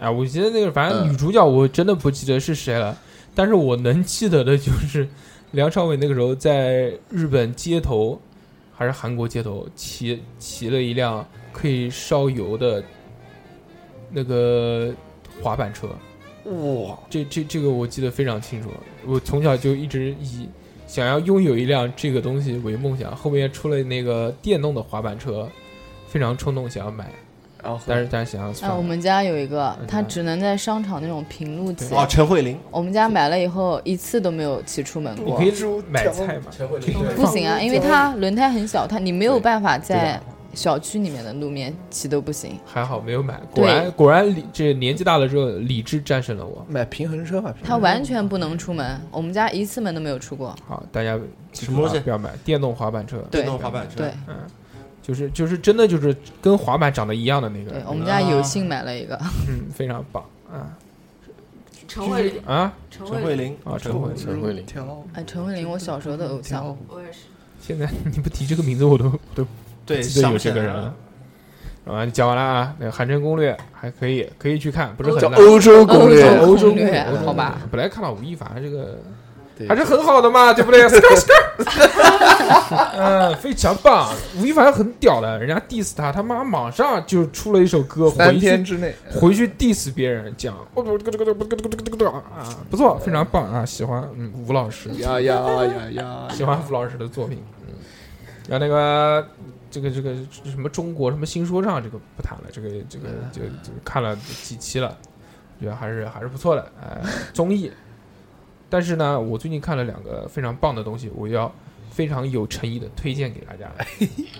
哎，我记得那个，反
嗯
正女主角我真的不记得是谁了，但是我能记得的就是 *laughs* 梁朝伟那个时候在日本街头，还是韩国街头，骑骑了一辆可以烧油的那个滑板车。
哇，
这这这个我记得非常清楚，我从小就一直以想要拥有一辆这个东西为梦想。后面出了那个电动的滑板车，非常冲动想要买，
然后
但是但是想要算
哎，
了、
我们家有一个
嗯，
它只能在商场那种平路骑。
哦，陈慧琳，
我们家买了以后一次都没有骑出门
你
过
可，以买菜嘛，
不行啊，因为它轮胎很小，它你没有办法在小区里面的路面骑都不行。
还好没有买。果然果然理这年纪大了之后，理智战胜了我。
买平衡车吧，平衡车
它完全不能出门，我们家一次门都没有出过。
好，大家记
什
住
么
啊
东西
不要买电动滑板车，
对
电动滑板车，
对
嗯，就是就是真的就是跟滑板长得一样的那个
对，
人，
我们家有幸买了一个，
嗯，非常棒啊
陈慧琳，
啊
嗯陈
陈
慧
慧
琳，
琳
啊！陈慧琳，
陈慧琳，
跳
哎，陈慧琳我小时候的偶像，
我也是。
*laughs* 现在你不提这个名字我都我都
对，
记得
想
有
不
这
起
个
来
人
了
了。啊，你讲完了啊，那个《寒城攻略》还可以，可以去看，不是
叫
很烂。
欧洲攻略，
欧洲
攻
攻略
欧洲，
好吧？
本来看到吴亦凡这个
对
还是很好的嘛，对不对？s k *laughs* 嗯，非常棒。吴亦凡很屌的，人家 diss 他，他妈马上就出了一首歌，
三
回
天
去
之内，
回去 diss 别人，讲哦这个这个这个这个这个这个这个啊，不错，非常棒啊，喜欢嗯吴老师，
呀呀呀呀！
喜欢吴老师的作品。嗯，然后那个这个这个什么中国什么新说唱这个不谈了，这个这个就就看了几期了，觉得还是还是不错的，呃， *laughs* 综艺。但是呢，我最近看了两个非常棒的东西，我要非常有诚意的推荐给大家。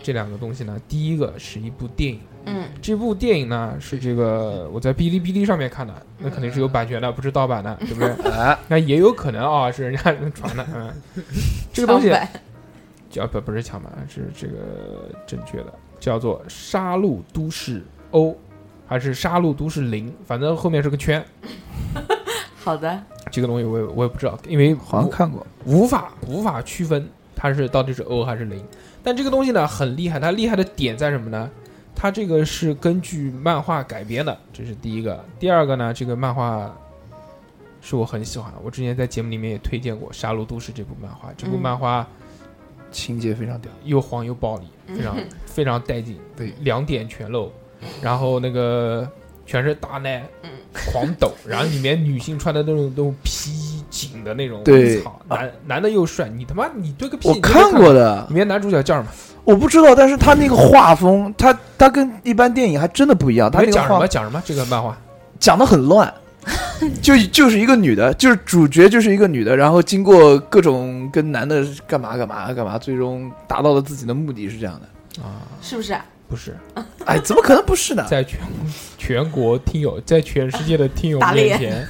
这两个东西呢，第一个是一部电影，
嗯，
这部电影呢是这个我在哔哩哔哩上面看的，那肯定是有版权的，不是盗版的，对不对？那也有可能啊、是人家传的。嗯，这个东西
长板
叫呃不不是抢版，是这个正确的，叫做《杀戮都市 O》，还是《杀戮都市零》，反正后面是个圈。
好的，
这个东西我也我也不知道，因为
好像
无
看过，
无法无法区分它是到底是 O 还是零。但这个东西呢很厉害，它厉害的点在什么呢？它这个是根据漫画改编的，这是第一个。第二个呢，这个漫画是我很喜欢，我之前在节目里面也推荐过《杀戮都市》这部漫画。这部
嗯
漫画
情节非常屌，
又黄又暴力，非
嗯
常非常带劲，
对，
两点全露，然后那个全是大奶
嗯，
狂抖，然后里面女性穿的那种那种皮衣紧的那种，
对啊
操，男男的又帅，你他妈你对个屁！
我
你就
看过，的，
里面男主角叫什么？
我不知道，但是他那个画风，他他跟一般电影还真的不一样，啊他
里
那
面
个
讲什
画
么讲什么？这个漫画
讲的很
*laughs*
乱，就就是一个女的，就是主角就是一个女的，然后经过各种跟男的干嘛干嘛干嘛，最终达到了自己的目的，是这样
*laughs*
的。
啊，
是不是啊？
不是，
哎，怎么可能不是呢？，
在全全国听友，在全世界的听友
*laughs* 打脸
面前，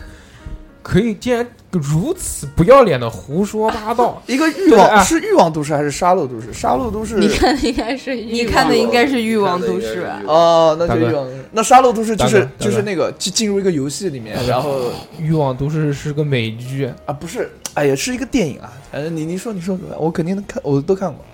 可以竟然如此不要脸的胡说八道
一个欲
对啊
望是欲望都市还是杀戮都市？杀戮都市
你看的 *laughs* 应该是
你看的应该是《欲望都市》吧？
哦，那
大
就
哥
欲望都市。那杀戮都市就
大
是
哥大哥
就是那个进进入一个游戏里面，然后
《欲望都市》是个美剧，
啊不是，哎呀是一个电影啊。反正你你说你说，我肯定能看，我都看过。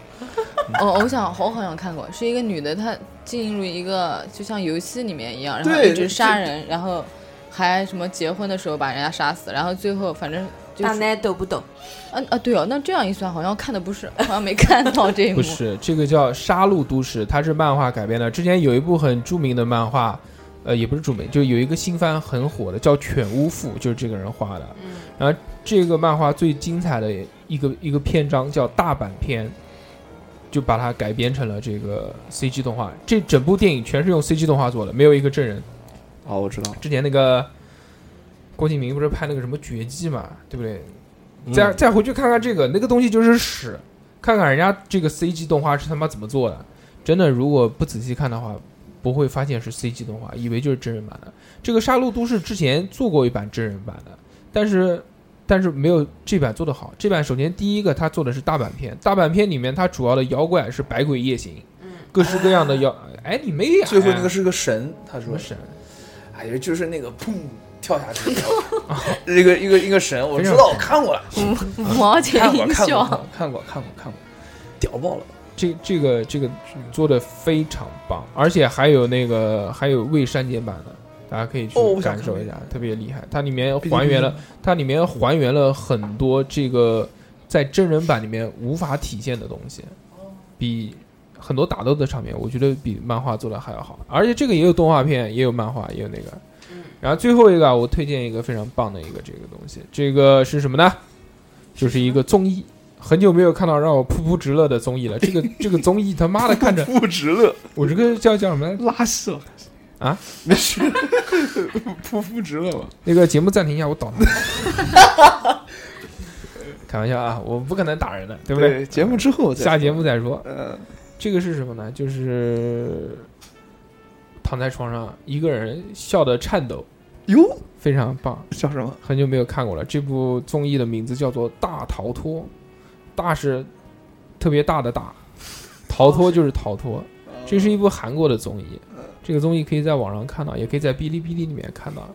哦，我想我好像看过，是一个女的，她进入一个就像游戏里面一样，然后一
对
直
这
杀人，然后还什么结婚的时候把人家杀死，然后最后反正就
大
是
奶抖不抖？
啊啊对哦，那这样一算好像看的不是，好像没看到这一幕
不。是，这个叫《杀戮都市》，它是漫画改编的。之前有一部很著名的漫画，呃，也不是著名，就有一个新番很火的，叫《犬屋妇》，就是这个人画的。
嗯
然后这个漫画最精彩的一个一个篇章叫大阪篇，就把它改编成了这个 CG 动画。这整部电影全是用 CG 动画做的，没有一个真人。
哦，我知道，
之前那个郭敬明不是拍那个什么《绝技》嘛，对不对？再
嗯
嗯
再回去看看这个，那个东西就是屎，看看人家这个 CG 动画是他妈怎么做的。真的，如果不仔细看的话，不会发现是 CG 动画，以为就是真人版的。这个《杀戮都市》之前做过一版真人版的，但是但是没有这版做的好。这版首先第一个，它做的是大阪片，大阪片里面它主要的妖怪是百鬼夜行，
嗯，
各式各样的妖。哎，你没演
最后那个是个神，他
什
说
么神？
哎呀，就是那个砰跳下
*laughs*
去，一个一个一个神，我知
非常
道，我看
*laughs*
过了，
*laughs* 毛姐
看过
一
看过
笑，
看过看过看过，屌爆了！
这这个这个做的非常棒，而且还有那个还有未删减版的，大家可以去
哦我想
感受一下，
看
特别厉害。它里面还原了，它里面还原了很多这个在真人版里面无法体现的东西，比很多打斗的场面，我觉得比漫画做的还要好。而且这个也有动画片，也有漫画，也有那个。然后最后一个啊，我推荐一个非常棒的一个这个东西，这个是什么呢？就是一个综艺，很久没有看到让我噗噗直乐的综艺了。这个这个综艺他妈的看着
不
*laughs*
值了，
我这个叫叫什么来着？
拉稀了
*laughs* 啊？
没事， *laughs* 不不值了吧？
那个节目暂停一下，我倒他。开玩笑啊，我不可能打人的，对不对？
对，节目之后再
下节目再说。
呃，
这个是什么呢？就是躺在床上一个人笑的颤抖，
哟，
非常棒。
叫什么？
很久没有看过了。这部综艺的名字叫做《大逃脱》，大是特别大的大，逃脱就是逃脱。这是一部韩国的综艺，这个综艺可以在网上看到，也可以在哔哩哔哩里面看到。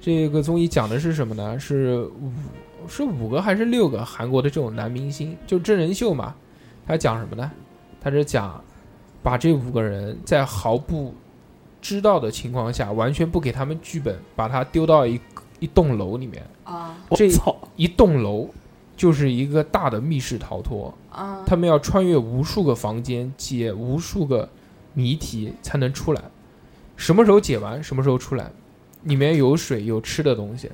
这个综艺讲的是什么呢？是五是五个还是六个韩国的这种男明星，就真人秀嘛。他讲什么呢？他是讲把这五个人在毫不知道的情况下，完全不给他们剧本，把他丢到一一栋楼里面。
啊
这
操，
一栋楼就是一个大的密室逃脱，
嗯
啊！
他们要穿越无数个房间，解无数个谜题才能出来。什么时候解完，什么时候出来，里面有水有吃的东西，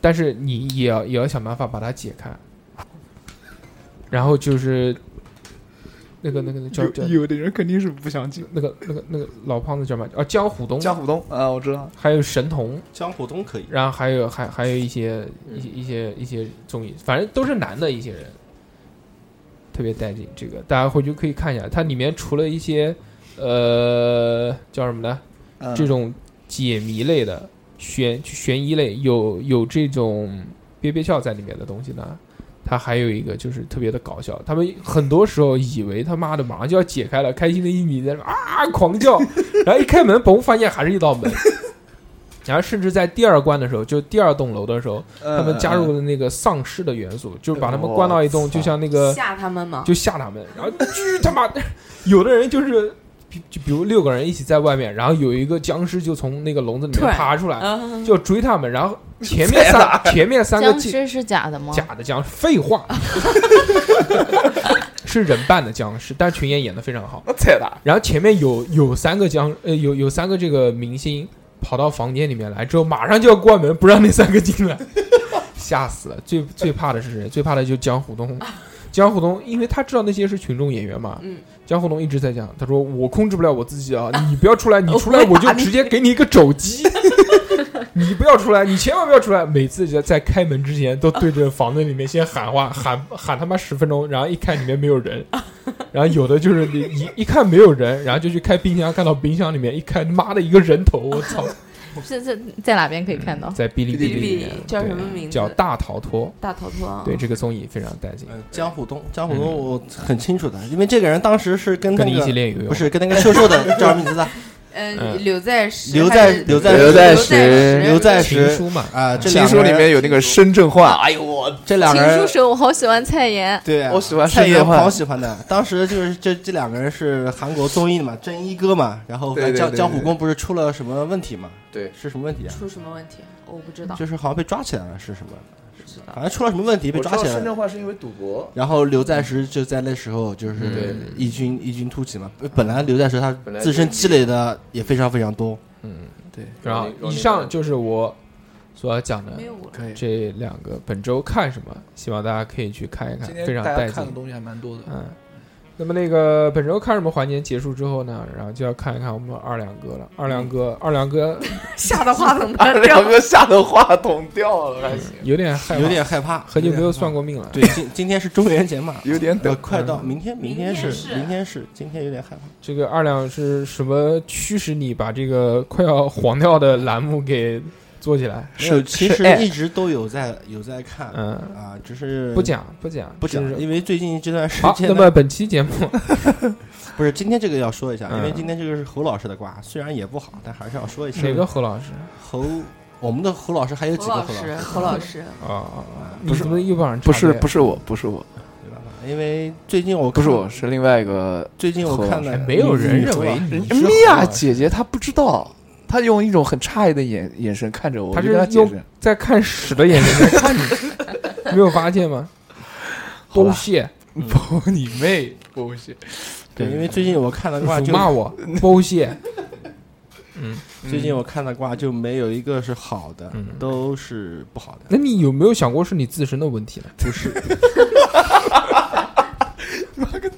但是你也要也要想办法把它解开。然后就是那个那个那叫叫
有有的人肯定是不想进。
那个那个那个老胖子叫什么？啊，江虎东，
江虎东啊，我知道，
还有神童，
江虎东可以，
然后还有还还有一些一些一些一些综艺，反正都是男的一些人，特别带劲。这个大家回去可以看一下，它里面除了一些呃叫什么呢，
嗯
这种解谜类的悬悬疑类，有有这种憋憋笑在里面的东西呢。它还有一个就是特别的搞笑，他们很多时候以为他妈的马上就要解开了，开心的一米在那啊狂叫，然后一开门，嘣，发现还是一道门。然后甚至在第二关的时候，就第二栋楼的时候，
嗯呃
他们加入了那个丧尸的元素，就是把他们关到一栋，就像那个
吓他们嘛，
就吓他们，然后巨他妈，有的人就是。比就比如六个人一起在外面，然后有一个僵尸就从那个笼子里
突
面
然
爬出来，
嗯，
就追他们，然后前面三前面三个
僵
进
尸是假的吗？
假的僵尸，废话， *laughs* 是人扮的僵尸，但群演演的非常好。
我猜的，
然后前面有有三个僵呃有有三个这个明星跑到房间里面来之后，马上就要关门，不让那三个进来，吓死了。最最怕的是谁？最怕的就是江虎东。江虎东，因为他知道那些是群众演员嘛，
啊嗯
江虎东一直在讲，他说我控制不了我自
*laughs*
己啊，你不要出来，你出来
我会
我就
打你
直接给你一个肘击， *laughs* 你不要出来，你千万不要出来。每次在在开门之前都对着房子里面先喊话，喊喊他妈十分钟，然后一看里面没有人，
啊
然后有的就是你一一看没有人，然后就去开冰箱，看到冰箱里面一看，妈的一个人头，我
*laughs*
操！
是在在哪边可以看
哦
到？
在哔哩哔哩里面
叫
对
什么名字
叫大逃脱。
大逃脱啊，
对，这个综艺非常带劲，
嗯，江虎东，江虎东我很清楚的，因为这个人当时是跟那
跟你一起
个
练游泳
不是跟那个瘦瘦的叫什么名字啊
*laughs*
的
呃，
嗯
刘在石
刘
还
在
是
刘在
刘
刘
在
在
石
石
刘在
情
石
书嘛，
啊？这
情
两
书
个
里面
人，
有那个深圳话，哎呦我
这两个
情书
人，
手，我好喜欢蔡妍。
对啊，
我喜欢
蔡
深
妍
圳话
好喜欢的。当时就是这这两个人是韩国综艺的嘛，真一哥嘛，然后
对对对
江
对
江虎东不是出了什么问题嘛？
对，
是什么问题啊？
出什么问题？哦我不知道，
就是好像被抓起来了，是什么？
不知道
反正出了什么问题被
我知
抓
道
起来
深
了
圳。话是因为赌博，
然后刘在石就在那时候就是
嗯
异军异军突起嘛。本来刘在石他
本来就
自身积累的也非常非常多，
嗯，
对。
然后
然后
以
你
上就是我所要讲的
没有我了。
可以。
这两个本周看什么，希望大家可以去看一看
今，天
嗯非常
大
带
家看的
劲。
东西还蛮 *laughs* 多的，
嗯，那么那个本周看什么环节结束之后呢，然后就要看一看我们二两哥了。二两哥，二两哥
吓得话筒都
二
*laughs*
掉
两哎个吓得话筒掉了，还
*laughs*
行，
有点害怕，
有点害怕。
很久没有
有点害怕
算过命了。
对，今今天是中元
*laughs*
节嘛，
有点
呃，
抖。
快到明天，明天
明
是
天是
明天是，今天有点害怕。
这个二两是什么驱使你把这个快要黄掉的栏目给做起来？
没有其
是
实
爱
一直都有在有在看
哎嗯，
啊，只是
不讲不讲
不
就
讲，
是
因为最近这段时
好，
间
那
呢，
么本期节目，
不是今天这个要说一下，
嗯
因为今天这个是侯老师的瓜，虽然也不好，但还是要说一下。
哪个侯老师？
侯？我们的侯老师还有几个
何老
侯老
师，
师？
何老师，
啊啊啊！
不是
你怎么又帮人
不是不
是，
是我，不是我，
没办法，因为最近我
不是
看
我，，是另外一个
最近我
侯老
看
师
了
没有人
你
认为
你
你是
米
侯
娅
老师
姐姐她不知道，她用一种很诧异的眼眼神看着我，
她
我就跟她
是
解
用
释，
在看屎的眼神在看你，没有发现吗？
好吧
狗血，
包你妹，不行，
对，因为最近我看的瓜
辱
就
骂我，狗血。
最近我看的瓜就没有一个是好的
嗯，
都是不好的。
那你有没有想过是你自身的问题呢？
不是，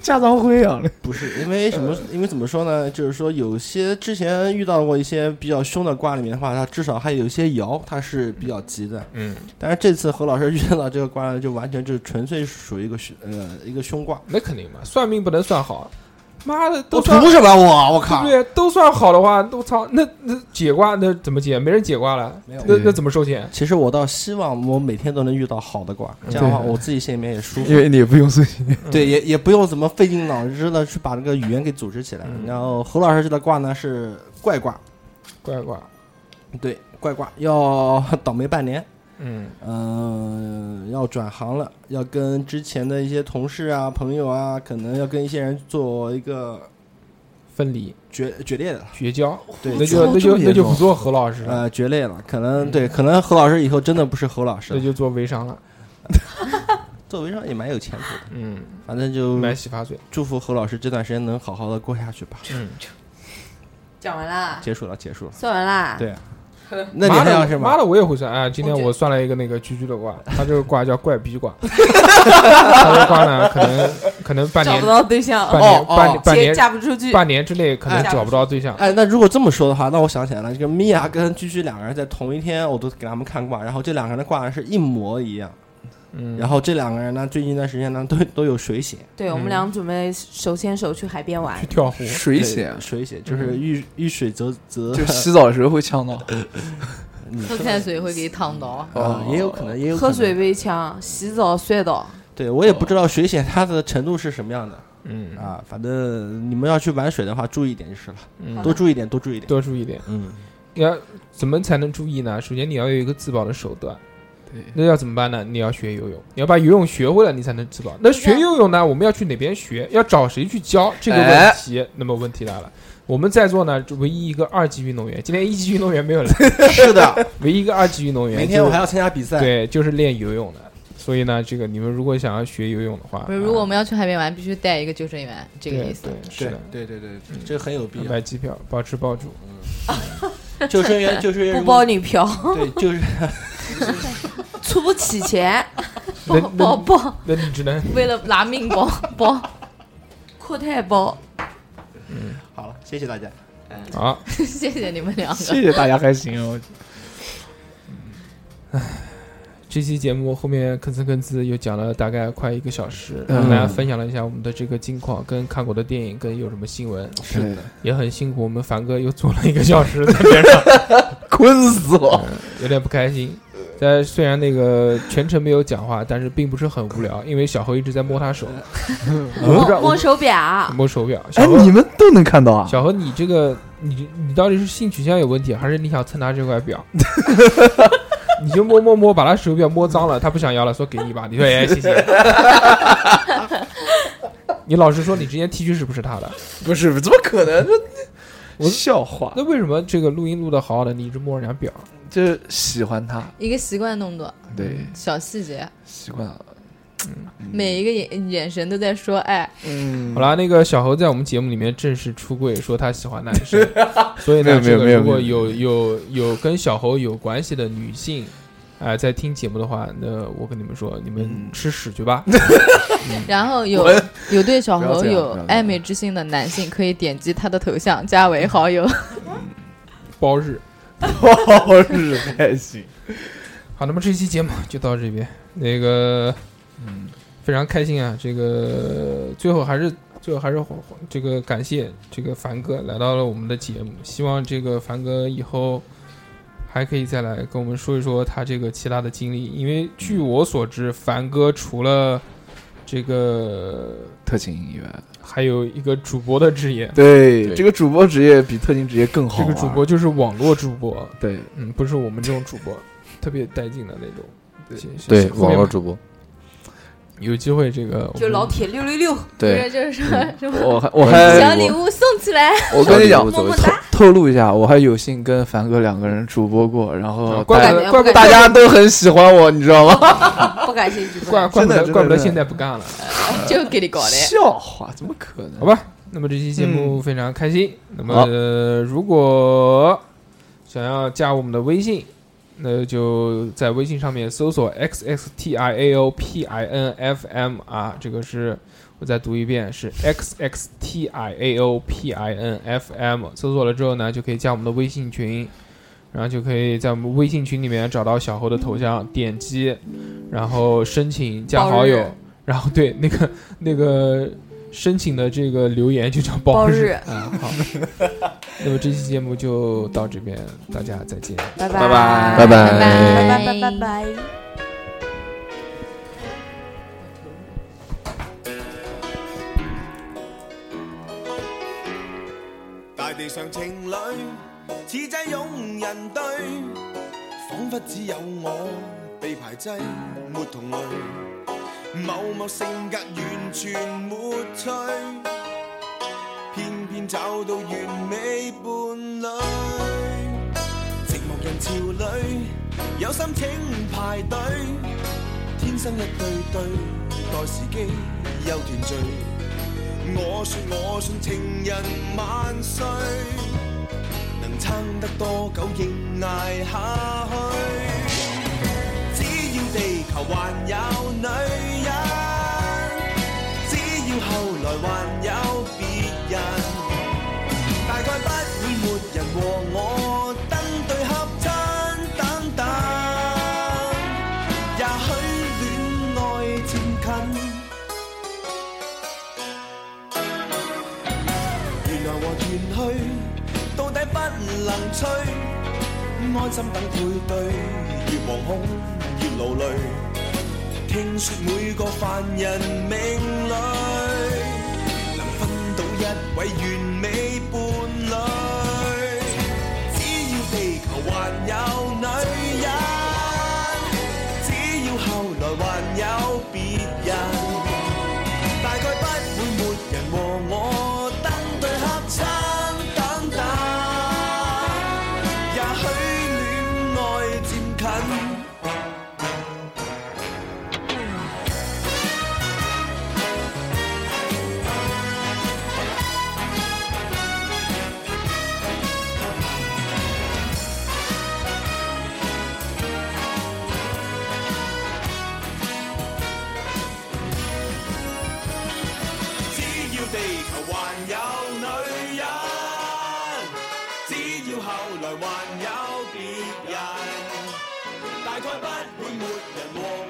家长会啊， *laughs*
不是，因为什么？因为怎么说呢？就是说，有些之前遇到过一些比较凶的卦里面的话，它至少还有一些爻，它是比较急的。
嗯，
但是这次何老师遇到这个卦呢，就完全就是纯粹属于一个凶呃一个凶卦。
那肯定嘛，算命不能算好，妈的
我
都
图
算
什么
啊
我？我
对
靠
不！对？都算好的话，都操，那那解卦那怎么解？没人解卦了，
没有
那那怎么收钱？
其实我倒希望我每天都能遇到好的卦，
嗯
这样的话我自己心里面也 *laughs* 舒服。
因为你也不用自己，
对，也也不用怎么费尽脑汁的去把这个语言给组织起来。
嗯
然后侯老师这个卦呢是怪卦，
怪卦，
对，怪卦
*laughs*
要哦 *laughs* 倒霉半年。
嗯
嗯、要转行了，要跟之前的一些同事啊、朋友啊，可能要跟一些人做一个
分离、
决决裂的，
绝交，
对，
那
决
就那就那就不做何老师了，
呃决裂了，可能对，可能何老师以后真的不是何老师
那
了，
就做微商了。
做微商也蛮有前途的，
嗯，
反正就
买洗发水。
祝福何老师这段时间能好好的过下去吧。
嗯，
讲完啦，
结束了，结束了。
算完啦。
对啊， *laughs* 那你
妈
还要
的
什
妈
么？
的，我也会算啊！今天
我觉
我算了一个那个居居的卦，他这个卦叫怪逼
*laughs*
卦。他这个卦呢，可能可能半
找
年
不到对象，
半年
哦
半半
结
年
嫁不出去，
半年之内可能
哎
找不到对象。
哎，那如果这么说的话，那我想起来了，这个米娅跟居居两个人在同一天，我都给他们看卦，然后这两个人的卦是一模一样。
嗯，
然后这两个人呢，最近一段时间呢，都 *laughs* 都有水血，
对我们俩准备手牵手去海边玩
嗯去，跳湖，
水血
啊
*laughs* 对，水血就是遇遇水则则，
就洗澡的时候会呛
*laughs*
到。
喝开水会给烫到。
*laughs* 啊，也有可能，也有可
喝
能
水。被呛，洗澡摔倒，
对我也不知道水血它的程度是什么样的
嗯，
啊，反正你们要去玩水的话，注意一点就是了，
嗯
多注意一点，多注意一点。
多注意点。
嗯，
要怎么才能注意呢？首先你要有一个自保的手段。
对
那要怎么办呢？你要学游泳，你要把游泳学会了，你才能自保。那学游泳呢？我们要去哪边学？要找谁去教？
哎
这个问题，那么问题来了。我们在座呢，就唯一一个二级运动员，今天一级运动员没有来，
*laughs* 是的，
唯一一个二级运动员、
明天我还
要
要参加比赛。
对，就是练游泳的。所以呢，这个你们如果想要学游泳的话，
不是，如果我们要去海边玩，必须带一个救生员，这个意思
啊对。对是的，
对对对对，这很有必要。
买机票，包吃包
*laughs*
住。
救生员，救生员
不
如
包
果
女票，
对，就是 *laughs*
出不起钱，
*laughs* 那
包
那
包
那你只能
为了拿命包包，
阔太包，
好了，谢谢大家。
好，
*laughs* 谢谢你们两个。
谢谢大家，还行哦。
这期节目后面吭哧吭哧又讲了大概快一个小时，
嗯
跟大家分享了一下我们的这个近况，跟看过的电影，跟有什么新闻，
是
*laughs*
的，
也很辛苦。我们凡哥又坐了一个小时在 *laughs* 边上，
困死我！
有点不开心。但虽然那个全程没有讲话，但是并不是很无聊，因为小何一直在摸他手，嗯我不嗯知道
摸摸手表，
摸手表。
哎
小何，，
你们都能看到啊？
小何，你这个你你到底是性取向有问题，还是你想蹭他这块表？ *laughs* 你就摸摸摸，把他手表摸脏了，他不想要了，说给你吧，你说哎谢 *laughs* 谢。你老实说，你这件 T 恤是不是他的？
不是，怎么可能？
我
这笑话，
那为什么这个录音录的好好的，你一直摸人家表？
就是喜欢他，
一个习惯动作，
对，
小细节，
习惯了。
每一个眼眼神都在说哎爱。
嗯
好，啦，那个小侯在我们节目里面正式出柜，说他喜欢男生，
*laughs*
所以
没
呢，
有没
这
有
个
没有
如果
没
有有有跟小侯有关系的女性，啊、在听节目的话，那我跟你们说，你
嗯
们吃屎去吧。
然后有
滚
有对小猴
嗯不要这样不
有
要这样
暧昧之心的男性，可以点击他的头像加为好友。
包日。
我日还行。
好，那么这期节目啊就到这边。那个，
嗯
非常开心啊！这个最后还是最后还是这个感谢这个凡哥来到了我们的节目，希望这个凡哥以后还可以再来跟我们说一说他这个其他的经历，因为
嗯
据我所知，凡哥除了这个
*laughs* 特勤演员，
还有一个主播的职业，
对
对
这个主播职业比特勤职业更好
这
玩。
个主播就是网络主播，
对
嗯，不是我们这种主播特别带劲的那种。行行
对
后面
网络
吧
主播，
有机会这个我
就
们
老铁六六六，
*laughs*
对，
就是说什么
我还嗯我
哎
还
小礼物送起来，
我跟你讲
小礼物，走一
么么
走
哒。
透露一下，我还有幸跟凡哥两个人主播过，然
啊
后
怪
大
不
感
得
觉
怪不
不
得
大家都很喜欢我，你知道吗？
不感兴趣，不
怪
感兴
怪不
真的真
得
的
怪不得
真的
现在不干了，
就给你搞的。
*laughs* 笑话，怎么可能？
好吧？那么这期节目非常开心。那么、
好
呃如果想要加我们的微信，那就在微信上面搜索 x x t i a o p i n f m 啊，这个是我再读一遍，是 x x t i a o p i n f m。搜索了之后呢，就可以加我们的微信群。然后就可以在我们微信群里面找到小侯的头像，点击，然后申请加
包
好友
日，
然后对那个那个申请的这个留言就叫
趣包
包日
日，
啊。好，那么这期节目就到这边，大家再见。
拜
拜
拜
拜拜
拜
拜
拜
拜拜拜。
大地上情侣似挤拥人堆，仿佛只有我被排挤，没同类。某某性格完全沒趣，偏偏想找到完美伴侶。寂寞人潮裏，有心請排隊，天生一對對，待時機又團聚。我說我信情人萬歲，能撐得多久仍捱下去。只要地球還有女人，只要後來還有別人，大概不會沒人和我登對合親等等。也許戀愛漸近，緣來和緣去，到底不能追。安心等配對，越惶恐越勞累。聽說每個凡人命裏，能分到一位完美伴侶。只要地球還有女人，只要後來還有別人，大概不會沒人和我登對合親等等。也許戀愛漸近。只要地球還有女人，只要後來還有別人，大概不會沒人和